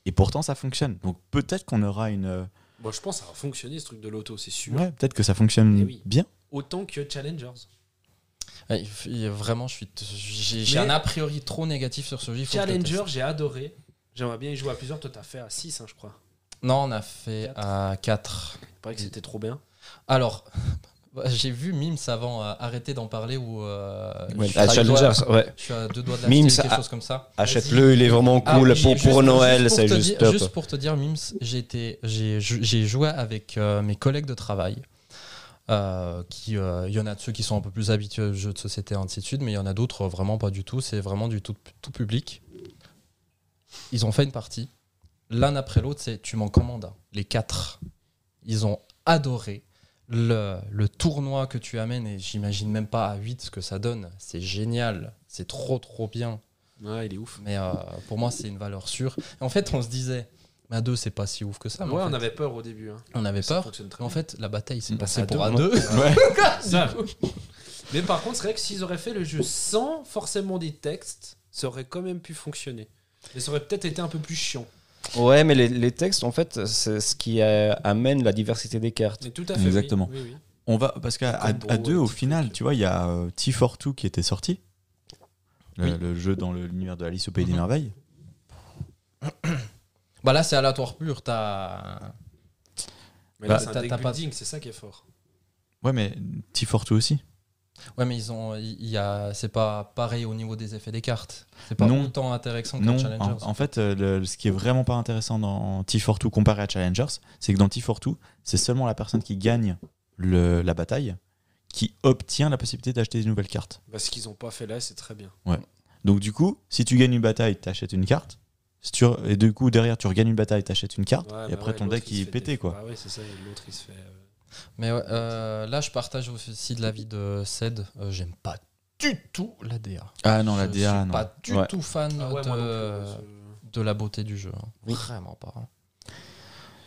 B: Et pourtant, ça fonctionne. Donc peut-être qu'on aura une.
D: Bon, je pense que ça va fonctionner ce truc de l'auto, c'est sûr.
B: Ouais, peut-être que ça fonctionne
D: Eh oui.
B: bien.
D: Autant que Challengers.
A: Ouais, il f- il- vraiment, je suis, t- j'ai j'ai
D: Mais-
A: un a priori trop négatif sur ce jeu. il faut que je le teste.
D: Challenger, j'ai adoré. J'aimerais bien y jouer à plusieurs. Toi, t'as fait à 6, je crois.
A: Non, on a fait
D: Quatre.
A: à 4.
D: Il paraît que c'était trop bien.
A: Alors, j'ai vu Mims avant euh, arrêter d'en parler ou. euh,
C: ouais,
A: je suis
C: à
A: à deux doigts-
C: Challengers, ouais.
A: Je suis à deux doigts de la
C: Mims,
A: quelque
C: ah,
A: chose comme ça.
C: Achète-le, il est vraiment
A: Ah
C: cool.
A: oui,
C: pour
A: juste-
C: pour Noël,
A: juste pour
C: c'est
A: te
C: juste
A: dire-
C: top.
A: Juste pour te dire, Mims, j'ai été- j'ai jou- j'ai joué avec euh, mes collègues de travail. euh, qui, euh, il y en a de ceux qui sont un peu plus habitués aux jeux de société, ainsi de suite, mais il y en a d'autres euh, vraiment pas du tout. C'est vraiment du tout, tout public. Ils ont fait une partie. L'un après l'autre, c'est tu m'en commandes un. Les quatre. Ils ont adoré. Le, le tournoi que tu amènes, et j'imagine même pas à 8 ce que ça donne, c'est génial, c'est trop trop bien.
D: Ouais, il est ouf.
A: Mais euh, pour moi, c'est une valeur sûre. Et en fait, on se disait, mais à deux, c'est pas si ouf que ça. mais
D: ouais,
A: en
D: on
A: fait,
D: avait peur au début. hein.
A: on avait
D: Ça
A: peur.
D: fonctionne très
A: Mais en
D: bien.
A: fait, la bataille s'est
B: Bah,
A: passée
B: à
A: pour
B: deux,
A: un
B: moi.
A: deux.
D: Ça. Mais par contre, c'est vrai que s'ils auraient fait le jeu sans forcément des textes, ça aurait quand même pu fonctionner. Mais ça aurait peut-être été un peu plus chiant.
C: Ouais, mais les, les textes, en fait, c'est ce qui euh, amène la diversité des cartes.
D: Mais tout à fait. oui.
B: Exactement.
D: Oui, oui.
B: On va parce qu'à à- à
D: Combo,
B: deux,
D: euh,
B: au
D: petit
B: final,
D: truc.
B: tu vois, il y a euh, T42 qui était sorti. Le,
A: Oui.
B: le jeu dans le- l'univers de Alice au pays des
A: Mhm.
B: merveilles.
A: bah là, c'est aléatoire pur. T'as.
D: Mais là,
A: Bah,
D: c'est
A: t'as-
D: un
A: t'as
D: deck
A: pas-
D: building, c'est ça qui est fort.
B: Ouais, mais T42 aussi.
A: Ouais, mais ils ont. il y a... C'est pas pareil au niveau des effets des cartes. C'est pas
B: Non.
A: autant intéressant
B: Non,
A: que Challengers.
B: en, en fait, euh, le- ce qui est vraiment pas intéressant dans T42 comparé à Challengers, c'est que dans T42, c'est seulement la personne qui gagne le- la bataille qui obtient la possibilité d'acheter des nouvelles cartes.
D: Bah, ce qu'ils n'ont pas fait là, c'est très bien.
B: Donc du coup, si tu gagnes une bataille, t'achètes une carte. Si tu re- Et du coup, derrière, tu regagnes une bataille, t'achètes une carte.
D: Ouais,
B: et
D: bah
B: après,
D: ouais,
B: ton
D: l'autre,
B: deck,
D: il se
B: il est
D: fait
B: pété,
D: des-
B: quoi.
D: Ah ouais, c'est ça, et l'autre, il se fait. euh,
A: Mais ouais, euh, là, je partage aussi de l'avis de Ced. Euh, J'aime pas du tout la DA.
B: Ah non, la
A: Je
B: DA,
A: suis
B: non.
A: pas du
C: Ouais.
A: tout fan
D: Ah ouais,
A: de...
D: moi non plus, euh, ce-
A: de la beauté du jeu. hein. Vraiment pas. hein.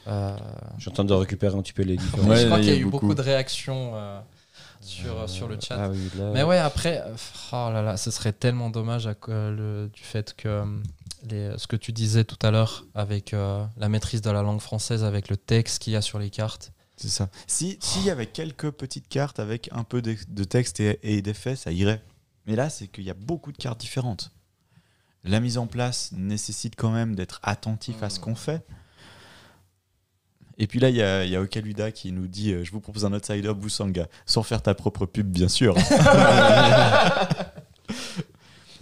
A: Euh,
C: J'entends de récupérer un petit peu les différences.
B: Ouais,
A: je crois
B: là,
A: qu'il y a eu beaucoup, de réactions euh, sur, sur le chat.
C: Ah oui, là-
A: Mais ouais, après, euh, oh là là, ce serait tellement dommage à co- euh, le- du fait que euh, les, ce que tu disais tout à l'heure avec euh, la maîtrise de la langue française, avec le texte qu'il y a sur les cartes.
B: C'est ça. Si- S'il y avait quelques petites cartes avec un peu de, de texte et, et d'effets, ça irait. Mais là, c'est qu'il y a beaucoup de cartes différentes. La mise en place nécessite quand même d'être attentif à ce qu'on fait. Et puis là, il y a, il y a Okaluda qui nous dit euh, Je vous propose un outsider Busanga, sans faire ta propre pub, bien sûr.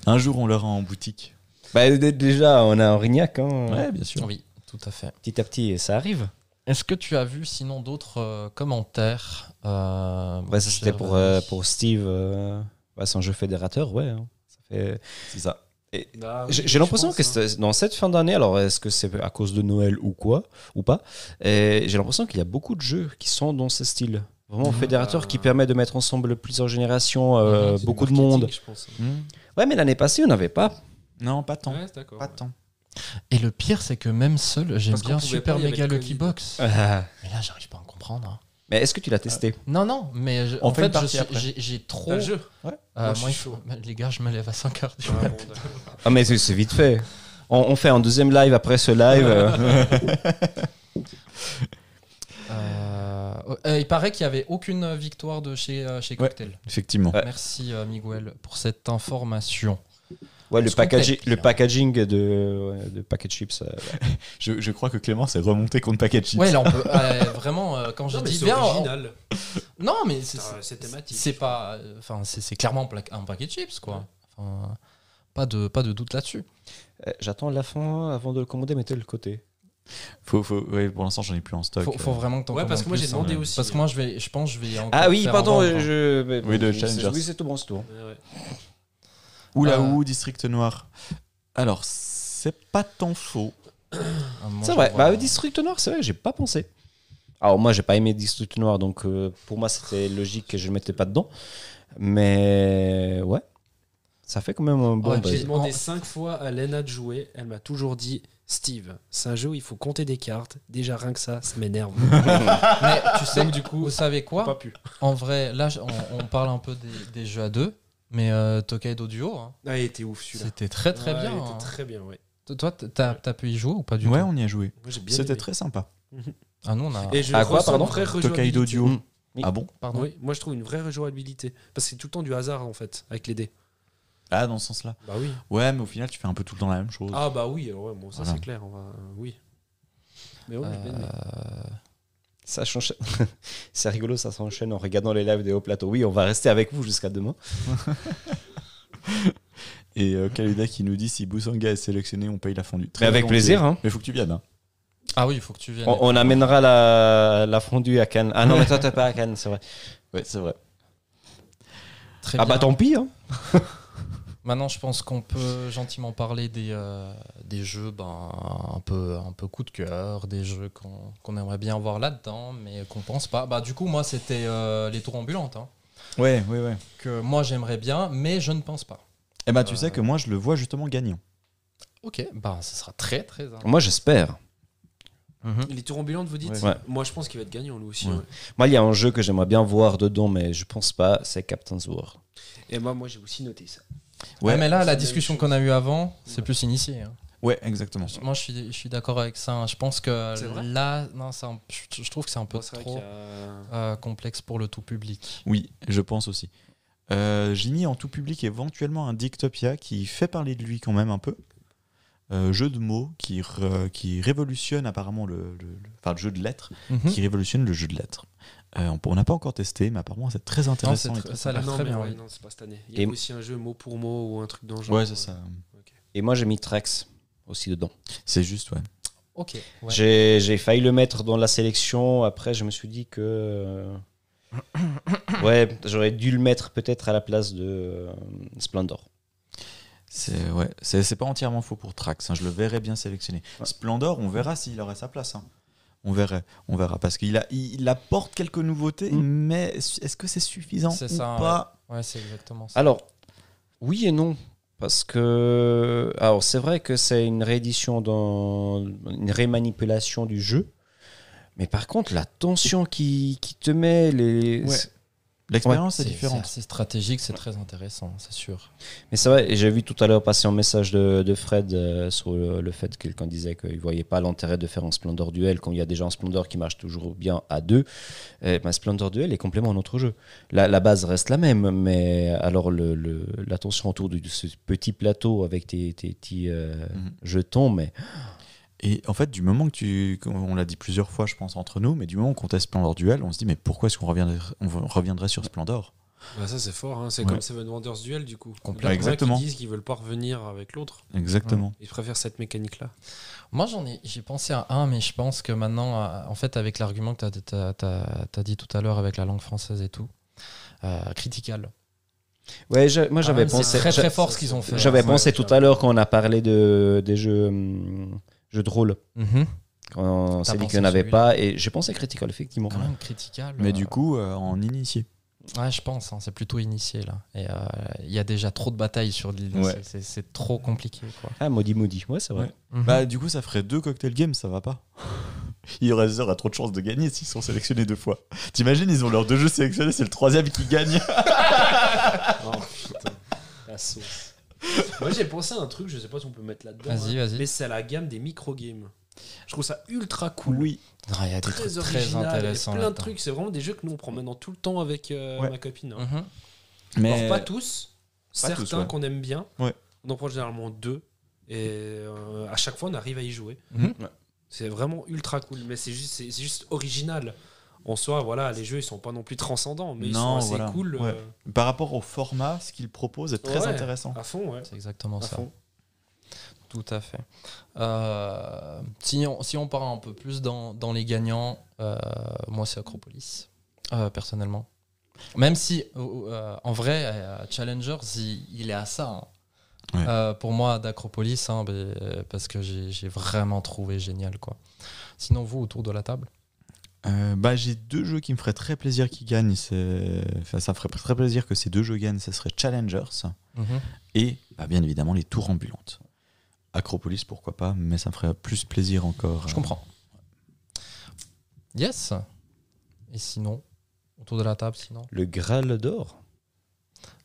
B: un jour, on l'aura en boutique.
C: Bah, d- déjà, on a Aurignac, hein.
B: bien sûr.
A: Oui, tout à fait.
C: petit à petit, ça arrive.
A: Est-ce que tu as vu sinon d'autres euh, commentaires euh,
C: Ouais, ça c'était
A: cher
C: pour,
A: ami
C: euh, pour Steve, euh, bah, son jeu fédérateur, ouais. hein. Ça fait-
B: C'est ça.
D: Ah, oui,
C: J'ai
D: je
C: j'ai l'impression
D: pense,
C: que
D: hein.
C: c'est- dans cette fin d'année, alors est-ce que c'est à cause de Noël ou quoi, ou pas, et j'ai l'impression qu'il y a beaucoup de jeux qui sont dans ce style. Vraiment fédérateur qui permet de mettre ensemble plusieurs générations, euh,
D: Ah, C'est du
C: beaucoup de
D: marketing,
C: monde.
D: je pense. hein.
C: Ouais, mais l'année passée, on n'avait pas.
B: Non, pas tant.
D: Ouais, c'est d'accord.
B: Pas
D: ouais.
B: tant.
A: Et le pire, c'est que même seul, j'aime
D: Parce qu'on
A: bien
D: pouvait
A: Super
D: pas, il y avait
A: Mega
D: le
A: Lucky
D: Covid.
A: Box.
C: Ah.
A: Mais là, j'arrive pas à en comprendre. hein.
C: Mais est-ce que tu l'as testé
A: Non, non, mais je-
B: On
A: en
B: fait
A: fait, je
B: une partie
A: suis-
B: après.
A: j'ai j'ai trop.
D: T'as le jeu.
A: Euh,
D: Moi, je
A: moi,
D: suis
A: il faut- Les gars, je me lève à 5h du
D: Ah,
A: matin.
D: bon, d'accord.
C: Ah, mais c'est- c'est vite fait. On, on fait un deuxième live après ce live. euh.
A: Euh, euh, il paraît qu'il n'y avait aucune victoire de chez, euh, chez
B: Ouais.
A: Cocktail.
B: Effectivement.
C: Ouais.
A: Merci euh, Miguel pour cette information.
C: Ouais, le,
A: Parce qu'on
C: packagi-
A: teste,
C: le
A: hein.
C: packaging de, ouais, de Packet Chips. euh, ouais.
B: Je, je crois que Clément s'est remonté contre Package Chips.
A: Ouais, là on peut euh, vraiment euh, quand je
D: Non, mais
A: dis
D: c'est
A: bien, on-
D: original.
A: non mais c'est
D: Putain, C'est thématique.
A: c'est pas, euh, enfin c'est c'est clairement pla- un paquet de chips quoi. Enfin, pas de pas de doute là-dessus.
C: Euh, J'attends la fin avant de le commander, mettez-le de côté.
B: Faut- faut- ouais, pour l'instant, j'en ai plus en stock. euh.
A: Faut, faut vraiment que t'en
D: Ouais,
A: commandes
D: parce que moi, j'ai
A: plus, hein.
D: demandé aussi,
A: Parce que
D: hein.
A: moi je vais, je pense que je vais. encore
C: Ah oui,
A: faire
C: pardon,
A: vendre, hein.
C: je.
B: Oui, de
C: c'est-
B: Challengers.
C: Oui, c'est tout bon, c'est tout bon.
D: Ouais, ouais.
B: Oula,
A: Euh,
B: ou District Noir. Alors, c'est pas tant faux.
A: Ah, moi,
C: C'est
A: je
C: vrai,
A: vois-
C: bah, District Noir, c'est vrai, j'ai pas pensé. Alors moi, j'ai pas aimé District Noir, donc euh, pour moi, c'était logique que je le mettais pas dedans. Mais ouais, ça fait quand même un bon.
A: Ouais,
C: buzz.
D: J'ai demandé
A: en-
D: 5 fois à Lena de jouer, elle m'a toujours dit Steve, c'est un jeu où il faut compter des cartes, déjà rien que ça, ça m'énerve.
A: Mais tu sais
D: Donc,
A: du
D: du
A: coup,
D: coup,
A: vous savez quoi
D: pas pu.
A: En vrai, là je- on, on parle un peu des, des jeux à deux, mais euh, Tokaido Duo, hein,
D: Ah, il était ouf celui-là.
A: c'était très très
D: Ouais,
A: bien.
D: il était
A: hein.
D: très bien, ouais.
A: Toi, Toi, t'as t'as pu y jouer ou pas du
B: ouais,
A: tout
B: on y a joué.
D: Moi j'ai bien
B: C'était
D: aimé.
B: très sympa.
A: Ah non, on a.
D: Et je
C: Ah, quoi,
D: ressens
C: pardon
D: une vraie
B: Tokaido
D: rejouabilité.
B: Duo.
C: Mm. Oui.
B: Ah bon
A: Pardon.
D: Oui, moi je trouve une vraie rejouabilité. Parce que c'est tout le temps du hasard en fait, avec les dés.
B: Ah, dans ce sens-là.
D: Bah oui.
B: Ouais, mais au final, tu fais un peu tout le temps la même chose.
D: Ah bah oui, alors ouais, bon, ça
B: Voilà. Euh.
D: c'est clair, on va- euh, oui. Mais ouais, j'ai bien aimé.
C: Ça s'enchaîne- C'est rigolo, ça s'enchaîne en regardant les lives des hauts plateaux. Oui, on va rester avec vous jusqu'à demain.
B: Et euh, Kaleda qui nous dit si Boussanga est sélectionné, on paye la fondue. Très
C: Mais avec
B: volontiers.
C: plaisir. hein.
B: Mais faut que tu viennes. hein.
A: Ah oui, il faut que tu viennes.
C: euh, On, on amènera la, la fondue à Cannes. Ah non, mais toi, t'es pas à Cannes, c'est vrai.
B: Ouais, c'est vrai.
A: Très
C: Ah
A: bien.
C: bah tant pis. hein.
A: Maintenant, je pense qu'on peut gentiment parler des, euh, des jeux ben, un, peu, un peu coup de cœur, des jeux qu'on qu'on aimerait bien voir là-dedans, mais qu'on pense pas. Bah, du coup, moi, c'était euh, les tours ambulantes, hein,
B: Ouais, ouais, ouais.
A: que moi, j'aimerais bien, mais je ne pense pas.
B: Eh ben, tu
A: Euh.
B: sais que moi, je le vois justement gagnant.
A: Ok, bah, ce sera très, très... intéressant.
C: Moi, j'espère. Mm-hmm.
D: Les tours ambulantes, vous dites
B: Ouais.
C: Ouais.
D: Moi je pense qu'il va être gagnant lui aussi.
B: Ouais.
D: ouais.
C: Moi, il y a un jeu que j'aimerais bien voir dedans, mais je pense pas, c'est Captain's War.
D: Et moi, moi j'ai aussi noté ça.
A: Ouais,
B: Ouais,
A: mais là,
D: c'est la
A: la
D: même
A: discussion
D: chose.
A: qu'on a eue avant, c'est
D: Ouais.
A: plus initié. hein.
B: Ouais, exactement.
A: Moi, je suis, je suis d'accord avec ça. hein. Je pense que
D: C'est vrai
A: là, non, c'est un- je, je trouve que c'est un peu
D: Bon, c'est vrai
A: trop
D: qu'il y a-
A: euh, complexe pour le tout public.
B: Oui, je pense aussi. Euh, J'ai mis en tout public éventuellement un Dictopia qui fait parler de lui quand même un peu. Euh, jeu de mots qui, re- qui révolutionne apparemment le, le- le- enfin, le jeu de lettres,
A: Mhm.
B: qui révolutionne le jeu de lettres. Euh, on- on n'a pas encore testé, mais apparemment c'est très
A: Non, c'est
B: intéressant. et
A: tr- ça a
D: Ah
A: l'air
D: non,
A: très
D: mais
A: bien.
D: ouais,
A: oui.
D: non, c'est pas cette année. Il y
C: Et-
D: a aussi un jeu mot pour mot ou un truc dans le
B: tout.
D: genre.
B: Ouais, c'est ça.
C: Et moi, j'ai mis Trax aussi dedans.
B: C'est juste, ouais.
A: Ok. ouais.
C: J'ai j'ai failli le mettre dans la sélection. Après, je me suis dit que. euh, Ouais, j'aurais dû le mettre peut-être à la place de euh, Splendor.
B: C'est ouais, c'est c'est pas entièrement faux pour Trax. hein, je le verrais bien sélectionné.
C: Ouais.
B: Splendor, on verra s'il aurait sa place. hein. On verra, on verra, parce qu'il a, il il apporte quelques nouveautés, mais est-ce que c'est suffisant
A: Mm. C'est
B: ou
A: ça, ouais.
B: pas
A: Ouais, c'est exactement ça.
C: Alors, oui et non. Parce que. Alors, c'est vrai que c'est une réédition, dans, une rémanipulation du jeu. Mais par contre, la tension qui, qui te met, les.
B: Ouais. L'expérience
A: Ah, C'est
B: est différente.
A: C'est assez stratégique, c'est très intéressant, c'est sûr.
C: Mais c'est vrai, et j'ai vu tout à l'heure passer un message de, de Fred euh, sur le, le fait que quelqu'un disait qu'il ne voyait pas l'intérêt de faire un Splendor Duel quand il y a déjà un Splendor qui marche toujours bien à deux. Eh ben, Splendor Duel est complément à notre jeu. La, la base reste la même, mais alors le, le- la tension autour de, de ce petit plateau avec tes, tes petits euh,
B: Mhm.
C: jetons, mais
B: Et en fait, du moment que tu. On l'a dit plusieurs fois, je pense, entre nous, mais du moment qu'on teste Splendor Duel, on se dit, mais pourquoi est-ce qu'on reviendrait, on reviendrait sur Splendor
D: Bah, ça c'est fort, hein. c'est
B: Ouais.
D: comme Seven Wonders Duel du coup.
A: Complètement.
D: Il y en a
B: Exactement.
D: Qui disent qu'ils veulent pas revenir avec l'autre.
B: Exactement.
D: Ils préfèrent cette mécanique là.
A: Moi, j'en ai, j'ai pensé à un, mais je pense que maintenant, euh, en fait, avec l'argument que tu as, dit tout à l'heure avec la langue française et tout, euh, critical.
C: Ouais, je- moi j'avais
D: même, Ah, c'est
C: pensé.
A: très
C: j'a-
A: très fort ce qu'ils ont fait.
C: J'avais
A: Ouais.
C: pensé tout à l'heure quand on a parlé de, des jeux, hum, jeux de rôle,
A: Mhm.
C: quand on
A: T'as
C: s'est dit
A: pensé
C: qu'il n'y en avait
A: celui-là.
C: pas, et j'ai pensé à Critical, effectivement.
A: Quand même critical.
B: Mais
A: euh,
B: du coup, euh, en initié.
A: Ouais, je pense, hein, c'est plutôt initié là. Et euh, il y a déjà trop de batailles sur l'île.
B: Ouais.
A: c'est- C'est c'est trop compliqué. Quoi. Mhm.
C: Ah, Maudit Maudit, ouais, c'est vrai.
B: Ouais. Bah, du coup, ça ferait deux cocktail games, ça va pas. Eraser a trop de chances de gagner s'ils sont sélectionnés deux fois. T'imagines, ils ont leurs deux jeux sélectionnés, c'est le troisième qui gagne.
D: Oh, La sauce. Moi j'ai pensé à un truc, je sais pas si on peut mettre là-dedans.
A: Vas-y,
D: hein,
A: vas-y.
D: Mais c'est la gamme des micro-games. Je trouve ça ultra cool.
A: Ah, Il y a des
D: Très,
A: trucs très
D: original. et
A: intéressants.
D: plein de
A: là-dedans.
D: trucs. C'est vraiment des jeux que nous on prend maintenant tout le temps avec euh,
B: Ouais.
D: ma copine. hein.
A: Mhm.
B: Mais
D: Alors, pas tous,
B: Pas tous,
D: certains
B: ouais.
D: qu'on aime bien.
B: Ouais.
D: On en prend généralement deux. Et euh, à chaque fois, on arrive à y jouer.
A: Mhm.
B: Ouais.
D: C'est vraiment ultra cool. Mais c'est juste, c'est- c'est juste original. En soi, voilà, les jeux, ils sont pas non plus transcendants, mais ils
B: Non,
D: sont assez
B: voilà.
D: cool euh,
B: Ouais. par rapport au format, ce qu'ils proposent est très
D: Ouais.
B: intéressant.
D: à fond. Ouais.
A: C'est exactement
D: À
A: ça.
D: fond.
A: Tout à fait. Euh, si, on, si on part un peu plus dans, dans les gagnants, euh, moi c'est Acropolis, euh, personnellement. Même si, euh, euh, en vrai, euh, Challengers, il, il est à ça. hein.
B: Ouais.
A: Euh, pour moi, d'Acropolis, hein, ben, euh, parce que j'ai j'ai vraiment trouvé génial. quoi. Sinon, vous, autour de la table
B: Euh, bah, j'ai deux jeux qui me feraient très plaisir qu'ils gagnent. c'est- Enfin, ça me ferait très plaisir que ces deux jeux gagnent. Ça serait Challengers et bah, bien évidemment les tours ambulantes. Acropolis, pourquoi pas, mais ça me ferait plus plaisir encore. euh,
A: Je comprends. Yes. Et sinon, autour de la table, sinon
C: Le Graal d'or.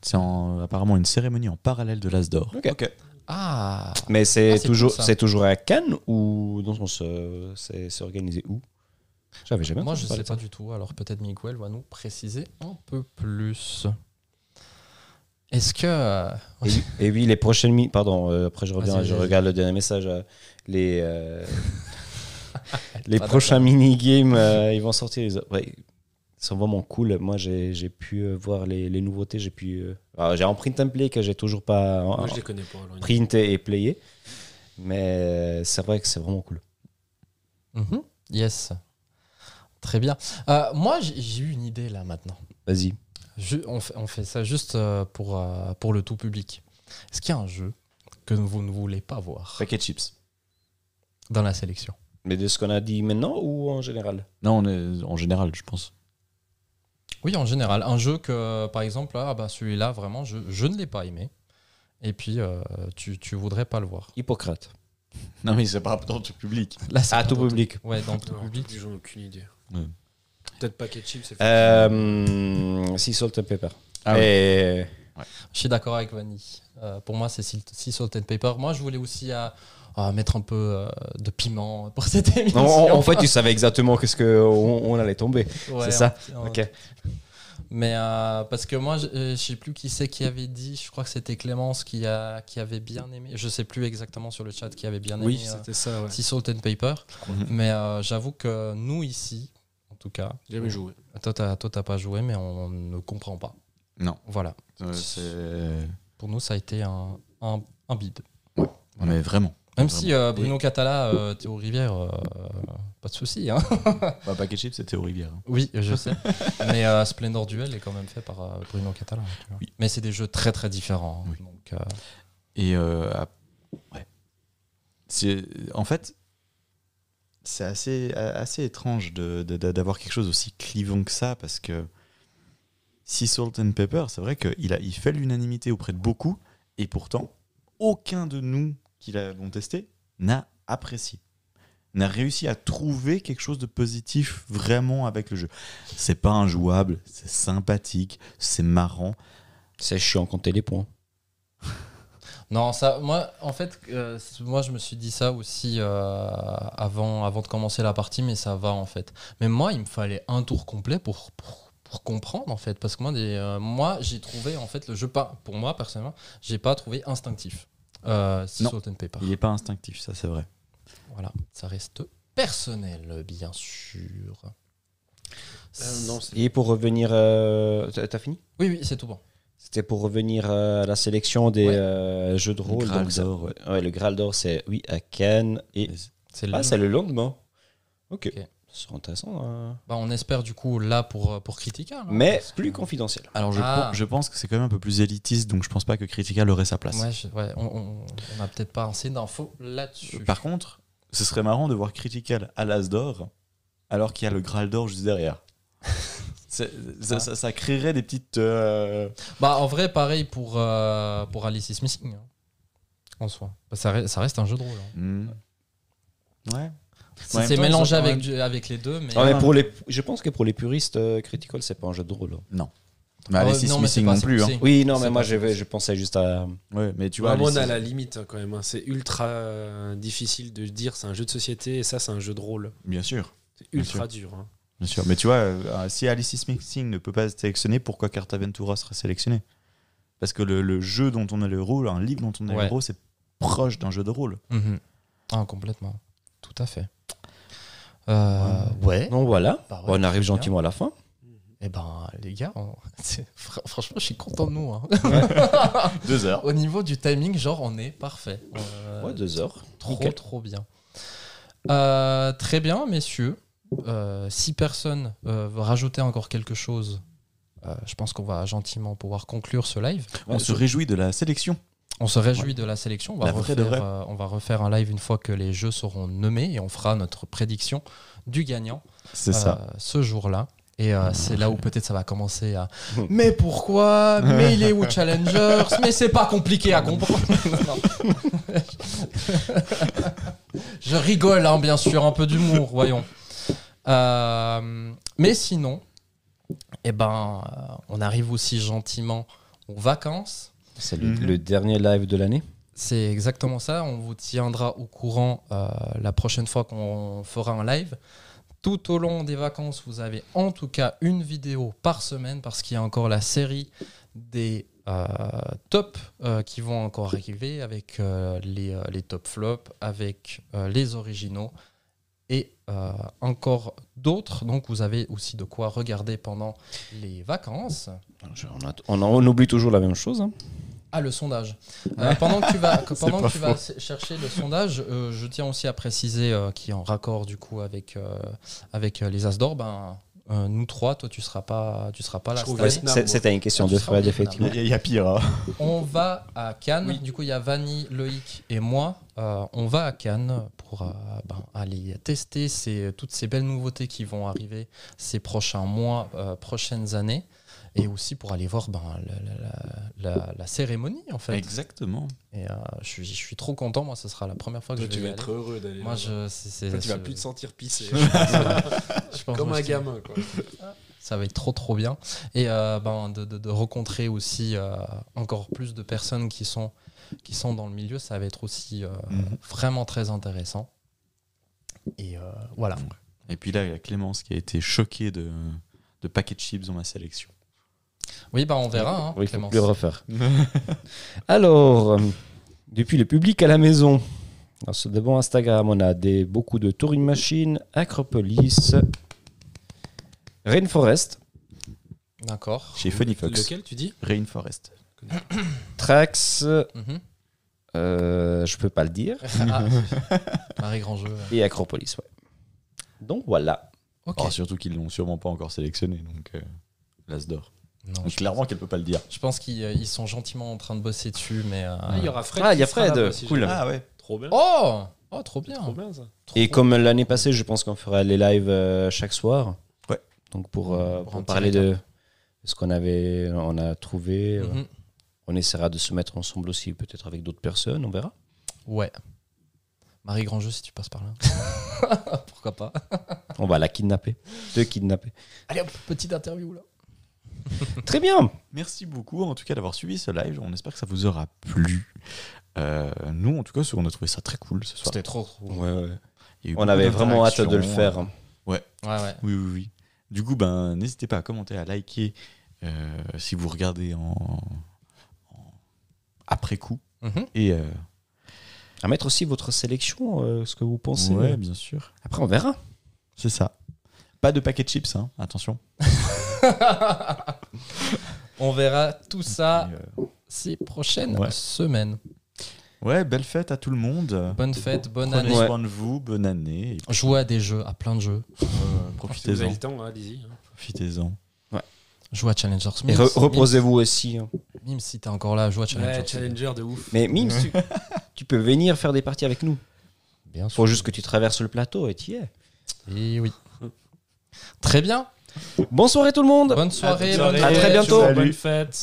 B: C'est en- apparemment une cérémonie en parallèle de l'Asdor.
C: Ok.
A: Ah
C: Mais
A: Ah,
C: c'est
A: c'est cool,
C: toujours,
A: ça.
C: c'est toujours à Cannes ou dans son se- c'est c'est organisé où J'avais jamais
A: Moi,
C: entendu
A: je
C: parler
A: sais
C: de ça.
A: pas du tout. Alors, peut-être Miguel va nous préciser un peu plus. Est-ce que. euh,
C: Et, oui- et oui, les prochaines mi- Pardon, euh, après je reviens,
A: Vas-y,
C: je
A: vas-y.
C: regarde le dernier message. euh, les euh, les
A: Pas
C: prochains mini-games, euh, ils vont sortir. Ils, ouais, ils sont vraiment cool. Moi, j'ai j'ai pu euh, voir les, les nouveautés. J'ai pu. euh, alors, j'ai en print and play que j'ai toujours pas en-
D: Moi, je
C: en
D: les connais pas. alors,
C: print et, et playé. Mais euh, c'est vrai que c'est vraiment cool.
A: mhm, Yes. Très bien. Euh, moi, j'ai j'ai eu une idée là maintenant.
C: Vas-y.
A: Je- on, fait, on fait ça juste euh, pour, euh, pour le tout public. Est-ce qu'il y a un jeu que vous ne voulez pas voir
B: Paquet de chips.
A: dans la sélection
C: Mais de ce qu'on a dit maintenant ou en général
B: Non, on est- en général, je pense.
A: Oui, en général. Un jeu que, par exemple, ah, bah, celui-là, vraiment, je, je ne l'ai pas aimé. Et puis, euh, tu, tu voudrais pas le voir.
C: Hippocrate.
B: Non, mais c'est pas rapport au public.
A: Là, c'est
C: À
A: pas
C: tout
A: dans-
C: public.
A: Ouais, dans tout
D: Non,
A: public.
D: J'en ai aucune idée.
B: Ouais.
D: Peut-être pas ketchup, c'est
C: Euh, Sea Salt and Pepper.
B: Ah
C: et
A: Je suis d'accord avec Vanny. Euh, pour moi, c'est Sil- Sea Salt and Pepper. Moi, je voulais aussi euh, euh, mettre un peu euh, de piment pour cette émission.
C: Non, en, en fait, tu savais exactement qu'est-ce que on, on allait tomber.
A: Ouais,
C: c'est ça.
A: on-
C: Ok.
A: Mais euh, parce que moi, je, euh, je sais plus qui c'est qui avait dit. Je crois que c'était Clémence qui, a, qui avait bien aimé. Je sais plus exactement sur le chat qui avait bien
E: Oui,
A: aimé euh,
E: c'était ça, ouais.
A: Sea Salt and Pepper. Mais euh, j'avoue que nous ici, en tout cas,
D: J'ai jamais joué.
A: toi, t'as toi, t'as pas joué, mais on ne comprend pas.
B: Non.
A: Voilà.
B: Euh, c'est-
A: Pour nous, ça a été un, un, un bide.
B: Mais vraiment.
A: Même
B: Vraiment.
A: si euh, Bruno Catala, euh, Théo Rivière, euh, pas de souci. Hein.
B: Bah, Paquet de chips, c'était au Rivière.
A: Oui, je sais. Mais euh, Splendor Duel est quand même fait par euh, Bruno Catala. tu vois.
B: Oui.
A: Mais c'est des jeux très très différents. hein.
B: Oui.
A: Donc, euh,
B: Et euh, à- ouais. C'est- En fait, c'est assez, a- assez étrange de- de- de- d'avoir quelque chose aussi clivant que ça parce que si Salt and Pepper, c'est vrai qu'il a- il fait l'unanimité auprès de beaucoup et pourtant, aucun de nous qui l'avons testé n'a apprécié n'a réussi à trouver quelque chose de positif vraiment avec le jeu. C'est pas injouable, c'est sympathique, c'est marrant.
C: C'est chiant compter les points.
A: Non, ça, moi, en fait, euh, c- moi, je me suis dit ça aussi euh, avant, avant de commencer la partie, mais ça va en fait. Mais moi, il me fallait un tour complet pour, pour, pour comprendre en fait, parce que moi, des, euh, moi, j'ai trouvé en fait le jeu pas, pour moi personnellement, j'ai pas trouvé instinctif. Euh, si
B: Non.
A: Salt and Pepper.
B: Il est pas instinctif, ça c'est vrai.
A: Voilà, ça reste personnel, bien sûr.
D: Ah, Euh, non, c'est
C: Et pour revenir, euh, t'as t'as fini
A: Oui, oui, c'est tout bon.
C: C'était pour revenir euh, à la sélection des
A: Ouais.
C: euh, jeux de rôle.
B: Graal
C: donc ça-
B: d'or, ouais.
C: ouais, le Graal d'or, c'est oui à Cannes et
A: C'est
C: ah,
A: le-
C: c'est le lendemain. Ok.
A: Ok.
C: C'est intéressant. hein.
A: Bah, on espère du coup là pour, euh, pour Critica. là,
C: Mais
A: parce que-
C: plus confidentiel.
B: Alors je,
A: Ah.
B: pen- je pense que c'est quand même un peu plus élitiste, donc je pense pas que Critica l'aurait sa place.
A: Ouais, je- ouais, on- on on a peut-être pas assez d'infos là-dessus.
B: Par contre, ce serait marrant de voir Critical à l'As d'or, alors qu'il y a le Graal d'or juste derrière. C'est-
A: Ah.
B: ça, ça- ça créerait des petites. euh,
A: Bah, en vrai, pareil pour, euh, pour Alice is Missing. hein, en soi. Bah, ça, re- ça reste un jeu de rôle. hein.
B: hmm. Ouais.
A: C'est-
B: En même
A: C'est
B: temps, ils
A: mélangé
B: ont quand
A: avec,
B: même-
A: du- avec les deux, mais.
C: Non, mais
B: non.
C: Ah pour les, je pense que pour les puristes, euh, Critical, c'est pas un jeu de rôle. hein.
B: Mais Alice
A: Ah Ouais,
B: is
A: Oh, non, mais c'est
B: Missing
A: pas-
B: non plus. hein.
A: c'est-
C: Oui, non,
A: C'est
C: mais moi,
A: pas-
C: je, vais- je pensais juste à.
B: Ouais, mais tu vois,
D: Vraiment,
B: Alice
D: on est à
B: is-
D: la limite hein, quand même. hein. C'est ultra euh, difficile de dire c'est un jeu de société et ça, c'est un jeu de rôle.
B: bien sûr.
D: C'est ultra dur. hein.
B: Bien sûr, mais tu vois, euh, si Alice is Missing ne peut pas être sélectionné, pourquoi Carta Ventura sera sélectionné Parce que le, le jeu dont on est le rôle, un livre dont on est
A: Ouais.
B: le rôle, c'est proche d'un jeu de rôle.
A: Mhm. Ah, complètement. Tout à fait. Euh, ouais.
C: Non, voilà.
A: Bah ouais,
C: on arrive
A: c'est bien.
C: gentiment à la fin.
A: Eh ben, les gars, on- c'est- fr- franchement, je suis content de nous. hein.
B: Deux heures.
A: Au niveau du timing, genre, on est parfait. Euh,
C: Ouais, deux heures.
A: Trop,
C: Nickel.
A: trop bien. Euh, très bien, messieurs. Euh, si personne euh, veut rajouter encore quelque chose, euh, je pense qu'on va gentiment pouvoir conclure ce live.
B: On se réjouit de la sélection.
A: On se réjouit de la sélection. On va,
B: La vraie
A: refaire,
B: de vraie.
A: euh, on va refaire un live une fois que les jeux seront nommés et on fera notre prédiction du gagnant
B: C'est
A: euh,
B: ça.
A: ce jour-là. Et euh, c'est là où peut-être ça va commencer à. Mais pourquoi Mais il est où Challengers Mais c'est pas compliqué à comprendre. Non, non. Je rigole, hein, bien sûr, un peu d'humour, voyons. Euh, mais sinon, eh ben, euh, on arrive aussi gentiment aux vacances.
C: C'est le,
B: Mhm.
C: le dernier live de l'année.
A: C'est exactement ça. On vous tiendra au courant euh, la prochaine fois qu'on fera un live. Tout au long des vacances, vous avez en tout cas une vidéo par semaine parce qu'il y a encore la série des euh, tops euh, qui vont encore arriver avec euh, les, euh, les top flops, avec euh, les originaux et euh, encore d'autres. Donc vous avez aussi de quoi regarder pendant les vacances.
C: Je- on, a- on en- on oublie toujours la même chose. hein.
A: Ah, le sondage. Euh, pendant que tu vas, que- pendant
B: pas
A: que tu vas s- chercher le sondage, euh, je tiens aussi à préciser, euh, qui est en raccord du coup avec, euh, avec euh, les As d'Or, ben, euh, nous trois, toi tu seras pas, tu seras pas là.
D: Je trouve
A: cette année.
D: que- Non,
C: C'est-
D: bon.
C: C'était une question
A: Ah, tu
C: de
A: seras
C: Fred,
A: obligé,
C: effectivement.
B: Il y, a- il y a pire. hein.
A: On va à Cannes.
D: Oui.
A: Du coup, il y a Vanny, Loïc et moi. Euh, on va à Cannes pour euh, ben, aller tester ces- toutes ces belles nouveautés qui vont arriver ces prochains mois, euh, prochaines années. Et aussi pour aller voir ben, la, la- la- la- la cérémonie, en fait.
B: Exactement.
A: Et euh, je, suis, je suis trop content, moi, ce sera la première fois que
D: Toi,
A: je vais
D: tu
A: y
D: vas
A: aller.
D: être heureux d'aller.
A: Moi,
D: là-bas.
A: je, c'est, c'est-
D: Toi, tu vas
A: c'est-
D: plus te sentir pisser.
A: je pense
D: Comme
A: moi,
D: un
A: je-
D: gamin, quoi.
A: Ça va être trop, trop bien. Et euh, ben, de, de- de rencontrer aussi euh, encore plus de personnes qui sont, qui sont dans le milieu, ça va être aussi euh,
B: Mhm.
A: vraiment très intéressant. Et euh, voilà.
B: Et puis là, il y a Clémence qui a été choquée de, de paquets de chips dans ma sélection.
A: Oui, ben, on verra, hein,
C: Oui, faut
A: Clémence.
C: plus le refaire. Alors, euh, depuis le public à la maison, dans ce débat Instagram, on a des, beaucoup de Touring Machine, Acropolis, Rainforest,
A: D'accord.
B: Chez Funny Fox.
D: Lequel tu dis
B: Rainforest.
C: Trax,
A: Mhm.
C: euh, je peux pas le dire,
A: Ah, Marie Grandjeu. ouais.
C: et Acropolis. ouais. Donc voilà.
A: Ok.
B: Oh, surtout qu'ils l'ont sûrement pas encore sélectionné, donc euh, l'As d'or.
A: Non,
B: Donc,
A: je,
B: clairement qu'elle peut pas le dire.
A: je pense qu'ils euh, ils sont gentiment en train de bosser dessus, mais. euh,
D: Ah, il y aura Fred.
C: Ah,
D: qui
C: il y a
D: sera
C: Fred,
D: là-bas, si
C: cool.
D: jamais.
B: Ah ouais.
D: Trop bien.
A: Oh, oh, trop bien.
D: Trop bien, ça.
C: Et
A: Trop-
C: comme l'année passée, je pense qu'on fera les lives euh, chaque soir.
B: Ouais.
C: Donc pour, euh,
A: Pour
C: pour
A: un petit
C: parler de ce qu'on avait, on a trouvé. euh,
A: Mhm.
C: On essaiera de se mettre ensemble aussi, peut-être avec d'autres personnes, on verra.
A: Ouais. Marie Grandjeu, si tu passes par là. Pourquoi pas
C: On va la kidnapper. Te kidnapper.
A: Allez hop, petite interview là.
C: Très bien.
B: Merci beaucoup en tout cas d'avoir suivi ce live. On espère que ça vous aura plu. Euh, nous, en tout cas, on a trouvé ça très cool ce soir.
A: C'était trop trop.
B: Il y a eu
C: On
B: beaucoup
C: avait vraiment hâte de le
B: d'interactions. hein.
C: faire. hein.
A: Ouais, ouais.
B: Oui, oui, oui. Du coup, ben, n'hésitez pas à commenter, à liker euh, si vous regardez en, en- après coup.
A: Mhm.
B: Et euh,
C: À mettre aussi votre sélection, euh, ce que vous pensez.
B: ouais, bien sûr.
C: Après, on verra.
B: C'est ça. Pas de paquet de chips, hein, attention.
A: On verra tout ça
B: Et, euh,
A: Ah. ces prochaines
B: Ouais.
A: semaines.
B: Ouais, belle fête à tout le monde.
A: Bonne fête, bonne
B: Prenez
A: année.
B: soin de vous, bonne année. et puis,
A: Jouez à des jeux, à plein de jeux.
B: euh,
D: Si vous avez
B: profitez-en.
D: le temps, hein, allez-y. hein.
B: Profitez-en.
A: Jouez à Challengers.
C: Et
A: Mims,
C: re- reposez-vous aussi. hein.
A: Mims, Mims, si t'es encore là, joue à Challengers.
D: Ouais, challenger de ouf.
C: Mais Mims, tu, tu peux venir faire des parties avec nous.
A: Bien
C: Faut juste que tu traverses le plateau et tu y es.
A: Et oui. Très bien.
C: Bonsoir tout le monde.
A: Bonne soirée.
D: Bonne
A: bonne
D: soirée,
C: très bientôt.
D: Bonne fête.